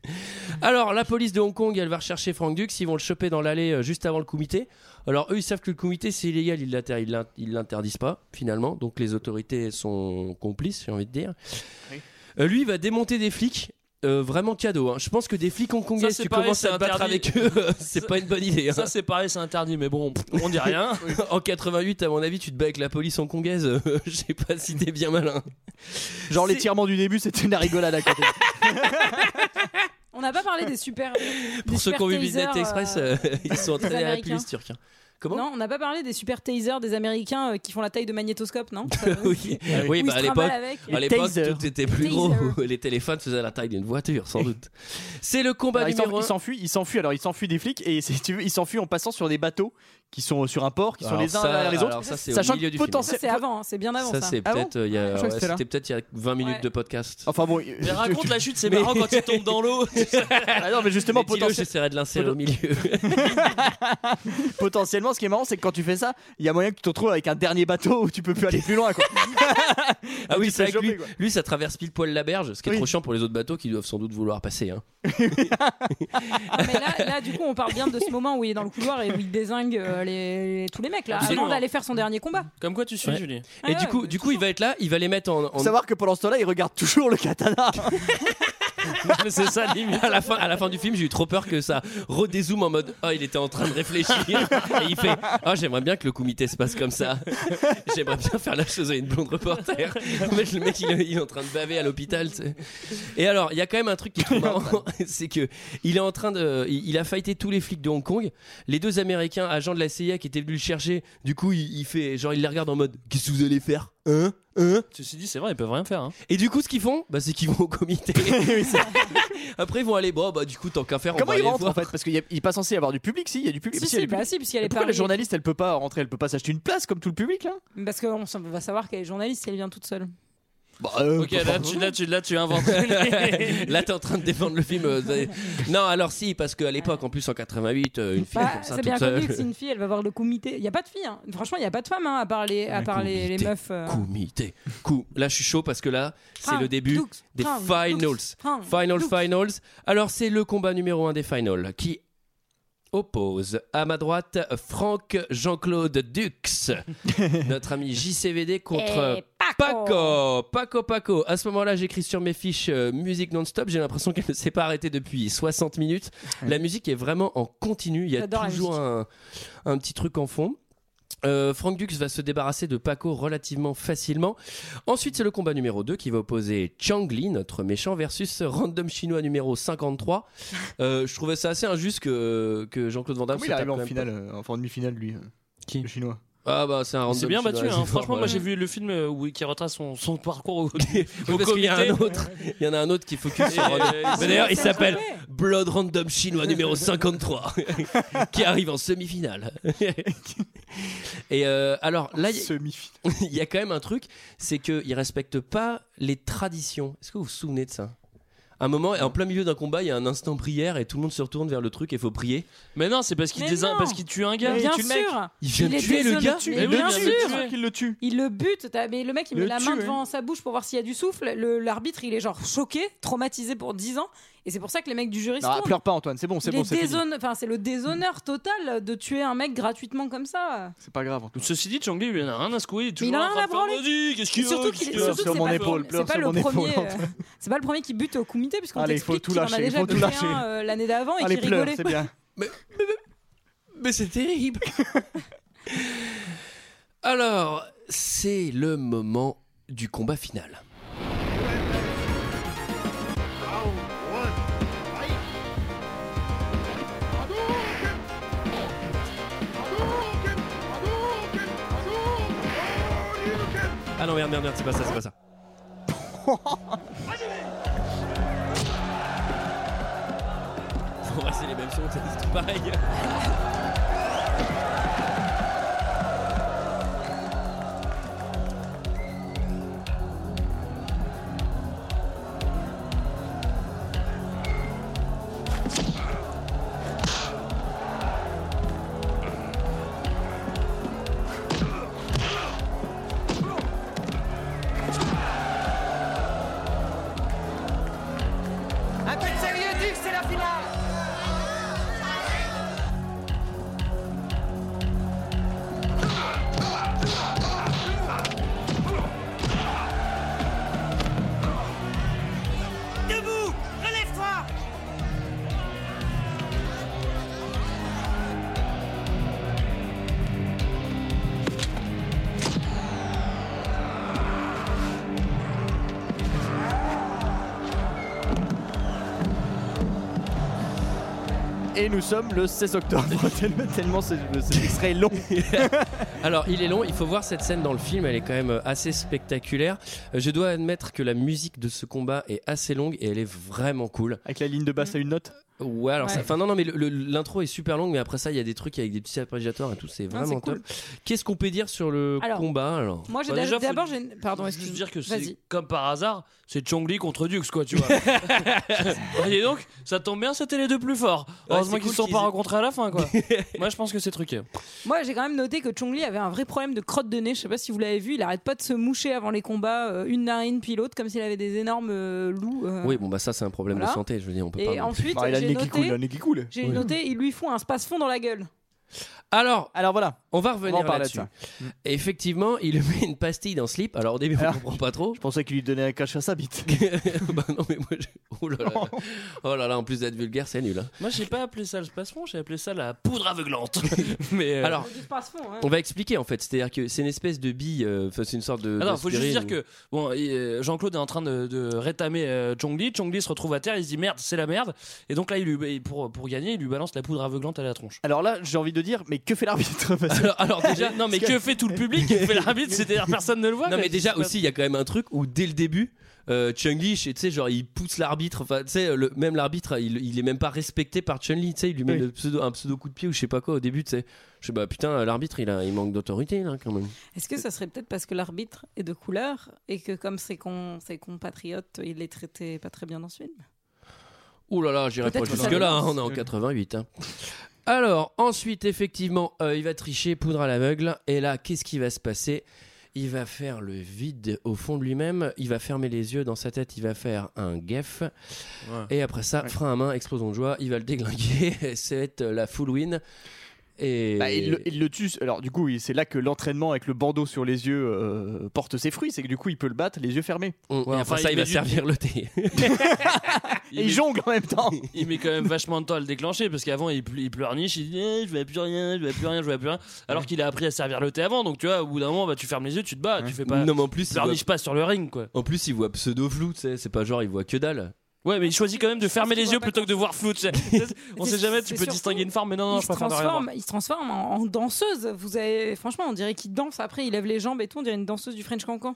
[SPEAKER 1] alors la police de Hong Kong elle va rechercher Frank Dux ils vont le choper dans l'allée euh, juste avant le comité alors eux ils savent que le comité c'est illégal ils l'inter- ils l'in- ils l'interdisent pas finalement donc les autorités sont complices j'ai envie de dire
[SPEAKER 7] Oui.
[SPEAKER 1] Euh, lui il va démonter des flics euh, vraiment cadeau. hein. Je pense que des flics hongkongais,
[SPEAKER 6] Ça,
[SPEAKER 1] si
[SPEAKER 6] c'est
[SPEAKER 1] tu
[SPEAKER 6] pareil,
[SPEAKER 1] commences
[SPEAKER 6] c'est
[SPEAKER 1] à te battre
[SPEAKER 6] interdit.
[SPEAKER 1] avec eux, euh, c'est
[SPEAKER 6] Ça-
[SPEAKER 1] pas une bonne idée. hein.
[SPEAKER 6] Ça, c'est pareil, c'est interdit, mais bon, on dit rien.
[SPEAKER 1] en 88, à mon avis, tu te bats avec la police hongkongaise. euh, Je sais pas si t'es bien malin.
[SPEAKER 7] Genre
[SPEAKER 1] C'est-
[SPEAKER 7] l'étirement du début, c'était une rigolade à côté.
[SPEAKER 8] On n'a pas parlé des super.
[SPEAKER 1] Pour ceux qui ont vu Midnight Express, euh, ils sont entraînés à la
[SPEAKER 8] Américains.
[SPEAKER 1] police turque. hein.
[SPEAKER 7] Ah
[SPEAKER 1] Comment
[SPEAKER 8] Non, on n'a pas parlé des super tasers des Américains euh, qui font la taille de magnétoscope, non
[SPEAKER 1] oui, oui
[SPEAKER 8] Où
[SPEAKER 1] bah,
[SPEAKER 8] ils
[SPEAKER 1] à
[SPEAKER 8] se
[SPEAKER 1] l'époque,
[SPEAKER 8] trimballent avec.
[SPEAKER 1] à l'époque,
[SPEAKER 7] taser.
[SPEAKER 1] tout était plus
[SPEAKER 8] Taser.
[SPEAKER 1] gros. Les téléphones faisaient la taille d'une voiture, sans doute. C'est le combat
[SPEAKER 7] Alors, il s'en-
[SPEAKER 1] numéro
[SPEAKER 7] il
[SPEAKER 1] 1.
[SPEAKER 7] s'enfuit, il s'enfuit. Alors il s'enfuit des flics et si tu veux, il s'enfuit en passant sur des bateaux qui sont sur un port, qui sont
[SPEAKER 1] Alors
[SPEAKER 7] les uns
[SPEAKER 1] ça-
[SPEAKER 7] derrière les autres,
[SPEAKER 1] alors ça, c'est au
[SPEAKER 7] sachant
[SPEAKER 1] milieu
[SPEAKER 7] que
[SPEAKER 1] du film.
[SPEAKER 8] Ça,
[SPEAKER 7] potentiel-
[SPEAKER 8] c'est avant, hein, c'est bien avant ça.
[SPEAKER 1] Ça, c'est
[SPEAKER 7] Ah bon
[SPEAKER 1] peut-être euh, il y
[SPEAKER 7] Je
[SPEAKER 1] a,
[SPEAKER 7] crois que
[SPEAKER 1] ouais,
[SPEAKER 7] c'était là.
[SPEAKER 1] c'était peut-être il y a 20 minutes de podcast.
[SPEAKER 7] Enfin bon,
[SPEAKER 6] Mais raconte la chute, c'est
[SPEAKER 7] Mais-
[SPEAKER 6] marrant quand il tombe dans l'eau.
[SPEAKER 7] Ah non, mais justement,
[SPEAKER 1] Mais dis-le,
[SPEAKER 7] potentiel-
[SPEAKER 1] j'essaierai de l'insérer au milieu.
[SPEAKER 7] potentiellement, ce qui est marrant, c'est que quand tu fais ça, il y a moyen que tu te retrouves avec un dernier bateau où tu peux plus aller plus loin. Quoi.
[SPEAKER 1] Ah oui,
[SPEAKER 7] Tu te
[SPEAKER 1] c'est
[SPEAKER 7] fais
[SPEAKER 1] vrai que lui,
[SPEAKER 7] choper, quoi.
[SPEAKER 1] lui, ça traverse pile poil la berge, ce qui est
[SPEAKER 7] Oui.
[SPEAKER 1] trop chiant pour les autres bateaux qui doivent sans doute vouloir passer. hein.
[SPEAKER 8] Ah, Mais là, là, du coup, on parle bien de ce moment où il est dans le couloir et où il désingue euh, les, les- tous les mecs là, avant
[SPEAKER 1] Absolument.
[SPEAKER 8] d'aller faire son dernier combat.
[SPEAKER 6] Comme quoi tu suis,
[SPEAKER 1] Ouais.
[SPEAKER 6] Julie.
[SPEAKER 1] Et du coup, du coup, il va être là, il va les mettre en. en-
[SPEAKER 7] Faut savoir que pendant ce temps-là, il regarde toujours le katana.
[SPEAKER 6] c'est ça, limite.
[SPEAKER 1] À la, fin, à la fin du film, j'ai eu trop peur que ça redézoome en mode Oh, il était en train de réfléchir. Et il fait Oh, j'aimerais bien que le comité se passe comme ça. j'aimerais bien faire la chose à une blonde reporter. En fait, le mec, il, est- il est en train de baver à l'hôpital. tu sais. Et alors, il y a quand même un truc qui est trop marrant c'est que il est en train de. Il, il a fighté tous les flics de Hong Kong. Les deux américains, agents de la CIA qui étaient venus le chercher, du coup, il, il fait genre, il les regarde en mode Qu'est-ce que vous allez faire Hein Hein
[SPEAKER 6] Ceci dit, c'est vrai, ils peuvent rien faire. hein.
[SPEAKER 1] et du coup, ce qu'ils font, bah, c'est qu'ils vont au comité. Après, ils vont aller, bon, bah, du coup, tant qu'à faire, on
[SPEAKER 7] Comment
[SPEAKER 1] va
[SPEAKER 7] il
[SPEAKER 1] aller
[SPEAKER 7] rentre
[SPEAKER 1] voir.
[SPEAKER 7] en fait Parce qu'il n'est pas censé y avoir du public, si, il y a du public.
[SPEAKER 8] Si,
[SPEAKER 7] il y a du
[SPEAKER 8] si, bah
[SPEAKER 7] public.
[SPEAKER 8] si, puisqu'elle
[SPEAKER 7] Et
[SPEAKER 8] est
[SPEAKER 7] Pourquoi
[SPEAKER 8] pas.
[SPEAKER 7] la journaliste, elle peut pas rentrer, elle peut pas s'acheter une place comme tout le public là
[SPEAKER 8] Parce qu'on s'en- va savoir qu'elle est journaliste, elle vient toute seule.
[SPEAKER 7] Bah, euh,
[SPEAKER 6] Ok,
[SPEAKER 7] pas
[SPEAKER 6] là tu,
[SPEAKER 7] forcément.
[SPEAKER 6] là, tu, là, tu inventes. Les-
[SPEAKER 1] Là, t'es en train de défendre le film. euh, t'es- non, alors si, parce qu'à l'époque, en plus, en 88, euh, une fille
[SPEAKER 8] Bah,
[SPEAKER 1] comme ça,
[SPEAKER 8] c'est
[SPEAKER 1] toute
[SPEAKER 8] bien connu que si
[SPEAKER 1] seule.
[SPEAKER 8] une fille, elle va voir le comité. Il y a pas de fille, hein. franchement, il y a pas de femme hein, à part les, à
[SPEAKER 1] Le
[SPEAKER 8] part les, les
[SPEAKER 1] comité.
[SPEAKER 8] meufs. euh.
[SPEAKER 1] Comité. Coup. Là, je suis chaud parce que là, c'est
[SPEAKER 8] Franck,
[SPEAKER 1] le début
[SPEAKER 8] Dux,
[SPEAKER 1] des
[SPEAKER 8] Franck, Dux,
[SPEAKER 1] finals.
[SPEAKER 8] Franck,
[SPEAKER 1] Finals,
[SPEAKER 8] Dux.
[SPEAKER 1] finals. Alors, c'est le combat numéro un des finals qui oppose à ma droite Franck Jean-Claude Dux, notre ami JCVD contre
[SPEAKER 8] Et Paco.
[SPEAKER 1] Paco. Paco, Paco. À ce moment-là, j'écris sur mes fiches euh, musique non-stop. J'ai l'impression qu'elle ne s'est pas arrêtée depuis 60 minutes. La musique est vraiment en continu. Il y a
[SPEAKER 8] J'adore la
[SPEAKER 1] toujours un, un petit truc en fond. Euh, Frank Dux va se débarrasser de Paco relativement facilement. Ensuite, c'est le combat numéro 2 qui va opposer Chang Li, notre méchant, versus ce random chinois numéro 53. Euh, je trouvais ça assez injuste que, que Jean-Claude Van Damme
[SPEAKER 7] Comment
[SPEAKER 1] se
[SPEAKER 7] il arrive
[SPEAKER 1] tape quand
[SPEAKER 7] en
[SPEAKER 1] même
[SPEAKER 7] finale, euh, enfin en demi-finale lui euh,
[SPEAKER 1] Qui
[SPEAKER 7] Le chinois.
[SPEAKER 1] pas. Ah bah c'est un random
[SPEAKER 6] C'est bien
[SPEAKER 1] chinois,
[SPEAKER 6] battu, hein.
[SPEAKER 1] c'est fort,
[SPEAKER 6] franchement. Moi
[SPEAKER 1] voilà.
[SPEAKER 6] j'ai vu le film euh, où, qui retrace son, son parcours au, au
[SPEAKER 1] Oui, parce qu'il y a
[SPEAKER 6] comité.
[SPEAKER 1] un autre, il y en a un autre qui focus sur.
[SPEAKER 6] Et,
[SPEAKER 1] Random-
[SPEAKER 6] euh,
[SPEAKER 1] Mais d'ailleurs, il
[SPEAKER 8] c'est
[SPEAKER 1] s'appelle
[SPEAKER 8] parfait.
[SPEAKER 1] Blood Random Chinois numéro 53, qui arrive en semi-finale. Et euh, alors là, il y-
[SPEAKER 7] Semi-finale.
[SPEAKER 1] il y a quand même un truc, c'est qu'ils respectent pas les traditions. Est-ce que vous vous souvenez de ça À un moment, en plein milieu d'un combat, il y a un instant prière et tout le monde se retourne vers le truc et faut prier.
[SPEAKER 6] Mais non, c'est parce qu'il
[SPEAKER 8] Mais
[SPEAKER 6] désin-
[SPEAKER 8] non.
[SPEAKER 6] parce qu'il tue un gars.
[SPEAKER 8] Bien
[SPEAKER 7] tu le mec.
[SPEAKER 8] sûr.
[SPEAKER 1] Il vient
[SPEAKER 8] est
[SPEAKER 1] tuer le
[SPEAKER 8] désolé.
[SPEAKER 1] gars
[SPEAKER 8] Mais
[SPEAKER 6] Mais oui,
[SPEAKER 8] bien
[SPEAKER 6] bien
[SPEAKER 8] sûr.
[SPEAKER 6] sûr.
[SPEAKER 7] sûr qu'il le tue.
[SPEAKER 8] Il le bute, t'as- mais le mec il
[SPEAKER 7] Le
[SPEAKER 8] met la
[SPEAKER 7] tue,
[SPEAKER 8] main
[SPEAKER 7] ouais.
[SPEAKER 8] devant sa bouche pour voir s'il y a du souffle. Le- L'arbitre il est genre choqué, traumatisé pour 10 ans, et c'est pour ça que les mecs du jury se
[SPEAKER 7] Non,
[SPEAKER 8] tournent.
[SPEAKER 7] pleure pas Antoine, c'est bon, c'est
[SPEAKER 8] Il
[SPEAKER 7] bon,
[SPEAKER 8] est
[SPEAKER 7] c'est fini.
[SPEAKER 8] déshon- enfin, c'est le déshonneur total de tuer un mec gratuitement comme ça.
[SPEAKER 7] C'est pas grave. Antoine.
[SPEAKER 6] Ceci dit, Chang Li, il en a rien à secouer. Il est toujours
[SPEAKER 8] il en a
[SPEAKER 6] en train
[SPEAKER 8] rien
[SPEAKER 6] de
[SPEAKER 8] à branler.
[SPEAKER 6] faire, Vas-y, Qu'est-ce
[SPEAKER 8] Et
[SPEAKER 6] qu'il y a,
[SPEAKER 8] surtout
[SPEAKER 6] qu'est-ce
[SPEAKER 8] qu'il est-
[SPEAKER 6] qu'il y a
[SPEAKER 8] surtout que
[SPEAKER 7] sur
[SPEAKER 8] c'est
[SPEAKER 7] mon
[SPEAKER 8] pas le-
[SPEAKER 7] épaule,
[SPEAKER 8] c'est
[SPEAKER 7] pleure
[SPEAKER 8] pas
[SPEAKER 7] sur
[SPEAKER 8] le
[SPEAKER 7] mon épaule,
[SPEAKER 8] premier, euh,
[SPEAKER 7] Antoine.
[SPEAKER 8] c'est pas le premier qui bute au comité puisqu'on
[SPEAKER 7] Allez,
[SPEAKER 8] t'explique
[SPEAKER 7] faut tout
[SPEAKER 8] qu'il en a
[SPEAKER 7] lâcher,
[SPEAKER 8] déjà
[SPEAKER 7] faut tout
[SPEAKER 8] buté
[SPEAKER 7] lâcher.
[SPEAKER 8] un euh, l'année d'avant et
[SPEAKER 7] Allez,
[SPEAKER 8] qu'il
[SPEAKER 7] pleure,
[SPEAKER 8] rigolait.
[SPEAKER 7] c'est bien.
[SPEAKER 1] Mais c'est terrible. Alors, c'est le moment du combat final. Ah non, merde, merde, merde, c'est pas ça, c'est pas ça. En vrai, c'est les mêmes sons, c'est tout pareil.
[SPEAKER 4] Un peu de sérieux, Dix, c'est la finale
[SPEAKER 7] Et nous sommes le 16 octobre, tellement, tellement c'est- cet extrait est long.
[SPEAKER 1] Alors, il est long, il faut voir cette scène dans le film, elle est quand même euh, assez spectaculaire. Euh, Je dois admettre que la musique de ce combat est assez longue et elle est vraiment cool.
[SPEAKER 7] Avec la ligne de basse à une note.
[SPEAKER 1] Ouais, alors ça.
[SPEAKER 6] Ouais.
[SPEAKER 1] Enfin, non, non, mais le- le- l'intro est super longue, mais après ça, il y a des trucs avec des petits appréciateurs et tout, c'est
[SPEAKER 8] Non,
[SPEAKER 1] vraiment
[SPEAKER 8] c'est cool.
[SPEAKER 1] top. Qu'est-ce qu'on peut dire sur le
[SPEAKER 8] Alors,
[SPEAKER 1] combat alors
[SPEAKER 8] Moi, j'ai
[SPEAKER 6] Bah,
[SPEAKER 8] d'a-
[SPEAKER 6] déjà, faut
[SPEAKER 8] d'abord, j'ai. une- Pardon,
[SPEAKER 6] Juste
[SPEAKER 8] excuse-moi.
[SPEAKER 6] dire que
[SPEAKER 8] Vas-y.
[SPEAKER 6] c'est comme par hasard, c'est Chongli contre Dux, quoi, tu vois. Voyez donc, ça tombe bien, c'était les deux plus forts. Heureusement
[SPEAKER 1] c'est
[SPEAKER 6] qu'ils
[SPEAKER 1] cool
[SPEAKER 6] se sont
[SPEAKER 1] qu'ils
[SPEAKER 6] pas
[SPEAKER 1] aient-
[SPEAKER 6] rencontrés à la fin, quoi. Moi, je pense que c'est truqué.
[SPEAKER 8] Moi, j'ai quand même noté que Chongli avait un vrai problème de crotte de nez. Je sais pas si vous l'avez vu, il arrête pas de se moucher avant les combats, euh, une narine puis l'autre, comme s'il avait des énormes euh, loups. euh.
[SPEAKER 1] Oui, bon, bah ça, c'est un problème
[SPEAKER 8] Voilà.
[SPEAKER 1] de santé, je veux dire, on peut
[SPEAKER 8] Et
[SPEAKER 1] pas. non plus.
[SPEAKER 8] ensuite, Bah, il a le j'ai nez qui noté- coule, il a le nez qui
[SPEAKER 7] coule.
[SPEAKER 8] J'ai noté, ils lui font un space-fond dans la gueule.
[SPEAKER 1] Alors,
[SPEAKER 7] alors voilà,
[SPEAKER 1] on va
[SPEAKER 7] On
[SPEAKER 1] revenir
[SPEAKER 7] va en parler
[SPEAKER 1] là-dessus.
[SPEAKER 7] de ça.
[SPEAKER 1] Effectivement, il lui met une pastille dans slip. Alors au début, on
[SPEAKER 7] Alors,
[SPEAKER 1] comprend pas trop.
[SPEAKER 7] Je pensais qu'il lui donnait un cache à sa bite.
[SPEAKER 1] bah non, mais moi, je... oh là là, oh là là, en plus d'être vulgaire, c'est nul. hein.
[SPEAKER 6] Moi, j'ai pas appelé ça le spasmon, j'ai appelé ça la poudre aveuglante. Mais euh,
[SPEAKER 1] Alors, on va expliquer en fait. C'est-à-dire que c'est une espèce de bille. euh, Enfin, c'est une sorte de.
[SPEAKER 6] Ah non,
[SPEAKER 1] de
[SPEAKER 6] faut juste
[SPEAKER 1] spirine
[SPEAKER 6] dire
[SPEAKER 1] ou-
[SPEAKER 6] que bon, et, euh, Jean-Claude est en train de, de rétamer euh, Chongli. Chongli se retrouve à terre, il se dit merde, c'est la merde. Et donc là, il lui, et pour, pour gagner, il lui balance la poudre aveuglante à la tronche.
[SPEAKER 7] Alors là, j'ai envie de dire, mais que fait l'arbitre Parce que-
[SPEAKER 6] Alors, alors déjà, non mais
[SPEAKER 7] Parce
[SPEAKER 6] que fait tout le public Que fait l'arbitre C'est-à-dire personne ne le voit.
[SPEAKER 1] Non,
[SPEAKER 6] quoi.
[SPEAKER 1] mais déjà aussi, il y a quand même un truc où dès le début. Euh, Chun-Li, je- tu sais, genre il pousse l'arbitre, enfin, tu sais, le- même l'arbitre, il, il est même pas respecté par Chun-Li, tu sais, il lui met
[SPEAKER 7] Oui.
[SPEAKER 1] le pseudo, un pseudo coup de pied ou je sais pas quoi au début, tu sais. Je sais pas, putain, l'arbitre, il, a- il manque d'autorité là quand même.
[SPEAKER 8] Est-ce que ça serait peut-être parce que l'arbitre est de couleur et que comme ses, con- ses compatriotes, il les traitait pas très bien dans ce film
[SPEAKER 1] Ouh là là, j'irai pas
[SPEAKER 8] Peut-être que ça
[SPEAKER 1] jusque-là, hein,
[SPEAKER 8] balance.
[SPEAKER 1] on est en 88. hein. Alors, ensuite, effectivement, euh, il va tricher, poudre à l'aveugle, et là, qu'est-ce qui va se passer Il va faire le vide au fond de lui-même, il va fermer les yeux dans sa tête, il va faire un guef,
[SPEAKER 6] Ouais.
[SPEAKER 1] et après ça, frein à main, explosion de joie, il va le déglinguer, c'est être la full win. Et...
[SPEAKER 7] Bah, il, le, il le tue. Alors du coup, il- c'est là que l'entraînement avec le bandeau sur les yeux euh, porte ses fruits. C'est que du coup, il peut le battre les yeux fermés.
[SPEAKER 1] et après
[SPEAKER 6] enfin,
[SPEAKER 1] ça,
[SPEAKER 6] il
[SPEAKER 1] il va
[SPEAKER 6] met du-
[SPEAKER 1] servir le thé.
[SPEAKER 7] Et il jongle en même temps.
[SPEAKER 6] Il met quand même vachement de temps à le déclencher parce qu'avant il, ple- il pleurniche, il dit Eh, je vois plus rien, je vois plus rien, je vois plus rien. Alors qu'il a appris à servir le thé avant, donc tu vois, au bout d'un moment, bah, tu fermes les yeux, tu te bats, tu fais pas.
[SPEAKER 1] Non, mais en plus, il
[SPEAKER 6] pleurniche
[SPEAKER 1] voit-
[SPEAKER 6] pas sur le ring quoi.
[SPEAKER 1] En plus, il voit pseudo flou, tu sais, c'est pas genre il voit que dalle.
[SPEAKER 6] Ouais, mais il choisit quand même de fermer les yeux plutôt que de voir flou. tu sais. On sait jamais, tu
[SPEAKER 8] c'est
[SPEAKER 6] peux
[SPEAKER 8] surtout-
[SPEAKER 6] distinguer une forme, mais non, non,
[SPEAKER 8] il, se
[SPEAKER 6] je préfère ne rien voir.
[SPEAKER 8] transforme, il se transforme en, en danseuse. Vous avez, franchement, on dirait qu'il danse. Après, il lève les jambes et tout. On dirait une danseuse du French Cancan.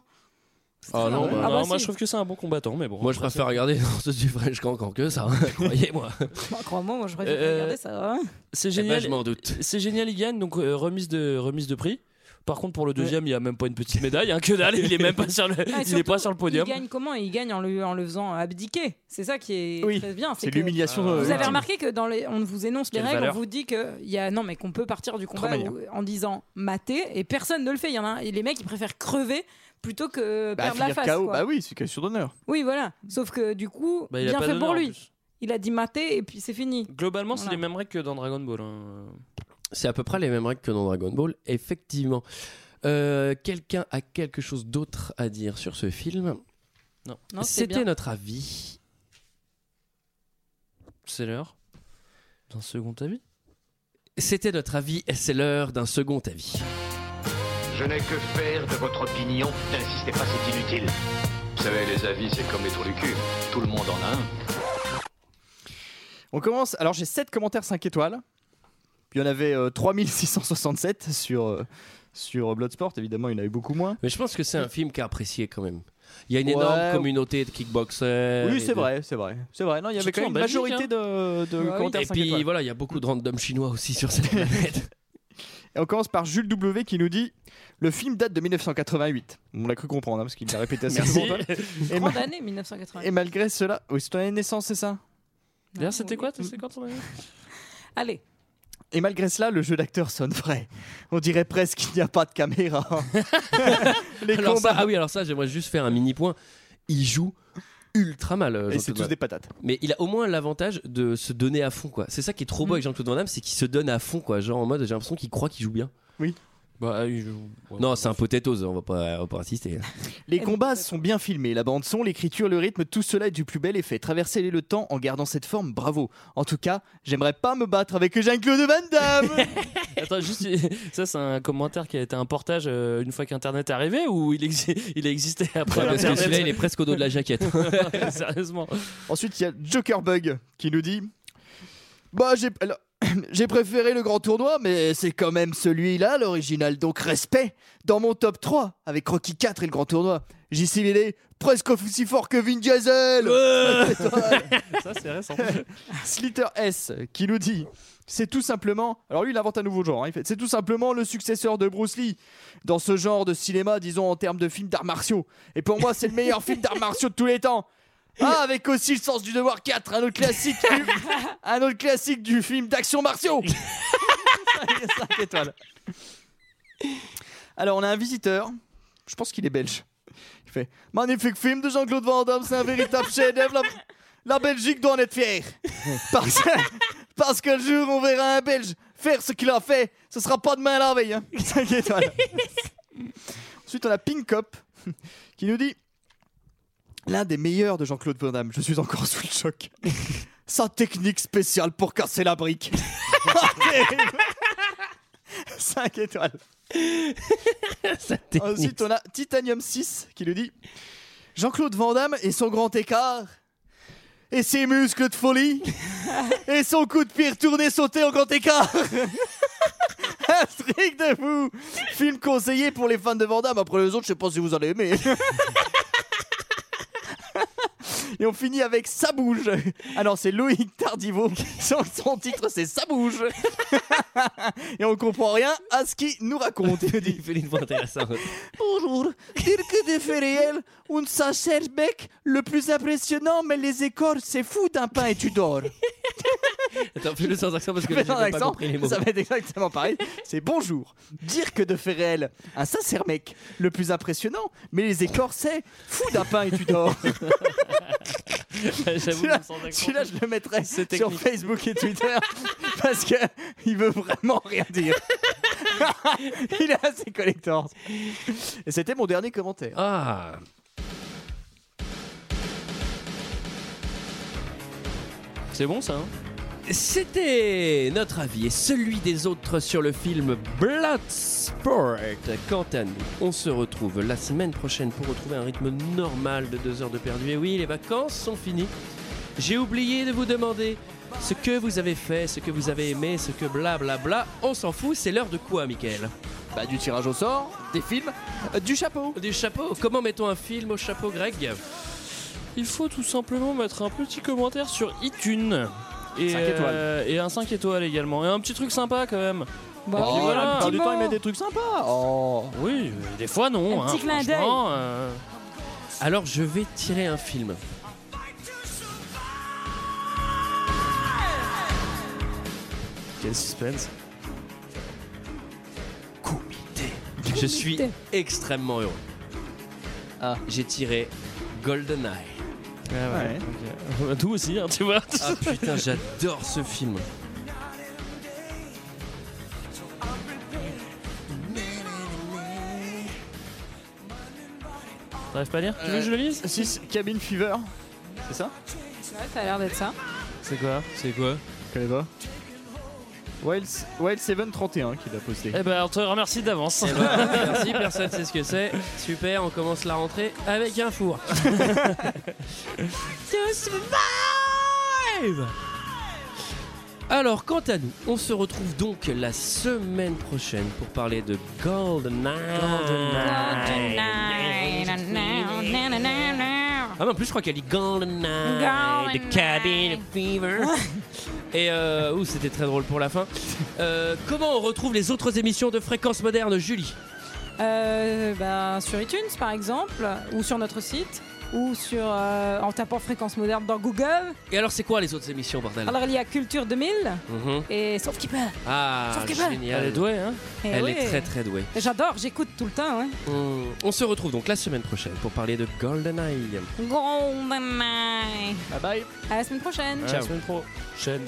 [SPEAKER 1] Ah non, bah,
[SPEAKER 8] bah,
[SPEAKER 6] Non, moi
[SPEAKER 8] si.
[SPEAKER 6] je trouve que c'est un bon combattant, mais bon. bah,
[SPEAKER 1] Moi, je préfère regarder les danseuses du French Cancan que ça, hein, croyez-moi.
[SPEAKER 8] Bah, Crois-moi, moi, j'aurais
[SPEAKER 6] Euh,
[SPEAKER 8] regardé ça. hein.
[SPEAKER 6] C'est
[SPEAKER 1] Eh ben,
[SPEAKER 6] génial.
[SPEAKER 1] je m'en doute.
[SPEAKER 6] C'est génial, il gagne, donc euh, remise, de, remise de prix. Par contre, pour le deuxième, il n'y a même pas une petite médaille, hein, que dalle, il est même pas sur le,
[SPEAKER 8] Ah, et
[SPEAKER 6] il est pas
[SPEAKER 8] surtout,
[SPEAKER 6] sur le podium.
[SPEAKER 8] Il gagne comment Il gagne en le, en le faisant abdiquer. C'est ça qui est
[SPEAKER 7] Oui,
[SPEAKER 8] très bien.
[SPEAKER 7] C'est
[SPEAKER 8] que
[SPEAKER 7] l'humiliation. euh,
[SPEAKER 8] Vous avez
[SPEAKER 7] ultime.
[SPEAKER 8] remarqué que dans les, on vous énonce les
[SPEAKER 7] Quelle
[SPEAKER 8] règles,
[SPEAKER 7] valeur.
[SPEAKER 8] on vous dit que il y a non mais qu'on peut partir du combat
[SPEAKER 7] Trois manières.
[SPEAKER 8] où- en disant mater et personne ne le fait. Il y en a un- et les mecs ils préfèrent crever plutôt que
[SPEAKER 7] Bah,
[SPEAKER 8] perdre la
[SPEAKER 7] finir
[SPEAKER 8] face.
[SPEAKER 7] KO.
[SPEAKER 8] quoi.
[SPEAKER 7] Bah oui, c'est question d'honneur.
[SPEAKER 8] Oui, voilà. Sauf que du coup,
[SPEAKER 6] Bah, il a
[SPEAKER 8] bien
[SPEAKER 6] pas
[SPEAKER 8] fait
[SPEAKER 6] d'honneur,
[SPEAKER 8] pour
[SPEAKER 6] en
[SPEAKER 8] lui.
[SPEAKER 6] plus.
[SPEAKER 8] Il a dit mater et puis c'est fini.
[SPEAKER 6] Globalement, c'est
[SPEAKER 8] Voilà.
[SPEAKER 6] les mêmes règles que dans Dragon Ball. hein.
[SPEAKER 1] C'est à peu près les mêmes règles que dans Dragon Ball, effectivement. Euh, Quelqu'un a quelque chose d'autre à dire sur ce film
[SPEAKER 6] Non.
[SPEAKER 8] Non, c'est
[SPEAKER 1] C'était
[SPEAKER 8] bien.
[SPEAKER 1] notre avis.
[SPEAKER 6] C'est l'heure d'un second avis.
[SPEAKER 1] C'était notre avis et c'est l'heure d'un second avis.
[SPEAKER 13] Je n'ai que faire de votre opinion. N'insistez pas, c'est inutile. Vous savez, les avis, c'est comme les trous du cul. Tout le monde en a un.
[SPEAKER 7] On commence. Alors j'ai 7 commentaires 5 étoiles. Puis il y en avait euh, 3667 sur, euh, sur Bloodsport. Évidemment, il y en a eu beaucoup moins.
[SPEAKER 1] Mais je pense que c'est un film qui a apprécié quand même. Il y a une
[SPEAKER 7] Ouais.
[SPEAKER 1] énorme communauté de
[SPEAKER 6] Euh,
[SPEAKER 1] kickboxers.
[SPEAKER 7] Oui,
[SPEAKER 1] et
[SPEAKER 7] c'est
[SPEAKER 1] de-
[SPEAKER 7] vrai, c'est vrai. C'est vrai. Non, il y avait
[SPEAKER 6] Surtout
[SPEAKER 7] quand même
[SPEAKER 6] en
[SPEAKER 7] une
[SPEAKER 6] Belgique,
[SPEAKER 7] majorité
[SPEAKER 6] hein.
[SPEAKER 7] de, de
[SPEAKER 6] Bah oui.
[SPEAKER 7] commentaires
[SPEAKER 1] Et
[SPEAKER 7] 5
[SPEAKER 1] puis
[SPEAKER 7] étoiles.
[SPEAKER 1] voilà, il y a beaucoup de random chinois aussi sur cette planète.
[SPEAKER 7] Et on commence par Jules W qui nous dit Le film date de 1988. On l'a cru comprendre hein, parce qu'il l'a répété assez
[SPEAKER 6] Merci.
[SPEAKER 7] souvent. Et, ma-
[SPEAKER 8] Grande année 1980.
[SPEAKER 7] et malgré cela, oui, c'est ton année de naissance, c'est ça
[SPEAKER 6] D'ailleurs, c'était quoi C'est quand on a
[SPEAKER 8] Allez.
[SPEAKER 7] Et malgré cela, le jeu d'acteur sonne vrai. On dirait presque qu'il n'y a pas de caméra. Les
[SPEAKER 1] Alors ça-
[SPEAKER 7] combats.
[SPEAKER 1] ah oui, alors ça, j'aimerais juste faire un mini point. Il joue ultra mal. euh,
[SPEAKER 7] Et c'est
[SPEAKER 1] Jean-Claude
[SPEAKER 7] tous
[SPEAKER 1] Van
[SPEAKER 7] des patates.
[SPEAKER 1] mais il a au moins l'avantage de se donner à fond quoi. C'est ça qui est trop
[SPEAKER 6] Mm.
[SPEAKER 1] beau avec Jean-Claude Van Damme, c'est qu'il se donne à fond quoi, genre en mode j'ai l'impression qu'il croit qu'il joue bien.
[SPEAKER 7] Oui.
[SPEAKER 6] Bah, il joue.
[SPEAKER 1] non, c'est un potatoes, on va pas on va pas insister.
[SPEAKER 7] Les combats sont bien filmés, la bande son, l'écriture, le rythme, tout cela est du plus bel effet. Traverser le temps en gardant cette forme, bravo. En tout cas, j'aimerais pas me battre avec Jean-Claude Van Damme.
[SPEAKER 6] Attends, juste, ça, c'est un commentaire qui a été un portage euh, une fois qu'Internet est arrivé ou il, exi- il existait après
[SPEAKER 1] Ouais, parce que
[SPEAKER 6] Internet
[SPEAKER 1] celui-là, il est presque au dos de la jaquette.
[SPEAKER 6] Sérieusement.
[SPEAKER 7] Ensuite, il y a Joker Bug qui nous dit Bah, j'ai. alors,
[SPEAKER 6] J'ai préféré le grand tournoi, mais c'est quand même celui-là l'original, donc respect. Dans mon top 3, avec Rocky 4 et le grand tournoi, j'y simulé presque aussi fort que Vin Diesel
[SPEAKER 2] Ça, c'est récent.
[SPEAKER 6] Slitter S qui nous dit c'est tout simplement. Alors lui, il invente un nouveau genre. hein, il fait, c'est tout simplement le successeur de Bruce Lee dans ce genre de cinéma, disons en termes de films d'arts martiaux. Et pour moi, c'est le meilleur film d'arts martiaux de tous les temps. Ah, avec aussi le sens du devoir 4, un autre classique, du, un autre classique du film d'action martiaux. Cinq étoiles. Alors, on a un visiteur. Je pense qu'il est belge. Il fait Magnifique film de Jean-Claude Van Damme, c'est un véritable chef-d'œuvre. La, la Belgique doit en être fière. Parce, parce que le jour où on verra un Belge faire ce qu'il a fait, ce sera pas demain à la veille. hein. Cinq étoiles. Ensuite, on a Pink Cop qui nous dit L'un des meilleurs de Jean-Claude Van Damme, je suis encore sous le choc. Sa technique spéciale pour casser la brique. 5 étoiles. Ensuite, on a Titanium 6 qui le dit Jean-Claude Van Damme et son grand écart, et ses muscles de folie, et son coup de pied retourné sauté au grand écart. Un truc de fou Film conseillé pour les fans de Van Damme. Après les autres, je sais pas si vous allez aimer. Et on finit avec Ça bouge. Ah non, c'est Loïc Tardiveau. Son, son titre, c'est Ça bouge. Et on comprend rien à ce qu'il nous raconte. Il dit Bonjour, Dirk de Ferriel, un Sacherbeck, le plus impressionnant, mais les écorces, c'est fou d'un pain et tu dors.
[SPEAKER 1] Attends, fais-le sans accent parce que
[SPEAKER 6] Mais
[SPEAKER 1] j'ai
[SPEAKER 6] sans
[SPEAKER 1] pas
[SPEAKER 6] accent,
[SPEAKER 1] compris les mots.
[SPEAKER 6] Ça va être exactement pareil. C'est bonjour. Dire que de Ferrel, un sincère mec, le plus impressionnant, mais les écorces, c'est fou d'un pain et tu dors. Celui-là, celui-là, je le mettrai sur Facebook et Twitter parce que il veut vraiment rien dire. il est assez collector. Et c'était mon dernier commentaire.
[SPEAKER 1] Ah.
[SPEAKER 2] C'est bon ça hein
[SPEAKER 1] C'était notre avis et celui des autres sur le film Bloodsport. Quant à nous, on se retrouve la semaine prochaine pour retrouver un rythme normal de deux heures de perdu. Et oui, les vacances sont finies. J'ai oublié de vous demander ce que vous avez fait, ce que vous avez aimé, ce que blablabla. On s'en fout, c'est l'heure de quoi, Michael
[SPEAKER 6] Bah, du tirage au sort, des films, euh, du chapeau.
[SPEAKER 1] Du chapeau Comment mettons un film au chapeau, Greg
[SPEAKER 2] Il faut tout simplement mettre un petit commentaire sur iTunes. Et,
[SPEAKER 6] Cinq
[SPEAKER 2] euh, et un 5 étoiles également. Et un petit truc sympa quand même.
[SPEAKER 6] Oh.
[SPEAKER 8] Bah
[SPEAKER 2] Et puis
[SPEAKER 8] oui,
[SPEAKER 2] voilà.
[SPEAKER 8] un petit mot.
[SPEAKER 6] trucs sympas. Oh.
[SPEAKER 2] Oui, mais des fois non.
[SPEAKER 8] Un
[SPEAKER 2] hein,
[SPEAKER 8] petit clin d'œil.
[SPEAKER 2] franchement, euh,
[SPEAKER 1] Alors, je vais tirer un film.
[SPEAKER 2] Quel suspense.
[SPEAKER 1] Je suis extrêmement heureux. J'ai tiré GoldenEye.
[SPEAKER 2] ouais, ok. Tout aussi, hein, tu vois.
[SPEAKER 1] Ah putain, j'adore ce film.
[SPEAKER 2] T'arrives pas à lire Tu veux que je le lise
[SPEAKER 6] 6 Cabin Fever. C'est ça
[SPEAKER 8] Ouais, ça a l'air d'être ça.
[SPEAKER 2] C'est quoi C'est quoi
[SPEAKER 6] Je connais pas. Wild, Wild 731 qui l'a posté.
[SPEAKER 2] Eh ben, on te remercie d'avance.
[SPEAKER 1] Eh ben, merci, personne sait ce que c'est. Super, on commence la rentrée avec un four. To survive Alors, quant à nous, on se retrouve donc la semaine prochaine pour parler de GoldenEye. Ah, mais en plus, je crois qu'elle dit GoldenEye, The Cabin Fever. Et euh, ouh, c'était très drôle pour la fin. Euh, comment on retrouve les autres émissions de Fréquence Moderne, Julie
[SPEAKER 8] Euh, ben, sur iTunes par exemple, ou sur notre site, ou sur euh, en tapant fréquence moderne dans Google.
[SPEAKER 1] Et alors, c'est quoi les autres émissions, bordel
[SPEAKER 8] Alors il y a Culture 2000
[SPEAKER 1] Mhm.
[SPEAKER 8] et Saufkeeper.
[SPEAKER 1] Ah,
[SPEAKER 8] Sauf que pas.
[SPEAKER 1] génial.
[SPEAKER 2] Elle est douée, hein
[SPEAKER 8] Eh
[SPEAKER 1] Elle
[SPEAKER 8] ouais.
[SPEAKER 1] est très très douée.
[SPEAKER 8] J'adore, j'écoute tout le temps. hein.
[SPEAKER 1] On, on se retrouve donc la semaine prochaine pour parler de GoldenEye.
[SPEAKER 8] GoldenEye.
[SPEAKER 6] Bye bye.
[SPEAKER 8] À la semaine prochaine.
[SPEAKER 1] Ciao.
[SPEAKER 2] Chaîne.